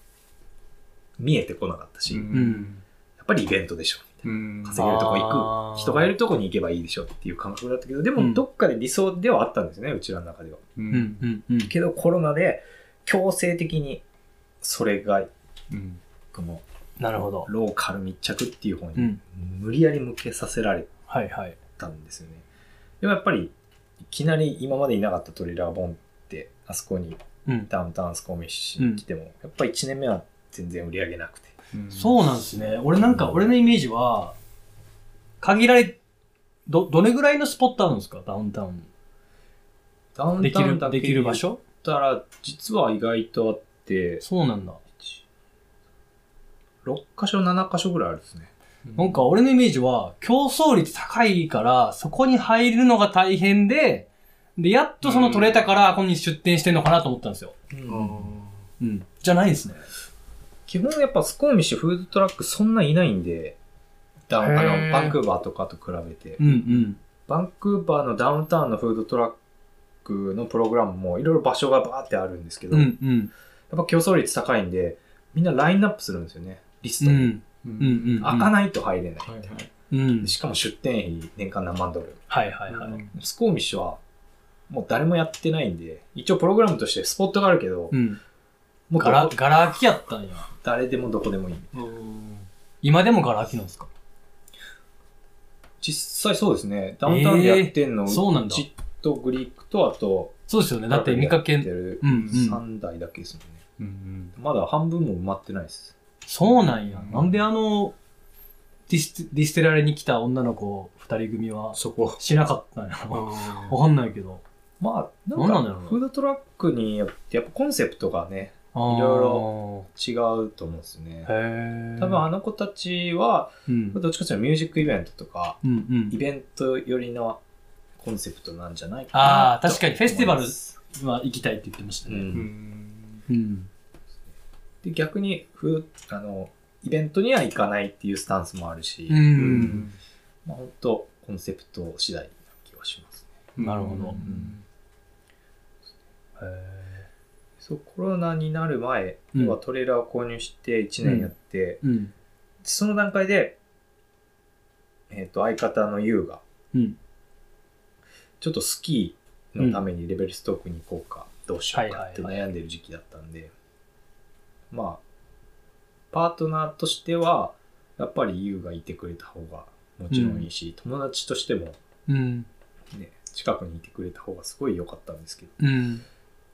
Speaker 2: 見えてこなかったし、や
Speaker 1: ん
Speaker 2: っぱりイベントでしょ。
Speaker 4: うん。
Speaker 2: 稼げるとこ
Speaker 1: あ
Speaker 2: 行
Speaker 1: ー
Speaker 2: く、人がいるとこに行けばいいでしょっていう感覚だったけど、で
Speaker 1: うん
Speaker 2: もどっかで理想ではあったんですね、うちらの中では。
Speaker 4: う。
Speaker 1: うんんうん
Speaker 2: けどコロナで強制的にそれが
Speaker 4: うん。
Speaker 2: この
Speaker 1: なるほど。
Speaker 2: ローカル密着っていう方
Speaker 1: う
Speaker 2: に
Speaker 1: ん。
Speaker 2: 無理やり向けさせられ
Speaker 1: はいはい。
Speaker 2: たんですよね。でもやっぱり、いきなり今までいなかったトリラーボンって、あそこに
Speaker 1: うん。
Speaker 2: ダウンタウンスコミッシに来ても、やっぱ1年目は全然売り上げなくて。
Speaker 1: そうなんですね。俺なんか、俺のイメージは、限られ、ど、どれぐらいのスポットあるんですかダウンタウンに。
Speaker 2: ダウ
Speaker 1: で
Speaker 2: ン
Speaker 1: き
Speaker 2: タウン
Speaker 1: る、
Speaker 2: だけ
Speaker 1: できる場所
Speaker 2: だったら、実は意外とあって、
Speaker 1: そうなんだ。
Speaker 2: 6箇所、7箇所ぐらいあるんですね。
Speaker 1: なんか俺のイメージは、競争率高いから、そこに入るのが大変で、で、やっとその取れたから、ここに出店してんのかなと思ったんですよ。うん。じゃないですね。
Speaker 2: 基本やっぱスコーミッシュフードトラックそんないないんで、ダウンあ
Speaker 1: へー
Speaker 2: の、バンクーバーとかと比べて。
Speaker 1: うんうん。
Speaker 2: バンクーバーのダウンタウンのフードトラックのプログラムもいろいろ場所がバーってあるんですけど、
Speaker 1: う
Speaker 2: やっ
Speaker 1: んうん。
Speaker 2: ぱ競争率高いんで、みんなラインナップするんですよね。リス
Speaker 1: うん。う
Speaker 2: ト
Speaker 1: ん
Speaker 2: に。
Speaker 4: う。
Speaker 1: うんんうん。
Speaker 2: 開かないと入れない。
Speaker 4: はいはい。
Speaker 1: うん
Speaker 2: で。しかも出店費年間何万ドル。
Speaker 1: はいはいはい。
Speaker 2: スコーミッシュはもう誰もやってないんで、一応プログラムとしてスポットがあるけど、
Speaker 1: うん。
Speaker 2: もう
Speaker 1: ガラ、
Speaker 2: どこ
Speaker 1: ガラ空きやったんや。
Speaker 2: 誰でもどこでもいい。
Speaker 1: 今でもガラ空きなんですか
Speaker 2: 実際そうですね。ダウンタウンでやってんの、
Speaker 1: えーそうなんだ
Speaker 2: ちっとグリックとあと、
Speaker 1: そうですよね。だって見かけ
Speaker 2: やって
Speaker 1: ん。
Speaker 2: る
Speaker 1: うんうん。
Speaker 2: 3台だけですもんね。
Speaker 4: うん
Speaker 2: まだ半分も埋まってないです。
Speaker 1: そうなんや。なんであの、ディス、ディステラレに来た女の子二人組は、
Speaker 4: そこ。
Speaker 1: しなかったんや。わかんないけど。
Speaker 2: まあ、
Speaker 1: なんな
Speaker 2: なん
Speaker 1: だろ
Speaker 2: ん
Speaker 1: う
Speaker 2: か
Speaker 1: な
Speaker 2: フードトラックによってやっぱコンセプトがね、
Speaker 1: いろ
Speaker 2: いろ違うと思うんですね。
Speaker 1: へー
Speaker 2: 多分あの子たちは、
Speaker 1: うん。
Speaker 2: どっちかというとミュージックイベントとか、
Speaker 1: うんう
Speaker 2: イ
Speaker 1: ん。
Speaker 2: ベント寄りのコンセプトなんじゃないかな
Speaker 1: ああ、確かにフェスティバル
Speaker 2: と
Speaker 1: は行きたいって言ってました
Speaker 2: 思い
Speaker 1: ね。
Speaker 2: ます。
Speaker 4: う
Speaker 2: うん
Speaker 4: ん。
Speaker 1: うん。
Speaker 2: で逆にフーあの、イベントには行かないっていうスタンスもあるし、
Speaker 1: う。
Speaker 4: うんん。
Speaker 2: まあ、本当コンセプト次第な気はしますね。
Speaker 1: なるほど
Speaker 4: うん
Speaker 2: そう、コロナになる前、
Speaker 1: うん
Speaker 2: 要はトレーラーを購入して1年やって、
Speaker 1: うん。
Speaker 2: その段階で、えっ、と、相方の優が、
Speaker 1: うん
Speaker 2: ちょっとスキーのためにレベルストークに行こうか、どうしようかって
Speaker 1: はいはい
Speaker 2: 悩んでる時期だったんで、まあ、パートナーとしては、やっぱり優がいてくれた方がもちろんいいし、友達としても
Speaker 1: うん。
Speaker 2: ね、近くにいてくれた方がすごい良かったんですけど、
Speaker 1: うん。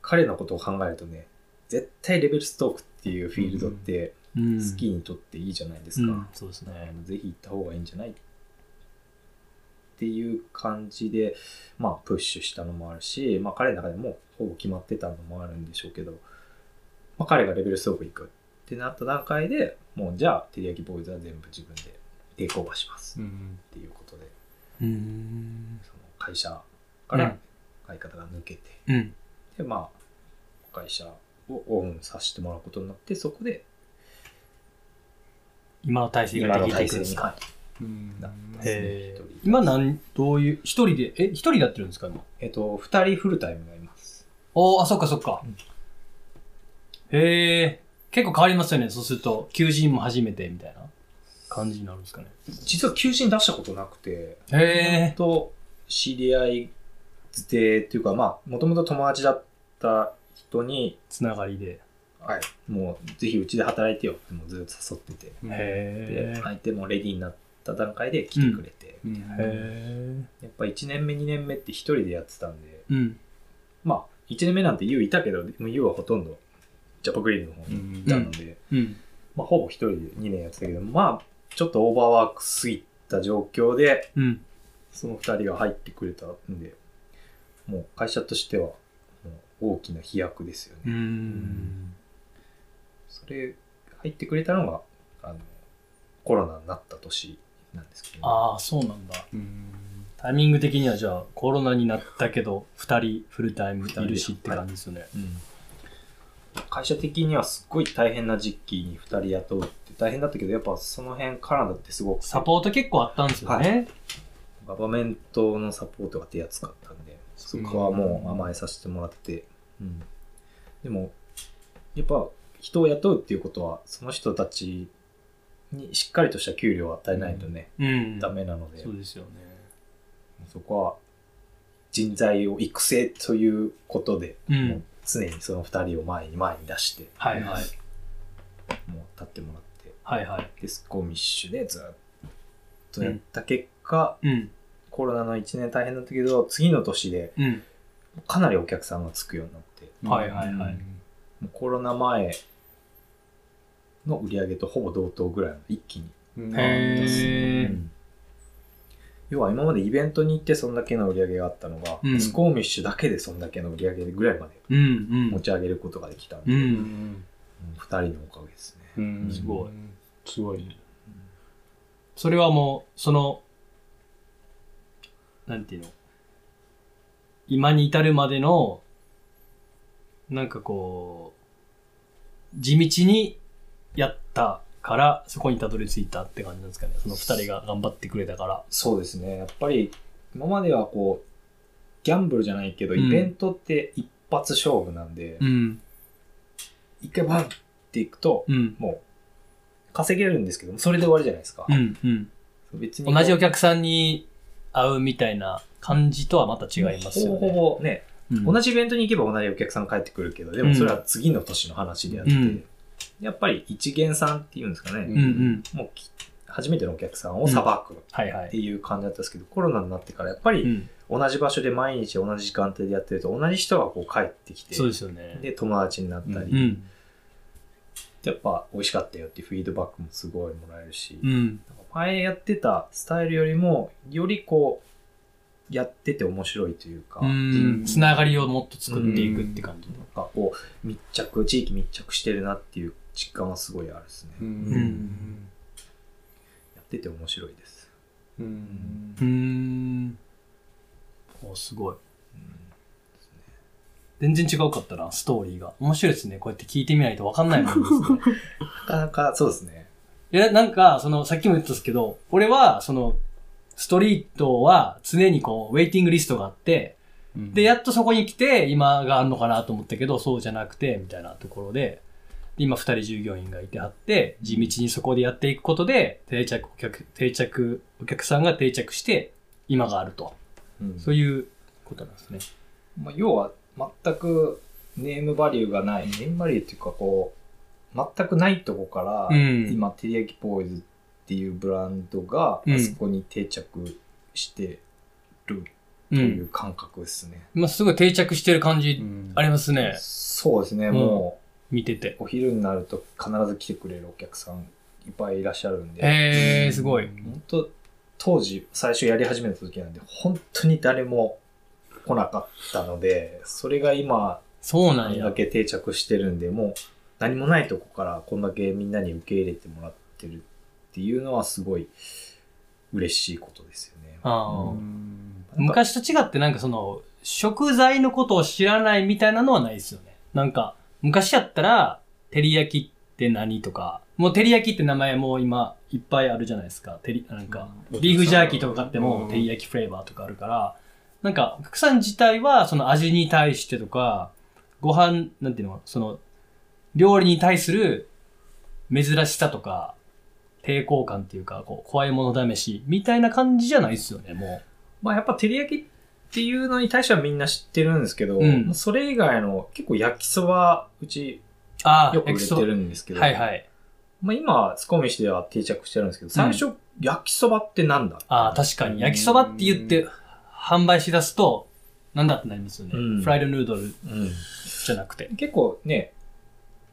Speaker 2: 彼のことを考えるとね、絶対レベルストークっていうフィールドって、
Speaker 1: うん。
Speaker 2: スキーにとっていいじゃないです
Speaker 1: う
Speaker 2: か。
Speaker 1: ん。そうですね。
Speaker 2: ぜひ行った方がいいんじゃないっていう感じで、まあ、プッシュしたのもあるし、まあ、彼の中でもほぼ決まってたのもあるんでしょうけど、まあ、彼がレベルストーク行くってなった段階でもうじゃあ照り焼きボーイズは全部自分でテイクオーバーします
Speaker 4: うん。
Speaker 2: っていうことで
Speaker 1: うん。
Speaker 2: その会社か
Speaker 1: うん
Speaker 2: ら相方が抜けて、
Speaker 1: うん。
Speaker 2: でまあ会社をオンさせてもらうことになってそこで
Speaker 1: 今の体制ができていくんですか。
Speaker 2: はい
Speaker 4: うん
Speaker 2: なったんですね
Speaker 1: へ
Speaker 2: 一
Speaker 1: ー
Speaker 2: 人
Speaker 1: 今何、どういう、一人で、え、一人でやってるんですか今。
Speaker 2: えっと2人フルタイムがいます
Speaker 1: おー、あ、そっかそっか。へえ。結構変わりますよね。そうすると、求人も初めてみたいな感じになるんですかね。
Speaker 2: 実は求人出したことなくて、
Speaker 1: へえ。
Speaker 2: と知り合いづてっていうか、まあ、もともと友達だった人に、
Speaker 1: つながりで。
Speaker 2: はい、もうぜひうちで働いてよってもうずっと誘ってて、
Speaker 1: へ
Speaker 2: で
Speaker 1: え。
Speaker 2: 相手もレディーになった段階で来てくれて、
Speaker 4: うん
Speaker 1: へえ。
Speaker 2: やっぱ1年目、2年目って一人でやってたんで、
Speaker 1: うん。
Speaker 2: まあ、1年目なんて YOU いたけど、でも YOU はほとんどジャパグリーンの方にいたので、
Speaker 1: うん。
Speaker 2: まあ、ほぼ一人で2年やってたけど、まあ、ちょっとオーバーワークすぎた状況で、
Speaker 1: うん。
Speaker 2: その二人が入ってくれたんで、もう会社としては、大きな飛躍ですよね。
Speaker 1: うん。
Speaker 2: それ、入ってくれたのが、あの、コロナになった年なんですけど、
Speaker 1: ああ、そうなんだ。
Speaker 4: うん
Speaker 1: タイミング的にはじゃあ、コロナになったけど、二人フルタイムいるしって
Speaker 2: はい
Speaker 1: 感じですよね。
Speaker 2: うん会社的にはすっごい大変な時期に二人雇うって大変だったけど、やっぱその辺カナダってすごく、
Speaker 1: サポート結構あったんですよね。
Speaker 2: ガバメントのサポートが手厚かったんで、そこはもう甘えさせてもらって、うんでも、やっぱ人を雇うっていうことは、その人たちにしっかりとした給料を与えないとね、
Speaker 1: うん。
Speaker 2: ダメなので、
Speaker 1: そうですよね。
Speaker 2: そこは人材を育成ということで、
Speaker 1: うん
Speaker 2: もう常にその二人を前に前に出して、
Speaker 1: はいはい。
Speaker 2: もう立ってもらって、
Speaker 1: はいはい。
Speaker 2: デスコミッシュでずっとやった結果、
Speaker 1: うん。
Speaker 2: コロナの1年大変だったけど、次の年で
Speaker 1: うん。
Speaker 2: かなりお客さんがつくようになって、
Speaker 1: はいはいはい。
Speaker 2: もうコロナ前の売り上げとほぼ同等ぐらいまで一気に。
Speaker 1: へー。
Speaker 2: 要は今までイベントに行ってそんだけの売り上げがあったのが、
Speaker 1: うん
Speaker 2: スコーミッシュだけでそんだけの売り上げぐらいまで
Speaker 1: うん
Speaker 2: 持ち上げることができたん
Speaker 1: うん。う
Speaker 2: で、
Speaker 1: ん。
Speaker 2: 2人のおかげですね。
Speaker 4: うん
Speaker 1: すごい。
Speaker 4: すごいね。
Speaker 1: それはもう、その、なんていうの今に至るまでの、なんかこう、地道にやったから、そこにたどり着いたって感じなんですかね。その二人が頑張ってくれたから。
Speaker 2: そうですね。やっぱり今まではこう、ギャンブルじゃないけど、
Speaker 1: うん
Speaker 2: イベントって一発勝負なんで、
Speaker 1: ん。
Speaker 2: 一回バンっていくと、
Speaker 1: うん。
Speaker 2: もう稼げるんですけど、それで終わりじゃないですか。
Speaker 1: うん。うん。
Speaker 2: 別に
Speaker 1: 同じお客さんに会うみたいな感じとはまた違いますよね。
Speaker 2: ほぼほぼね、
Speaker 1: うん
Speaker 2: 同じイベントに行けば同じお客さんが帰ってくるけど、でもそれは次の年の話であって、
Speaker 1: うん
Speaker 2: やっぱり一元さんっていうんですかね、
Speaker 1: うんうん。
Speaker 2: もうき初めてのお客さんをさばくっ
Speaker 1: はいはい
Speaker 2: て。いう感じだったんですけど、コロナになってからやっぱ
Speaker 1: う
Speaker 2: り
Speaker 1: ん。
Speaker 2: 同じ場所で毎日同じ時間帯でやってると、同じ人がこう帰ってきて、
Speaker 1: そうですよね。
Speaker 2: で友達になったり、
Speaker 1: うん。
Speaker 2: やっぱ美味しかったよっていうフィードバックもすごいもらえるし、
Speaker 1: うん。
Speaker 2: 前やってたスタイルよりも、よりこう、やってて面白いというか、
Speaker 1: うん。つながりをもっと作っていくって感じ。
Speaker 2: なんかこう密着地域密着してるなっていう実感はすごいあるですね、
Speaker 4: う
Speaker 2: や
Speaker 4: ん。
Speaker 2: ってて面白いです、
Speaker 4: うん。
Speaker 1: うーん。おすごい。全然違うかったな、ストーリーが。面白いですね。こうやって聞いてみないと分かんないもんですね。 (laughs)
Speaker 2: なかなかそうですね
Speaker 1: いや、なんか、その、さっきも言ったんですけど、俺は、その、ストリートは常にこう、ウェイティングリストがあって、で、やっとそこに来て、今があるのかなと思ったけど、そうじゃなくて、みたいなところで、で今二人従業員がいてはって、地道にそこでやっていくことで、定着お客、定着、お客さんが定着して、今があると。
Speaker 2: うん
Speaker 1: そういうことなんですね。
Speaker 2: まあ、要は全くネームバリューがないネームバリューっていうかこう全くないとこから、
Speaker 1: うん
Speaker 2: 今テリヤキポーイズっていうブランドが
Speaker 1: うん
Speaker 2: あそこに定着してると
Speaker 1: う。
Speaker 2: いうん感覚ですね、
Speaker 1: まあ、すごい定着してる感じありますね。
Speaker 2: そうですね、
Speaker 1: うん
Speaker 2: も
Speaker 1: 見てて。
Speaker 2: うお昼になると必ず来てくれるお客さんいっぱいいらっしゃるんで
Speaker 1: へえー、すごい。
Speaker 2: 本当当時最初やり始めた時なんで本当に誰も来なかったのでそれが今
Speaker 1: そう
Speaker 2: あ
Speaker 1: なん
Speaker 2: んだ
Speaker 1: や。
Speaker 2: け定着してるんでもう何もないとこからこんだけみんなに受け入れてもらってるっていうのはすごい嬉しいことですよね。
Speaker 1: ああ
Speaker 2: なんか
Speaker 1: 昔と違ってなんかその、食材のことを知らないみたいなのはないですよね。なんか、昔やったら、照り焼きって何とか、もう照り焼きって名前も今いっぱいあるじゃないですか。てり、なんか、ビーフジャーキーとか買っても、照り焼きフレーバーとかあるから、なんか、お客さん自体は、その味に対してとか、ご飯、なんていうの、その、料理に対する珍しさとか、抵抗感っていうか、こう、怖いもの試し、みたいな感じじゃないですよね、も
Speaker 2: まあやっぱ照り焼きっていうのに対してはみんな知ってるんですけど、
Speaker 1: うん
Speaker 2: それ以外の結構焼きそばうち
Speaker 1: う。ああ、
Speaker 2: よく売れ
Speaker 1: 焼きそ
Speaker 2: て
Speaker 1: ば
Speaker 2: るんですけど、
Speaker 1: はいはい。
Speaker 2: まあ、今ツコミ市では定着してるんですけど最初、焼きそばってなんだ
Speaker 1: ああ、確かに。焼きそばって言って、販売しだすと、なんだってなりますよね。
Speaker 2: うん
Speaker 1: フライドヌードル
Speaker 2: うん
Speaker 1: じゃなくて。
Speaker 2: 結構ね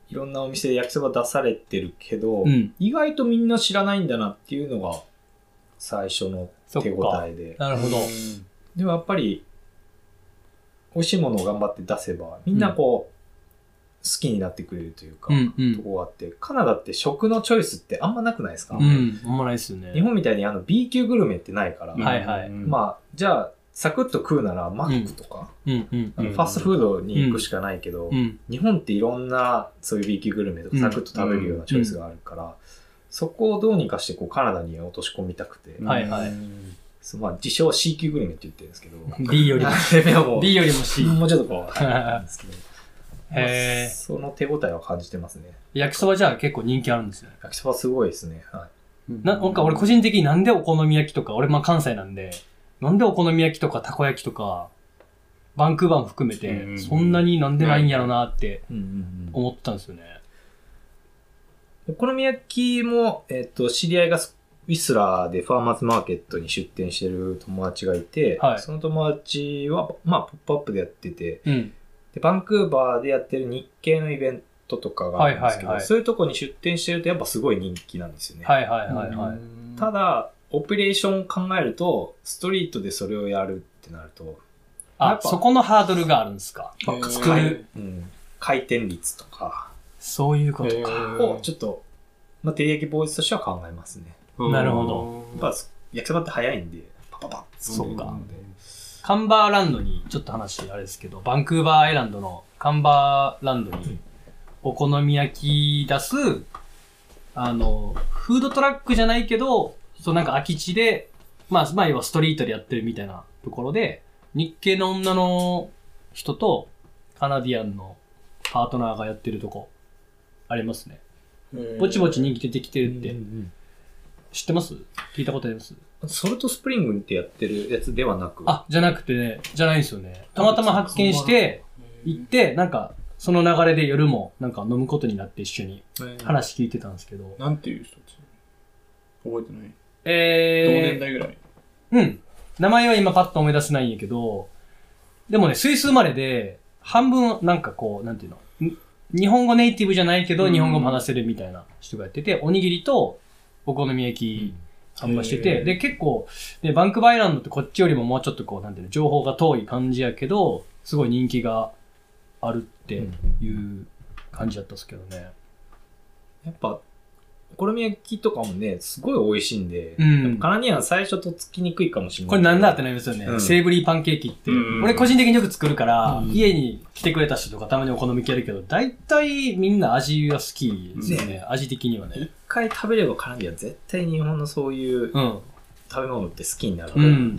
Speaker 2: いろんなお店で焼きそば出されてるけど、
Speaker 1: うん。
Speaker 2: 意外とみんな知らないんだなっていうのが最初の
Speaker 1: そっ
Speaker 2: 手応
Speaker 1: か。
Speaker 2: えで
Speaker 1: なるほど。
Speaker 2: でもやっぱり美味しいものを頑張って出せばみんなこう、好きになってくれるというか、
Speaker 1: うん、う
Speaker 2: と
Speaker 1: ん。
Speaker 2: こがあってカナダって食のチョイスってあんまなくないですか、
Speaker 1: うん、あんまないですよね。
Speaker 2: 日本みたいにあの B 級グルメってないから、
Speaker 1: んはいはい
Speaker 4: まあ、
Speaker 2: まあじゃあサクッと食うならマックとか、
Speaker 1: うん、うん、
Speaker 2: あのファストフードに行くしかないけど、
Speaker 1: うん。
Speaker 2: 日本っていろんなそういう B 級グルメとかサクッと食べるようなチョイスがあるから、そこをどうにかしてこうカナダに落とし込みたくて、
Speaker 1: はいはい
Speaker 2: そうまあ、自称 C 級グルメって言ってるんですけど
Speaker 1: D よりも、
Speaker 2: (laughs) でも
Speaker 1: D よりも C。 (laughs)
Speaker 2: もうちょっとこうはいなんですけど、まあ
Speaker 1: へー
Speaker 2: その手応えは感じてますね
Speaker 1: 焼きそばじゃあ結構人気あるんですね。
Speaker 2: 焼きそばすごいですね、は
Speaker 1: ななんか俺個人的になんでお好み焼きとか、俺まあ関西なんで、なんでお好み焼きとかたこ焼きとか、バンクーバーも含め
Speaker 4: うんうんう
Speaker 1: て、
Speaker 4: ん
Speaker 1: そんなになんでないんやろなって
Speaker 2: いうんうんうん
Speaker 1: 思ってたんですよね。
Speaker 2: お好み焼きも、えっ、と、知り合いがスウィスラーでファーマーズマーケットに出店してる友達がいて、
Speaker 1: はい
Speaker 2: その友達は、まあ、ポップアップでやってて、
Speaker 1: うん。
Speaker 2: で、バンクーバーでやってる日系のイベントとかがあるんですけど、
Speaker 1: はいはいはい
Speaker 2: そういうとこに出店してるとやっぱすごい人気なんですよね。
Speaker 1: はいはいはいはい。
Speaker 2: ただ、オペレーションを考えると、ストリートでそれをやるってなると、や
Speaker 1: あ
Speaker 2: っ、ぱ
Speaker 1: そこのハードルがあるんですか。
Speaker 4: へー
Speaker 1: 作る。
Speaker 2: うん、回転率とか
Speaker 1: そういうこと
Speaker 4: へ
Speaker 1: か。
Speaker 4: ー
Speaker 2: をちょっと、まあ、照り焼きボーイズとしては考えますね。
Speaker 4: うん
Speaker 1: なるほど
Speaker 2: やっぱ焼きそばって早いんで、パパパッ
Speaker 1: そうか。カンバーランドに、ちょっと話あれですけど、バンクーバーアイランドのカンバーランドに、お好み焼き出す、あの、フードトラックじゃないけど、そうなんか空き地で、まあ、まあ要はストリートでやってるみたいなところで、日系の女の人とカナディアンのパートナーがやってるとこ、ありますね。ぼちぼち人気出てきてるって、知ってます聞いたことあります
Speaker 2: ソルトスプリングってやってるやつではなく、
Speaker 1: あ、じゃなくてね、じゃないんですよね。たまたま発見して、行って、なんか、その流れで夜も、なんか飲むことになって一緒に話聞いてたんですけど。
Speaker 5: なんていう人たち覚えてない、同年
Speaker 1: え
Speaker 5: 代ぐらい。
Speaker 1: ー、うん。名前は今パッと思い出せないんやけど、でもね、スイス生まれで、半分、なんかこう、なんていうの、ん日本語ネイティブじゃないけど、
Speaker 5: うん
Speaker 1: 日本語も話せるみたいな人がやってて、おにぎりとお好み焼き販売して
Speaker 5: へ
Speaker 1: て、
Speaker 5: ー
Speaker 1: で、結構、で、バンクバイランドってこっちよりももうちょっとこう、なんていうの、情報が遠い感じやけど、すごい人気があるっていう感じだったんですけどね。
Speaker 2: やっぱ、お好み焼きとかもね、すごい美味しいんで、
Speaker 1: うん
Speaker 2: やっぱカナディアン最初とっつきにくいかもしれない。
Speaker 1: これなんだってなりますよね。
Speaker 2: うん
Speaker 1: セーブリーパンケーキって。
Speaker 4: うん
Speaker 1: 俺個人的によく作るから、
Speaker 5: うん
Speaker 1: 家に来てくれた人とかたまにお好み焼きやるけど、大体みんな味が好きですよね。味的にはね
Speaker 2: 一。回食べればカナディアン絶対日本のそういう
Speaker 1: うん。
Speaker 2: 食べ物って好きになる。
Speaker 1: うん。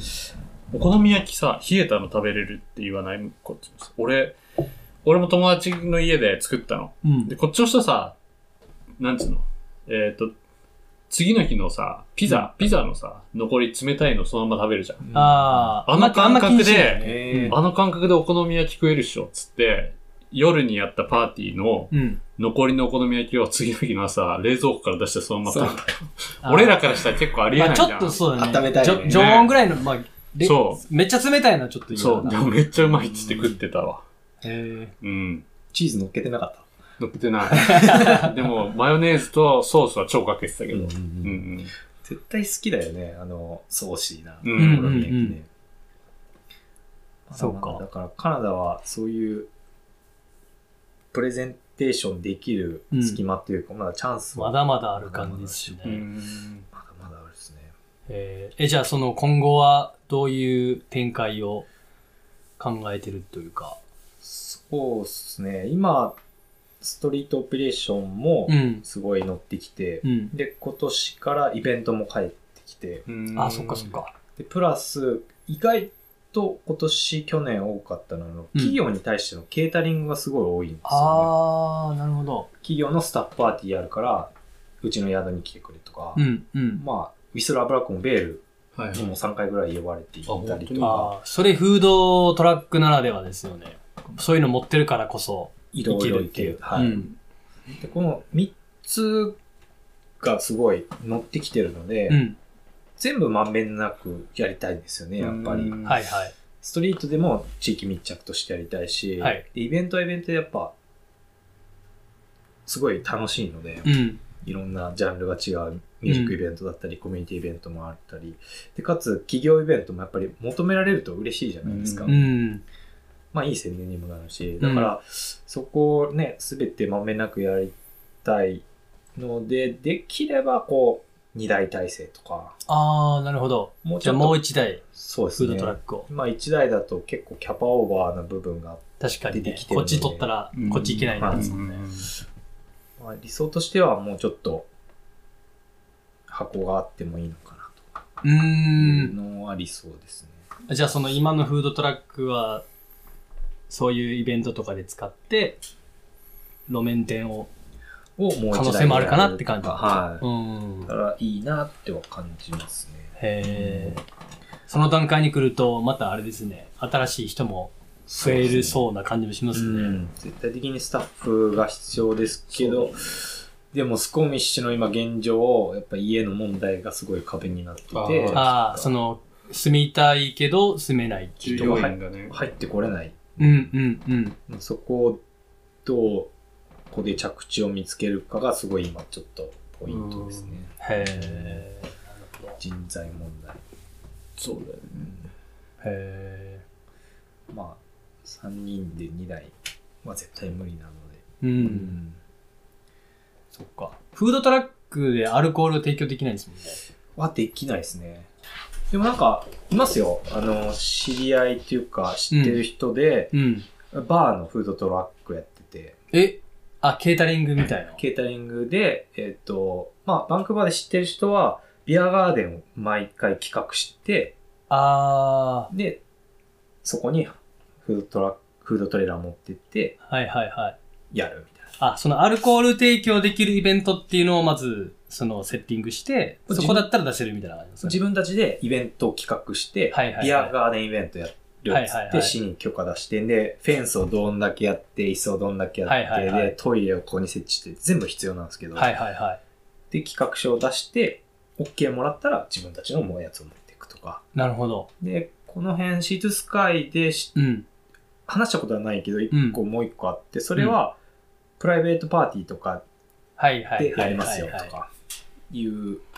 Speaker 5: お好み焼きさ、冷えたの食べれるって言わないこっちの人俺、俺も友達の家で作ったの。
Speaker 1: うん
Speaker 5: で、。こっちの人さ、なんつうのえっ、と、次の日のさ、ピザ、ピザのさ、残り冷たいのそのまま食べるじゃん。
Speaker 1: ああ、
Speaker 5: あの感覚で
Speaker 1: あんま気にしないよね
Speaker 2: え
Speaker 5: あの感覚でお好み焼き食えるっしょ、つって、夜にやったパーティーの
Speaker 1: うん。
Speaker 5: 残りのお好み焼きを次の日の朝、冷蔵庫から出してそのまま食べた。
Speaker 1: あー
Speaker 5: 俺らからしたら結構ありえ
Speaker 1: ま
Speaker 5: な
Speaker 1: あ
Speaker 5: い
Speaker 1: ち
Speaker 5: じ
Speaker 1: ょ
Speaker 5: ゃん。
Speaker 1: っとそうだね。
Speaker 2: 温めたいね
Speaker 1: じょ常温ぐらいの、まあ、れ
Speaker 5: そ
Speaker 1: めっちゃ冷たいのはちょっと嫌
Speaker 5: そう、で
Speaker 1: だ
Speaker 5: も
Speaker 1: な。
Speaker 5: めっちゃうまいっつって食ってたわ。
Speaker 1: へ
Speaker 5: うん。
Speaker 2: チーズ乗っけてなかった。
Speaker 5: 乗って
Speaker 1: (laughs)
Speaker 5: ない。でも、マヨネーズとソースは超かけてたけど。うんうん。
Speaker 2: 絶対好きだよね、あの、ソーシーな。
Speaker 5: う
Speaker 1: え。
Speaker 5: ん
Speaker 1: うん
Speaker 2: お好み焼き
Speaker 1: うん
Speaker 2: ね
Speaker 1: うん。そうか
Speaker 2: だからカナダはそういうプレゼンテーションできる隙間っていうか、まだチャンスは
Speaker 1: まだまだある感じですしね。
Speaker 5: うん
Speaker 2: まだまだあるですね。
Speaker 1: えーえ、じゃあその今後はどういう展開を考えてるというか。
Speaker 2: そうですね。今、ストリートオペレーションも
Speaker 1: うん。
Speaker 2: すごい乗ってきて、
Speaker 1: うん。
Speaker 2: で、今年からイベントも帰ってきて、
Speaker 5: うん
Speaker 1: あ、そっかそっ。か。
Speaker 2: で、プラス、意外と今年、去年多かったのは、あの企業に対してのケータリングがすごい多いんですよ、ね
Speaker 1: あー、なるほど。
Speaker 2: 企業のスタッフパーティーやるから、うちの宿に来てくれとか、
Speaker 1: うん、うん。
Speaker 2: まあ、ウィスラーブラックもベール
Speaker 5: はいはい
Speaker 2: にも3回ぐらい呼ばれていたりと
Speaker 5: あ
Speaker 1: あー、
Speaker 2: か、
Speaker 1: それフードトラックならではですよね。そういうの持ってるからこそ。
Speaker 2: いろいろ
Speaker 1: いける
Speaker 2: いけ
Speaker 1: ってい
Speaker 2: る
Speaker 1: う。
Speaker 2: はい
Speaker 1: うん
Speaker 2: でこの3つがすごい乗ってきてるので、
Speaker 1: うん。
Speaker 2: 全部まんべんなくやりたいんですよね、やっぱり。
Speaker 5: うん
Speaker 1: はいはい。
Speaker 2: ストリートでも地域密着としてやりたいし、
Speaker 1: はい
Speaker 2: でイベントはイベントでやっぱ、すごい楽しいので、
Speaker 1: うん。
Speaker 2: いろんなジャンルが違うミュージックイベントだったり、コミュニティイベントもあったり、で、かつ企業イベントもやっぱり求められると嬉しいじゃないですか。
Speaker 5: う
Speaker 1: うん。
Speaker 2: まあいい宣伝にもなるし、だから、そこをね、すべてまんべんなくやりたいので、できればこう、二大体制とか、
Speaker 1: あー、なるほど。
Speaker 2: もう
Speaker 1: じゃあもう一台、
Speaker 2: そうで
Speaker 1: フ
Speaker 2: す
Speaker 1: ード
Speaker 2: ね
Speaker 1: トラッ。クを。
Speaker 2: 今一台だと結構キャパオーバーな部分があって、
Speaker 1: 確かに
Speaker 2: 出
Speaker 1: ね
Speaker 2: てき。てる
Speaker 1: こ
Speaker 2: の
Speaker 1: っ
Speaker 2: で
Speaker 1: ち取ったら、こっち行けないん
Speaker 2: うん
Speaker 1: ですもんね。
Speaker 5: う
Speaker 2: まあ、理想としてはもうちょっと、箱があってもいいのかな
Speaker 1: うー
Speaker 2: と
Speaker 1: ん
Speaker 2: い。うのは理想ですね。
Speaker 1: じゃあその今のフードトラックはそういうイベントとかで使って路面店を
Speaker 2: をもう一台
Speaker 1: 可能性もあるかなって感じ
Speaker 2: は
Speaker 1: う
Speaker 2: い。
Speaker 1: ん
Speaker 2: だからいいなっては感じますね。
Speaker 1: へえその段階に来るとまたあれですね新しい人も増えるそうな感じもします
Speaker 2: う
Speaker 1: ね
Speaker 2: ん、絶対的にスタッフが必要ですけど、でも、スコミッシュの今現状、やっぱ家の問題がすごい壁になって
Speaker 5: あ
Speaker 2: て、
Speaker 5: ー
Speaker 1: ああ、その、住みたいけど住めない。
Speaker 5: 従業員がね。
Speaker 2: 入ってこれない。
Speaker 1: うんうんうん。
Speaker 2: そこをどう、ここで着地を見つけるかがすごい今ちょっとポイントですね。
Speaker 1: へえ。
Speaker 2: 人材問題。
Speaker 5: そうだよね。
Speaker 1: へ
Speaker 2: まあ、3人で2台は絶対無理なので。
Speaker 1: え。うん。そっか。フードトラックでアルコールを提供できないんですもんね。
Speaker 2: はできないですね。でもなんか、いますよ。あの、知り合いというか、知ってる人で、
Speaker 1: うん。
Speaker 2: バーのフードトラックやってて、
Speaker 1: えあ、ケータリングみたいな。
Speaker 2: ケータリングで、えっ、と、まあ、バンクーバーで知ってる人は、ビアガーデンを毎回企画して、
Speaker 1: あ
Speaker 2: で、そこにフードトラック、フードトレーラー持ってって、
Speaker 1: ー、はいはいはい。
Speaker 2: やるみたいな。
Speaker 1: あ、そのアルコール提供できるイベントっていうのをまず、そのセッティングして、そこだったら出せるみたいな感じです
Speaker 2: 自
Speaker 1: ね。
Speaker 2: 分たちでイベントを企画して、
Speaker 1: はいはいはい
Speaker 2: ビアガーデンイベントやるっつ
Speaker 1: はい
Speaker 2: っ
Speaker 1: はいは
Speaker 2: て、
Speaker 1: い
Speaker 2: 市に許可出して、で、フェンスをどんだけやって、椅子をどんだけやって、
Speaker 1: はいはいはい
Speaker 2: で、トイレをここに設置して、全部必要なんですけど、
Speaker 1: はいはいはい。
Speaker 2: で、企画書を出して、OK もらったら自分たちのもうやつを持っていくとか。
Speaker 1: なるほど。
Speaker 2: で、この辺、シートスカイでし
Speaker 1: うん。
Speaker 2: 話したことはないけど、一個、もう一個あって、それは、プライベートパーティーとか
Speaker 1: はいはいはい
Speaker 2: で
Speaker 1: はい。
Speaker 2: やりますよと。か、いう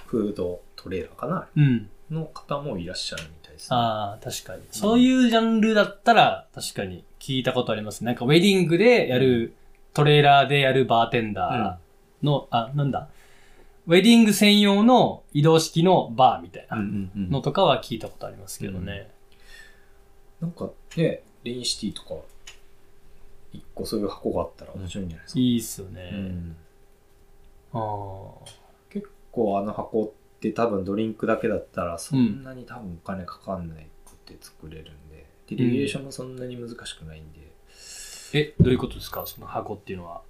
Speaker 2: フードトレーラーかな
Speaker 1: うん。
Speaker 2: の方もいらっしゃるみたいですね。
Speaker 1: ああ、確かに。そういうジャンルだったら、確かに聞いたことあります。なんか、ウェディングでやる、トレーラーでやるバーテンダーの、あ、なんだ。ウェディング専用の移動式のバーみたいな
Speaker 2: うんうんうん
Speaker 1: のとかは聞いたことありますけどね。
Speaker 2: なんかね、レインシティとか、一個そういう箱があったら面白いんじゃないですか。
Speaker 1: いいっすよね。
Speaker 2: うん
Speaker 1: あー
Speaker 2: 結構あの箱って多分ドリンクだけだったらそんなに多分お金かかんないくて作れるんで、で、レギュレーションもそんなに難しくないんで、
Speaker 1: え、どういうことですかその箱っていうのは。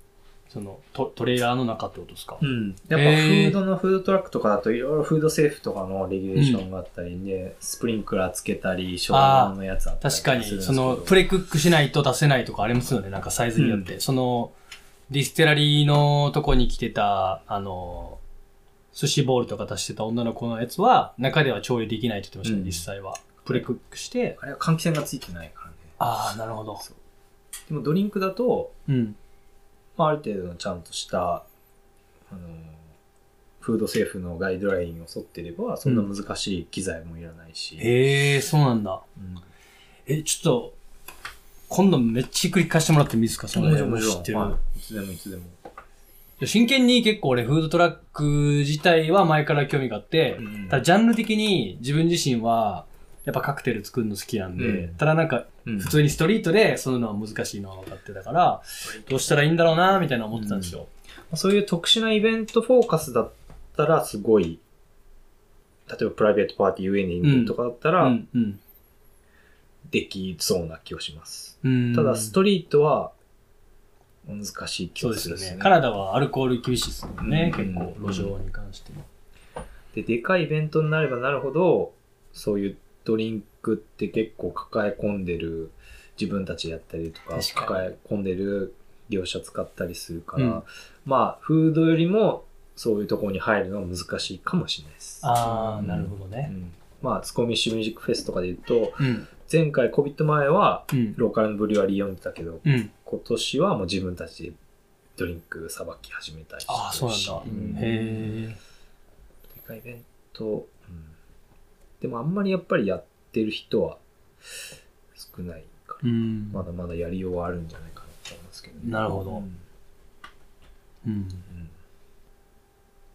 Speaker 1: そのトトレーラーの中ってことですか、
Speaker 2: うんやっぱフードのフードトラックとかだといろいろフードセーフとかのレギュレーションがあったりで、スプリンクラーつけたり、消防のやつあったり
Speaker 1: 確かに、
Speaker 2: するんです
Speaker 1: そ
Speaker 2: けど
Speaker 1: の、プレクックしないと出せないとかありますよね、なんかサイズによって。その、ディステラリーのとこに来てた、あの、寿司ボールとか出してた女の子のやつは、中では調理できないって言ってましたね、
Speaker 2: うん
Speaker 1: 実際は。プレクックして、
Speaker 2: あれは換気扇がついてないからね。
Speaker 1: ああ、なるほど。
Speaker 2: でもドリンクだと、
Speaker 1: うん。
Speaker 2: まあ、ある程度のちゃんとした、あの、フードセーフのガイドラインを沿ってれば、そんな難しい機材もいらないし。
Speaker 1: へえ、そうなんだ。
Speaker 2: うん
Speaker 1: え、ちょっと、今度めっちゃ繰り返してもらってもいいですかその
Speaker 2: もちろん、もちろん
Speaker 1: 知ってる。
Speaker 2: はいいつでもいつでも。
Speaker 1: いや真剣に結構俺フードトラック自体は前から興味があって、
Speaker 2: うん
Speaker 1: ただジャンル的に自分自身はやっぱカクテル作るの好きなんで、
Speaker 2: うん
Speaker 1: ただなんか
Speaker 2: うん
Speaker 1: 普通にストリートでそういうのは難しいのは分かってたから、どうしたらいいんだろうなみたいな思ってたんですよ。
Speaker 2: そういう特殊なイベントフォーカスだったら、すごい、例えばプライベートパーティー、ウェディングとかだった
Speaker 1: う
Speaker 2: ら、
Speaker 1: ん、うん、
Speaker 2: できそうな気をします。
Speaker 1: うん。
Speaker 2: ただ、ストリートは、難しい気
Speaker 1: そう
Speaker 2: が
Speaker 1: ですす
Speaker 2: る
Speaker 1: よ
Speaker 2: っ
Speaker 1: ね。カナダはアルコール厳しいですもんね、
Speaker 2: う
Speaker 1: 結
Speaker 2: ん
Speaker 1: 構路上に関しても。
Speaker 2: で、でかいイベントになればなるほど、そういうドリンクって結構抱え込んでる、自分たちでやったりとか、
Speaker 1: 確かに
Speaker 2: 抱え込んでる業者使ったりするから、
Speaker 1: うん
Speaker 2: まあ、フードよりもそういうところに入るのは難しいかもしれないです。
Speaker 1: あー、なるほど
Speaker 2: う
Speaker 1: ね。
Speaker 2: んまあ、スコミッシュミュージックフェスとかで言うと、
Speaker 1: うん、
Speaker 2: 前回 COVID 前は
Speaker 1: うん、
Speaker 2: ローカルのブリュワリー読んでたけど、
Speaker 1: うん。
Speaker 2: 今年はもう自分たちでドリンクさばき始めたりしてるし
Speaker 1: あー、そうなんだ。
Speaker 2: うん
Speaker 1: へえ。
Speaker 2: でかいイベント、うんでもあんまりやっぱりやってる人は少ないから、
Speaker 1: うん。
Speaker 2: まだまだやりようはあるんじゃないかなと思いますけどね。
Speaker 1: なるほど
Speaker 2: うん
Speaker 1: うん
Speaker 2: うん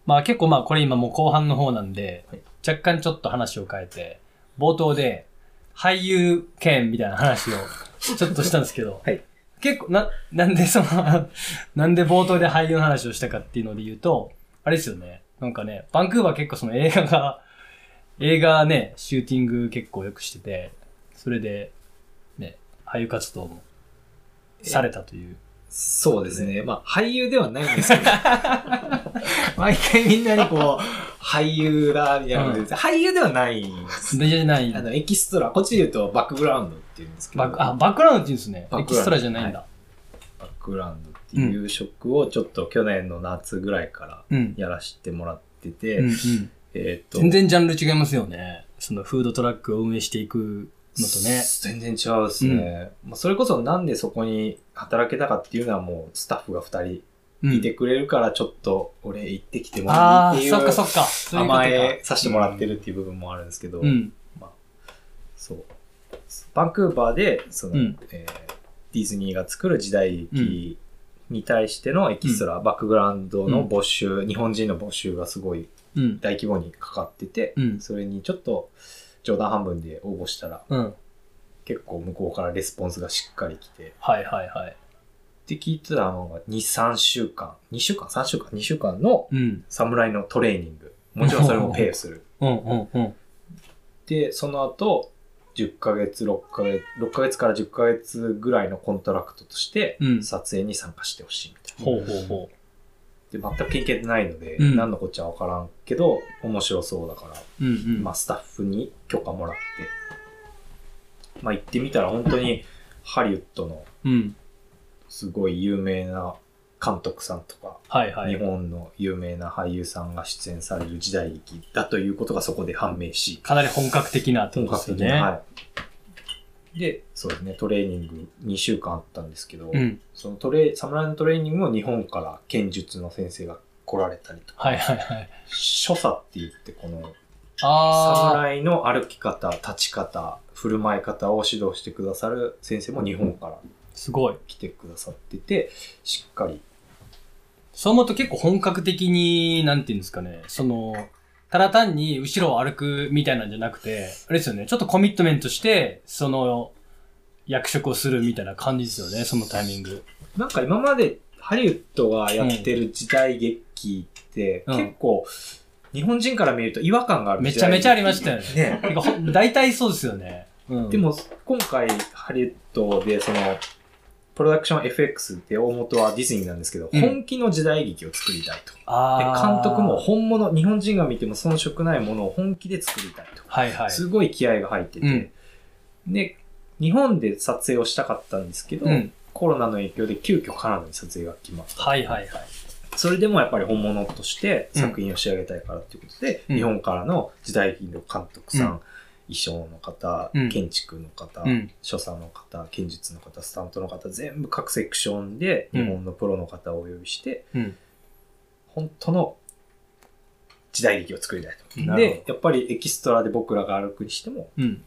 Speaker 1: まあ結構まあこれ今もう後半の方なんで、若干ちょっと話を変えて、冒頭で俳優権みたいな (laughs) 話をちょっとしたんですけど、
Speaker 2: はい
Speaker 1: 結構な、なんでその、 (laughs) なんで冒頭で俳優の話をしたかっていうので言うと、あれですよね、なんかね、バンクーバー結構その映画が、 (laughs) 映画ね、シューティング結構よくしてて、それで、ね、俳優活動もされたという。
Speaker 2: そうですね。まあ、俳優ではないんですけど。 (laughs) 毎回みんなにこう、俳優だ、みたいなこと言って、俳優ではないんです。
Speaker 1: じゃない
Speaker 2: あの、エキストラ、こっちで言うとバックグラウンドって言うんですけど。
Speaker 1: バック、あ、バックグラウンドって言うんですね。
Speaker 2: バッ
Speaker 1: エ
Speaker 2: ク
Speaker 1: キ
Speaker 2: グラウンド
Speaker 1: ストラじゃないんだ。
Speaker 2: バックグラウンドっていう職をちょっと去年の夏ぐらいから
Speaker 1: うん。
Speaker 2: やらせてもらってて、
Speaker 1: うんうん
Speaker 2: えっ、と、
Speaker 1: 全然ジャンル違いますよね。そのフードトラックを運営していくのとね。
Speaker 2: 全然違うですね。まあ、それこそなんでそこに働けたかっていうのはもうスタッフが2人
Speaker 1: うん
Speaker 2: いてくれるからちょっと俺行ってきても
Speaker 1: あ
Speaker 2: ら
Speaker 1: あ、
Speaker 2: ってい
Speaker 1: そっかそ
Speaker 2: っ
Speaker 1: っか。そういうことか
Speaker 2: 甘えさせてもらってるっていう部分もあるんですけど、
Speaker 1: うん。
Speaker 2: そう。バンクーバーで、その、
Speaker 1: うん
Speaker 2: えーディズニーが作る時代劇に対してのエキストラ、バックグラウンドの募集、日本人の募集がすごい
Speaker 1: うん。
Speaker 2: 大規模にかかってて、
Speaker 1: うん
Speaker 2: それにちょっと冗談半分で応募したら、
Speaker 1: うん。
Speaker 2: 結構向こうからレスポンスがしっかり来て、っ
Speaker 1: はいはいはい。
Speaker 2: て聞いてたのが2、3週間、2週間、3週間、2週間の
Speaker 1: うん。
Speaker 2: 侍のトレーニング。もちろんそれもペイ
Speaker 1: (laughs)
Speaker 2: する。
Speaker 1: うんうんうん。
Speaker 2: で、その後、10ヶ月、6ヶ月、6ヶ月から10ヶ月ぐらいのコントラクトとして
Speaker 1: う、ん
Speaker 2: 撮影に参加してほしいみたい
Speaker 1: ほうほうほ
Speaker 2: な。で、全く経験ないので、
Speaker 1: うん
Speaker 2: 何のこっちゃわからんけど、面白そうだから、
Speaker 1: う。うんうん。
Speaker 2: まあ、スタッフに許可もらって、まあ、行ってみたら本当に、ハリウッドの
Speaker 1: うん。
Speaker 2: すごい有名な監督さんとか、
Speaker 1: はいはい。
Speaker 2: 日本の有名な俳優さんが出演される時代劇だということがそこで判明し、
Speaker 1: かなり本格的なってことですよね。
Speaker 2: はい。で、そうですね、トレーニング2週間あったんですけど、
Speaker 1: うん。
Speaker 2: そのトレ、侍のトレーニングも日本から剣術の先生が来られたりとか、
Speaker 1: はいはいはい。
Speaker 2: 所作って言って、この、
Speaker 1: ああ。
Speaker 2: 侍の歩き方、立ち方、振る舞い方を指導してくださる先生も日本から
Speaker 1: すごい。
Speaker 2: 来てくださってて、しっかり。
Speaker 1: そう思うと結構本格的に、なんていうんですかね、その、ただ単に後ろを歩くみたいなんじゃなくて、あれですよね、ちょっとコミットメントして、その、役職をするみたいな感じですよね、そのタイミング。
Speaker 2: なんか今までハリウッドがやってる時代劇って、
Speaker 1: うん
Speaker 2: 結構、日本人から見ると違和感がある
Speaker 1: め
Speaker 2: 時
Speaker 1: ちゃ
Speaker 2: 代
Speaker 1: め
Speaker 2: 劇
Speaker 1: ちゃありましたよね。
Speaker 2: ね。
Speaker 1: てかほん大体そうですよね。うん。
Speaker 2: で、も、今回、ハリウッドで、その、プロダクション FX って大元はディズニーなんですけど、
Speaker 1: うん
Speaker 2: 本気の時代劇を作りたいと。で、
Speaker 1: あー
Speaker 2: 監督も、本物、日本人が見ても遜色ないものを本気で作りたいと。
Speaker 1: はいはい。
Speaker 2: すごい気合が入ってて、で、日本で撮影をしたかったんですけど、
Speaker 1: うん。
Speaker 2: コロナの影響で急遽カナダに撮影が来ました。
Speaker 1: はいはいはい。
Speaker 2: それでもやっぱり本物として作品を仕上げたいからっていうことで、
Speaker 1: うん
Speaker 2: 日本からの時代劇の監督さん、
Speaker 1: うん
Speaker 2: 衣装の方、
Speaker 1: うん
Speaker 2: 建築の方、
Speaker 1: うん。
Speaker 2: 所作の方、剣術の方、スタントの方、全部各セクションで
Speaker 1: うん
Speaker 2: 日本のプロの方をお呼びして、
Speaker 1: うん
Speaker 2: 本当の時代劇を作りたいと。
Speaker 1: なるほ
Speaker 2: で、やっぱりエキストラで僕らが歩くにしても、
Speaker 1: うん。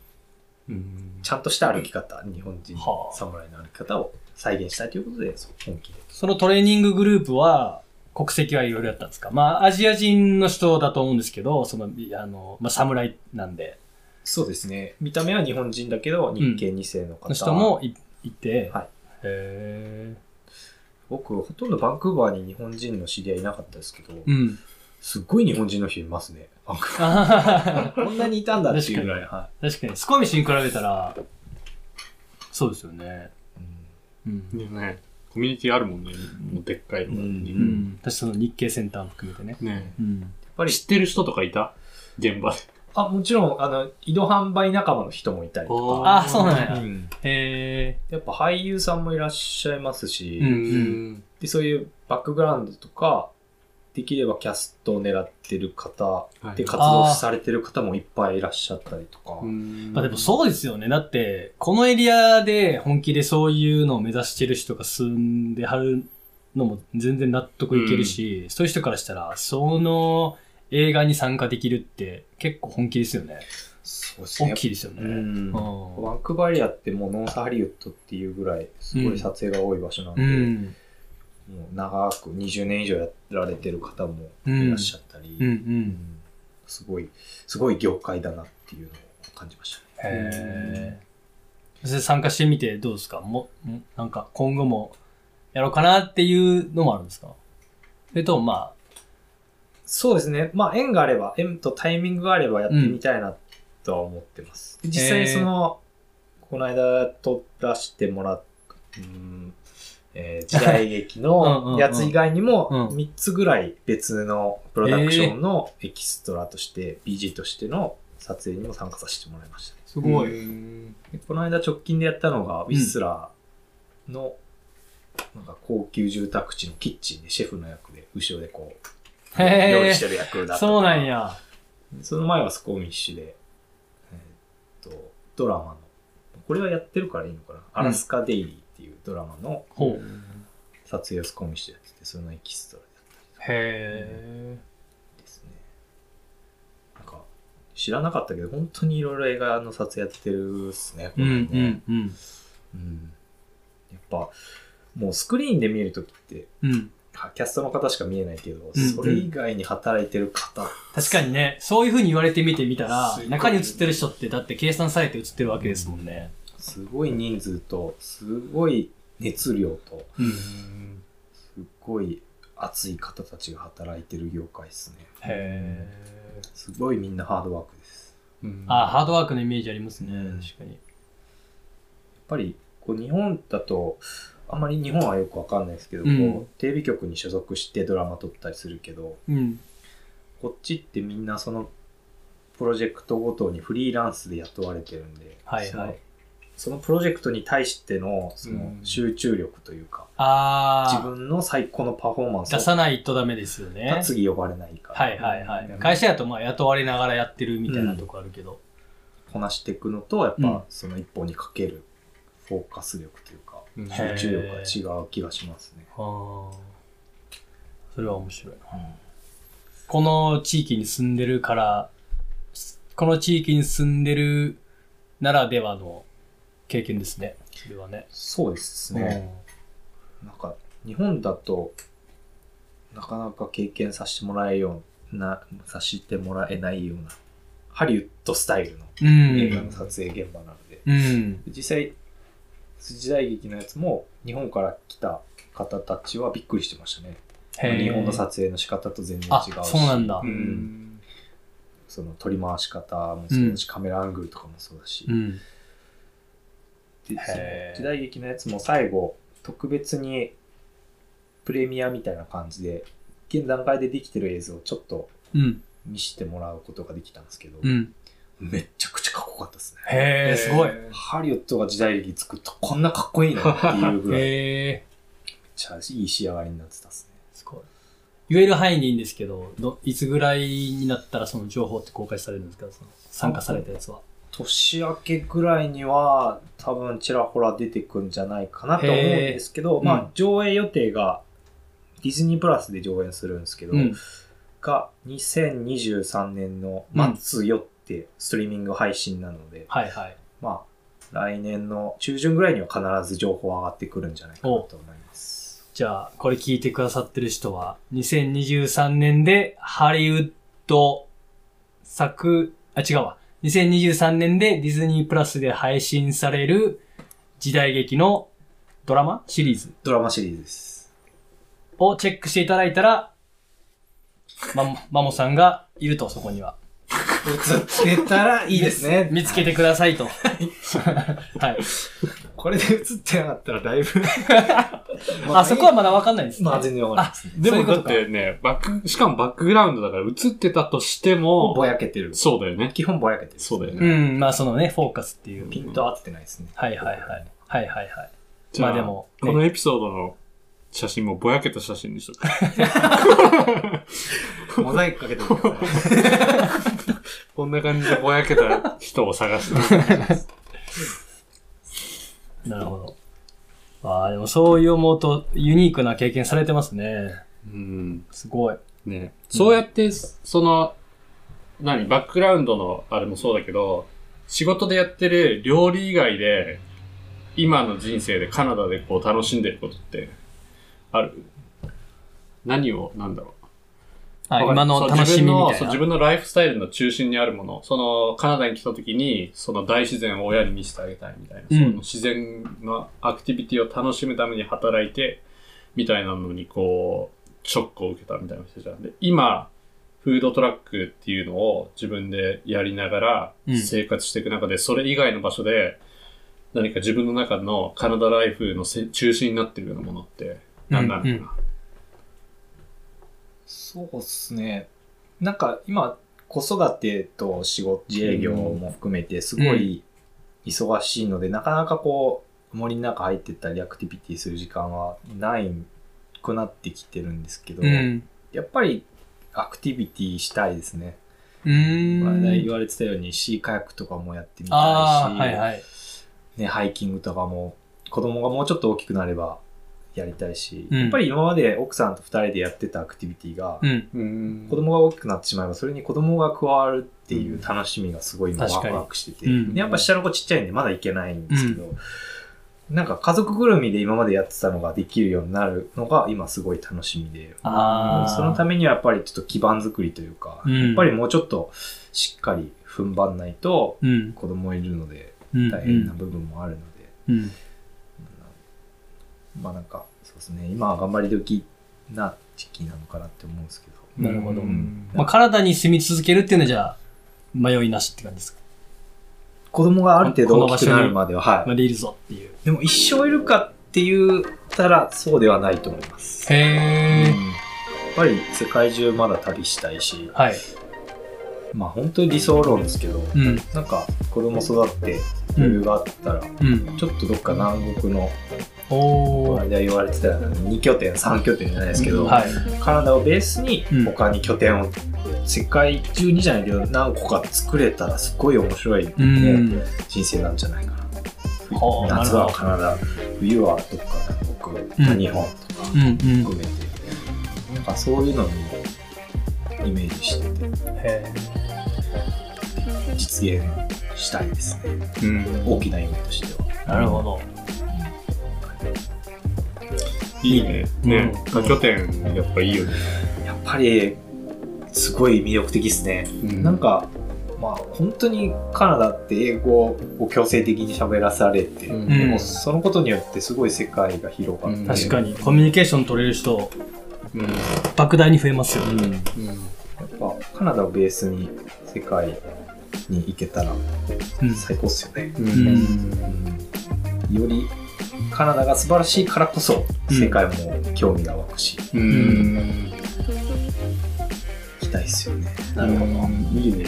Speaker 5: うん
Speaker 2: ちゃんとした歩き方、日本人
Speaker 1: は
Speaker 2: の
Speaker 1: あ
Speaker 2: 侍の歩き方を再現したいということで、そう本気で。
Speaker 1: そのトレーニンググループは、国籍はいろいろだったんですかまあ、アジア人の人だと思うんですけど、その、あの、まあ、侍なんで、
Speaker 2: そうですね。見た目は日本人だけど、日系2世の方。
Speaker 1: の人もいいて、
Speaker 2: はい
Speaker 1: へ
Speaker 2: 僕、ほとんどバンクーバーに日本人の知り合いいなかったですけど、
Speaker 1: ー (laughs) うん。
Speaker 2: すっごい日本人の人いますね。バンクー
Speaker 1: あはは
Speaker 2: バ
Speaker 1: は
Speaker 2: ー (laughs) こんなにいたんだっていうぐらい。
Speaker 1: 確
Speaker 2: は
Speaker 1: 確かに、スコミシに比べたら、そうですよね。
Speaker 2: いうん
Speaker 1: うん。
Speaker 5: でもね、コミュニティあるもんね。もうでっかいのが
Speaker 1: う。
Speaker 2: うん
Speaker 1: 私その日系センターも含めてね。
Speaker 5: ね
Speaker 1: うん。
Speaker 2: やっぱり
Speaker 5: 知、ってる人とかいた現場で。
Speaker 2: あ、もちろん、あの、移動販売仲間の人もいたりと
Speaker 1: ああ、そうなん
Speaker 2: か、
Speaker 1: や。へ
Speaker 2: やっぱ俳優さんもいらっしゃいますし、
Speaker 1: うん
Speaker 2: で、そういうバックグラウンドとか、できればキャストを狙ってる方
Speaker 5: はい
Speaker 2: で活動されてる方もいっぱいいらっしゃったりとか、
Speaker 1: え。まあでもそうですよね。だって、このエリアで本気でそういうのを目指してる人が住んではるのも全然納得いけるし、そういう人からしたら、その映画に参加できるって結構本気ですよね。
Speaker 2: そうです
Speaker 1: 大きいですよね。
Speaker 2: う
Speaker 1: うん
Speaker 2: ん。バンクーバーエリアってもうノンサハリウッドっていうぐらいすごい撮影が多い場所なん
Speaker 1: う
Speaker 2: で、
Speaker 1: ん。
Speaker 2: もう長く20年以上やられてる方もいらっしゃったり、
Speaker 1: うんう。
Speaker 2: うんんすごい、すごい業界だなっていうのを感じましたね。
Speaker 1: へえ。それ参加してみてどうですかも、もなんか今後もやろうかなっていうのもあるんですかそれともま
Speaker 2: そうですね。まあ縁があれば、縁とタイミングがあればやってみたいなとは思ってます。実際にその、この間撮らせてもらった、うんえー時代劇
Speaker 1: うんうんうん
Speaker 2: のやつ以外にも
Speaker 1: うん
Speaker 2: 3つぐらい別のプロダクションのエキストラとして、BG としての撮影にも参加させてもらいましたね、
Speaker 5: すごい。
Speaker 2: でこの間直近でやったのが、ウィスラーの、なんか高級住宅地のキッチンでシェフの役で、後ろでこう、料
Speaker 1: へ
Speaker 2: 理
Speaker 1: え
Speaker 2: してる役だった。
Speaker 1: そうなんや。
Speaker 2: その前はスコーミッシュで、えーっと、ドラマの、これはやってるからいいのかな、アラスカデイリーっていうドラマの
Speaker 1: ほう。
Speaker 2: 撮影をスコーミッシュでやってて、それのエキストラだった
Speaker 1: へ
Speaker 2: りですね。なんか、知らなかったけど、本当にいろいろ映画の撮影やってるっすね。こ
Speaker 1: え。
Speaker 2: れね
Speaker 1: うん。
Speaker 2: うんやっぱ、もうスクリーンで見るときって、
Speaker 1: うん。
Speaker 2: はキャストの方しか見えないけど、
Speaker 1: うん
Speaker 2: それ以外に働いてる方、
Speaker 1: 確かにね、そういう風に言われてみてみたら
Speaker 2: すご、い
Speaker 1: 中に映ってる人ってだって計算されて映ってるわけですもんね。
Speaker 2: すごい人数と、すごい熱量と、
Speaker 1: うん。
Speaker 2: すっごい熱い方たちが働いてる業界ですね。
Speaker 1: へえ。
Speaker 2: すごいみんなハードワークです。
Speaker 1: あ、ハードワークのイメージありますね。確かに。
Speaker 2: やっぱりこう日本だとあんまり日本はよくわかんないですけど、
Speaker 1: うん
Speaker 2: こうテレビ局に所属してドラマ撮ったりするけど
Speaker 1: うん。
Speaker 2: こっちってみんなそのプロジェクトごとにフリーランスで雇われてるんで、
Speaker 1: はいはい
Speaker 2: そのそのプロジェクトに対してのその集中力というか、
Speaker 1: あー。
Speaker 2: 自分の最高のパフォーマンス
Speaker 1: 出さないとダメですよね
Speaker 2: が。次呼ばれないから、
Speaker 1: はいはいはい。会社やとまあ雇われながらやってるみたいなとこあるけど。
Speaker 2: こなしていくのとやっ
Speaker 1: うん
Speaker 2: ぱその一本にかけるフォーカス力というか
Speaker 4: うん
Speaker 1: へー
Speaker 2: 集中力が違う気がしますね。
Speaker 1: はあ。それは面白いな。この地域に住んでるから、すこの地域に住んでるならではの経験ですね。それはね。
Speaker 2: そうですね。なんか日本だとなかなか経験させてもらえようなさせてもらえないようなハリウッドスタイルの
Speaker 1: う
Speaker 2: 映画
Speaker 1: ん
Speaker 2: の。撮影現場なので、
Speaker 1: うん。
Speaker 2: 実際時代劇のやつも日本から来た方たちはびっくりしてましたね。
Speaker 1: へえ
Speaker 2: 日本の撮影の仕方と全然違
Speaker 1: あ
Speaker 2: うし、。
Speaker 1: そうなんだ
Speaker 4: う。ん
Speaker 2: その取り回し方もそうだし、カメラアングルとかもそうだし、
Speaker 1: うん。
Speaker 2: でその
Speaker 1: へー
Speaker 2: 時代劇のやつも最後特別にプレミアみたいな感じで現段階でできてる映像をちょっと
Speaker 1: うん。
Speaker 2: 見せてもらうことができたんですけど、
Speaker 1: うん。
Speaker 2: めっちゃくちゃかっこよかったですね、
Speaker 1: へえ、すごい。へ
Speaker 2: ハリウッドが時代劇作るとこんなかっこいいのっていう (laughs) ぐらいめっ
Speaker 1: え、
Speaker 2: ちゃいい仕上がりになってたですね
Speaker 1: すごい。言える範囲でいいんですけど、どいつぐらいになったらその情報って公開されるんですかその参加されたやつは。
Speaker 2: 年明けぐらいには多分ちらほら出てくんじゃないかなと思うんですけど、
Speaker 1: ー
Speaker 2: ま
Speaker 1: うん
Speaker 2: あ上映予定がディズニープラスで上演するんですけど、
Speaker 1: うん。
Speaker 2: が2023年の末よってストリーミング配信なので、
Speaker 1: はいはい。
Speaker 2: まあ来年の中旬ぐらいには必ず情報上がってくるんじゃないかなと思います。
Speaker 1: じゃあ、これ聞いてくださってる人は、2023年でハリウッド作、あ、違うわ。2023年でディズニープラスで配信される時代劇のドラマシリーズ
Speaker 2: ドラマシリーズです。
Speaker 1: をチェックしていただいたら、ま、マモさんがいると、そこには。
Speaker 2: 映ってたらいいですね。
Speaker 1: 見つけてくださいと。はい。。
Speaker 2: これで映ってなかったらだいぶ
Speaker 1: あ、そこはまだわかんないですね。
Speaker 2: まあ全然わからないですね。
Speaker 4: で
Speaker 1: そうい
Speaker 4: も
Speaker 1: うこ
Speaker 4: だ
Speaker 1: と
Speaker 4: っ
Speaker 1: か
Speaker 4: てね、バック、しかもバックグラウンドだから映ってたとして
Speaker 2: ぼ
Speaker 4: も、
Speaker 2: やけてる。
Speaker 4: そうだよね。
Speaker 2: 基本ぼやけてる。
Speaker 4: そうだよ
Speaker 1: う
Speaker 4: ね。
Speaker 1: ん、まあそのね、フォーカスっていう。
Speaker 2: ピント合ってないです
Speaker 1: (laughs)
Speaker 2: ね。
Speaker 1: はいはいはい。はいはいはい。
Speaker 4: じゃあ
Speaker 1: まあでもね
Speaker 4: このエピソードの写真もぼやけた写真にしと
Speaker 1: (laughs)
Speaker 4: く。
Speaker 2: モザイクかけてください。
Speaker 4: こんな感じでぼやけた人を探す。
Speaker 1: (laughs) なるほど。ああ、でもそういう思うとユニークな経験されてますね。
Speaker 4: うん。
Speaker 1: すごい。
Speaker 4: ね。そうやって、その、何、バックグラウンドのあれもそうだけど、仕事でやってる料理以外で、今の人生でカナダでこう楽しんでることって、ある何を、なんだろう。
Speaker 1: あ
Speaker 4: わかる
Speaker 1: 今の
Speaker 4: そう
Speaker 1: 楽しみみ
Speaker 4: 自分の
Speaker 1: たい
Speaker 4: そう自
Speaker 1: な。
Speaker 4: 分のライフスタイルの中心にあるもの。その、カナダに来た時に、その大自然を親に見せてあげたいみたいな。
Speaker 1: うん
Speaker 4: その自然のアクティビティを楽しむために働いて、みたいなのに、こう、ショックを受けたみたいな人じゃん。で、今、フードトラックっていうのを自分でやりながら
Speaker 1: うん
Speaker 4: 生活していく中で、それ以外の場所で、何か自分の中のカナダライフのせ中心になってるようなものって、何なのかな。
Speaker 1: うんうん
Speaker 2: そうですね。なんか今、子育てと仕事、自営業も含めてすごい忙しいので、なかなかこう、森の中入ってったりアクティビティする時間はないくなってきてるんですけど、
Speaker 1: うん。
Speaker 2: やっぱりアクティビティしたいですね。
Speaker 1: うーん。
Speaker 2: 言われてたようにシーカヤックとかもやってみたいし、
Speaker 1: ああ、はいはい。
Speaker 2: ね、ハイキングとかも子供がもうちょっと大きくなればやりたいし、
Speaker 1: うん
Speaker 2: やっぱり今まで奥さんと二人でやってたアクティビティが、
Speaker 1: うん。
Speaker 5: うん
Speaker 2: 子供が大きくなってしまえばそれに子供が加わるっていう楽しみがすごい今ワ
Speaker 1: 確か
Speaker 2: ク
Speaker 1: に
Speaker 2: ワクしてて、
Speaker 1: うん
Speaker 2: でやっぱ下の子ちっちゃいんでまだ行けないんですけど、なんか家族ぐるみで今までやってたのができるようになるのが今すごい楽しみで、
Speaker 1: ああ。
Speaker 2: そのためにはやっぱりちょっと基盤作りというか、
Speaker 1: うん
Speaker 2: やっぱりもうちょっとしっかり踏ん張んないと
Speaker 1: うん。
Speaker 2: 子供いるので
Speaker 1: うん。
Speaker 2: 大変な部分もあるので、
Speaker 1: うん。
Speaker 2: まあなんかそうですね今は頑張り時な時期なのかなって思うんですけど。
Speaker 1: なるほど
Speaker 2: うん
Speaker 1: まあ、体に住み続けるっていうのはじゃあ、迷いなしって感じですか。
Speaker 2: 子供がある程
Speaker 1: この
Speaker 2: 度
Speaker 1: 場
Speaker 2: 大
Speaker 1: 所
Speaker 2: き
Speaker 1: に
Speaker 2: くなるまでは、はい
Speaker 1: ま。あ、でいるぞっていう。
Speaker 2: でも一生いるかって言ったらそうではないと思います。
Speaker 1: へ
Speaker 2: うんや
Speaker 1: え。
Speaker 2: っぱり世界中まだ旅したいし、
Speaker 1: はい。
Speaker 2: まあ本当に理想論ですけど、
Speaker 1: うん。
Speaker 2: なんか子供育って余裕があったら、
Speaker 1: うん。
Speaker 2: ちょっとどっか南国の、
Speaker 1: お
Speaker 2: この
Speaker 1: ー。
Speaker 2: 間言われてたような2拠点、3拠点じゃないですけど、
Speaker 1: はい。
Speaker 2: カナダをベースに
Speaker 1: うん
Speaker 2: 他に拠点を、世界中にじゃないけど何個か作れたらすごい面白い、ね
Speaker 1: うん。
Speaker 2: 人生なんじゃないかな。
Speaker 1: ほうなる
Speaker 2: 夏
Speaker 1: ほ
Speaker 2: は
Speaker 1: ど。
Speaker 2: カナダ、冬はどっか南国、
Speaker 1: うん
Speaker 2: 日本とか。
Speaker 1: うんうん。
Speaker 2: 含めて、なんかそういうのもイメージしてて
Speaker 1: へ
Speaker 2: 実現したいですね
Speaker 5: うん
Speaker 2: 大きな夢としては
Speaker 1: え。なるほど。
Speaker 5: いいねね
Speaker 1: うん
Speaker 5: 多拠点やっぱいいよね
Speaker 2: やっぱりすごい魅力的ですね、なんかまあ本当にカナダって英語を強制的に喋らされて、
Speaker 5: うん
Speaker 1: う
Speaker 2: で
Speaker 1: ん
Speaker 2: も。そのことによってすごい世界が広がって、
Speaker 5: うん
Speaker 1: 確かに、コミュニケーション取れる人、
Speaker 5: うん
Speaker 1: 莫大に増えますよね。
Speaker 2: うんやっぱカナダをベースに世界に行けたら
Speaker 1: うん。
Speaker 2: 最高っすよね、
Speaker 5: うん
Speaker 1: うん
Speaker 2: うんよりカナダが素晴らしいからこそ
Speaker 1: うん
Speaker 2: 世界も興味が湧くし、
Speaker 5: うんん
Speaker 2: 行きたいっすよね
Speaker 1: なるほど。
Speaker 5: どいいね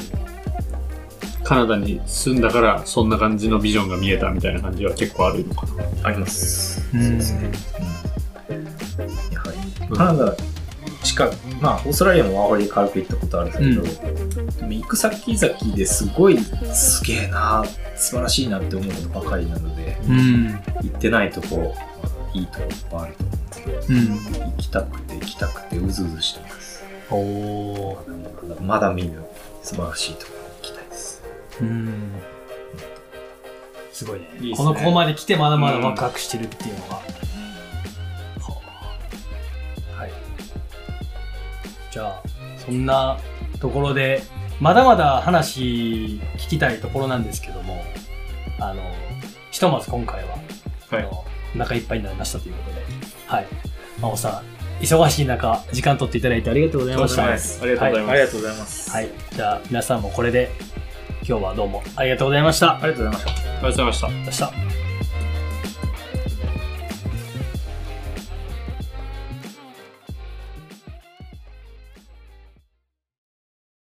Speaker 5: カナダに住んだからそんな感じのビジョンが見えたみたいな感じは結構あるのかな
Speaker 2: あります
Speaker 1: うん
Speaker 2: そうですね、うんやはりカナダしかまあオーストラリアもワーホリで軽く行ったことあるんですけど、でも行く先々ですごいすげえな素晴らしいなって思うことばかりなので
Speaker 1: うん。
Speaker 2: 行ってないとこいいとこいっぱいあると思うんですけど
Speaker 1: うん。
Speaker 2: 行きたくて行きたくてうずうずしてます
Speaker 1: おー。
Speaker 2: まだまだ見ぬ素晴らしいところに行きたいです
Speaker 1: うん。すごいね。
Speaker 5: いいっすね
Speaker 1: このここまで来てまだまだワクワクしてるっていうのが。はい。じゃあ、そんなところで、まだまだ話聞きたいところなんですけども、あの、ひとまず今回は、
Speaker 5: はい
Speaker 1: あの、お腹いっぱいになりましたということで、はい。真央さん、忙しい中、時間取っていただいてありがとうございました。
Speaker 5: ありがとうございます、
Speaker 3: ありがとうございます。
Speaker 1: はい。じゃあ、皆さんもこれで、今日はどうもありがとうございました。あり
Speaker 3: ありがとうございました。
Speaker 5: ありがとうございました
Speaker 1: がとうございました。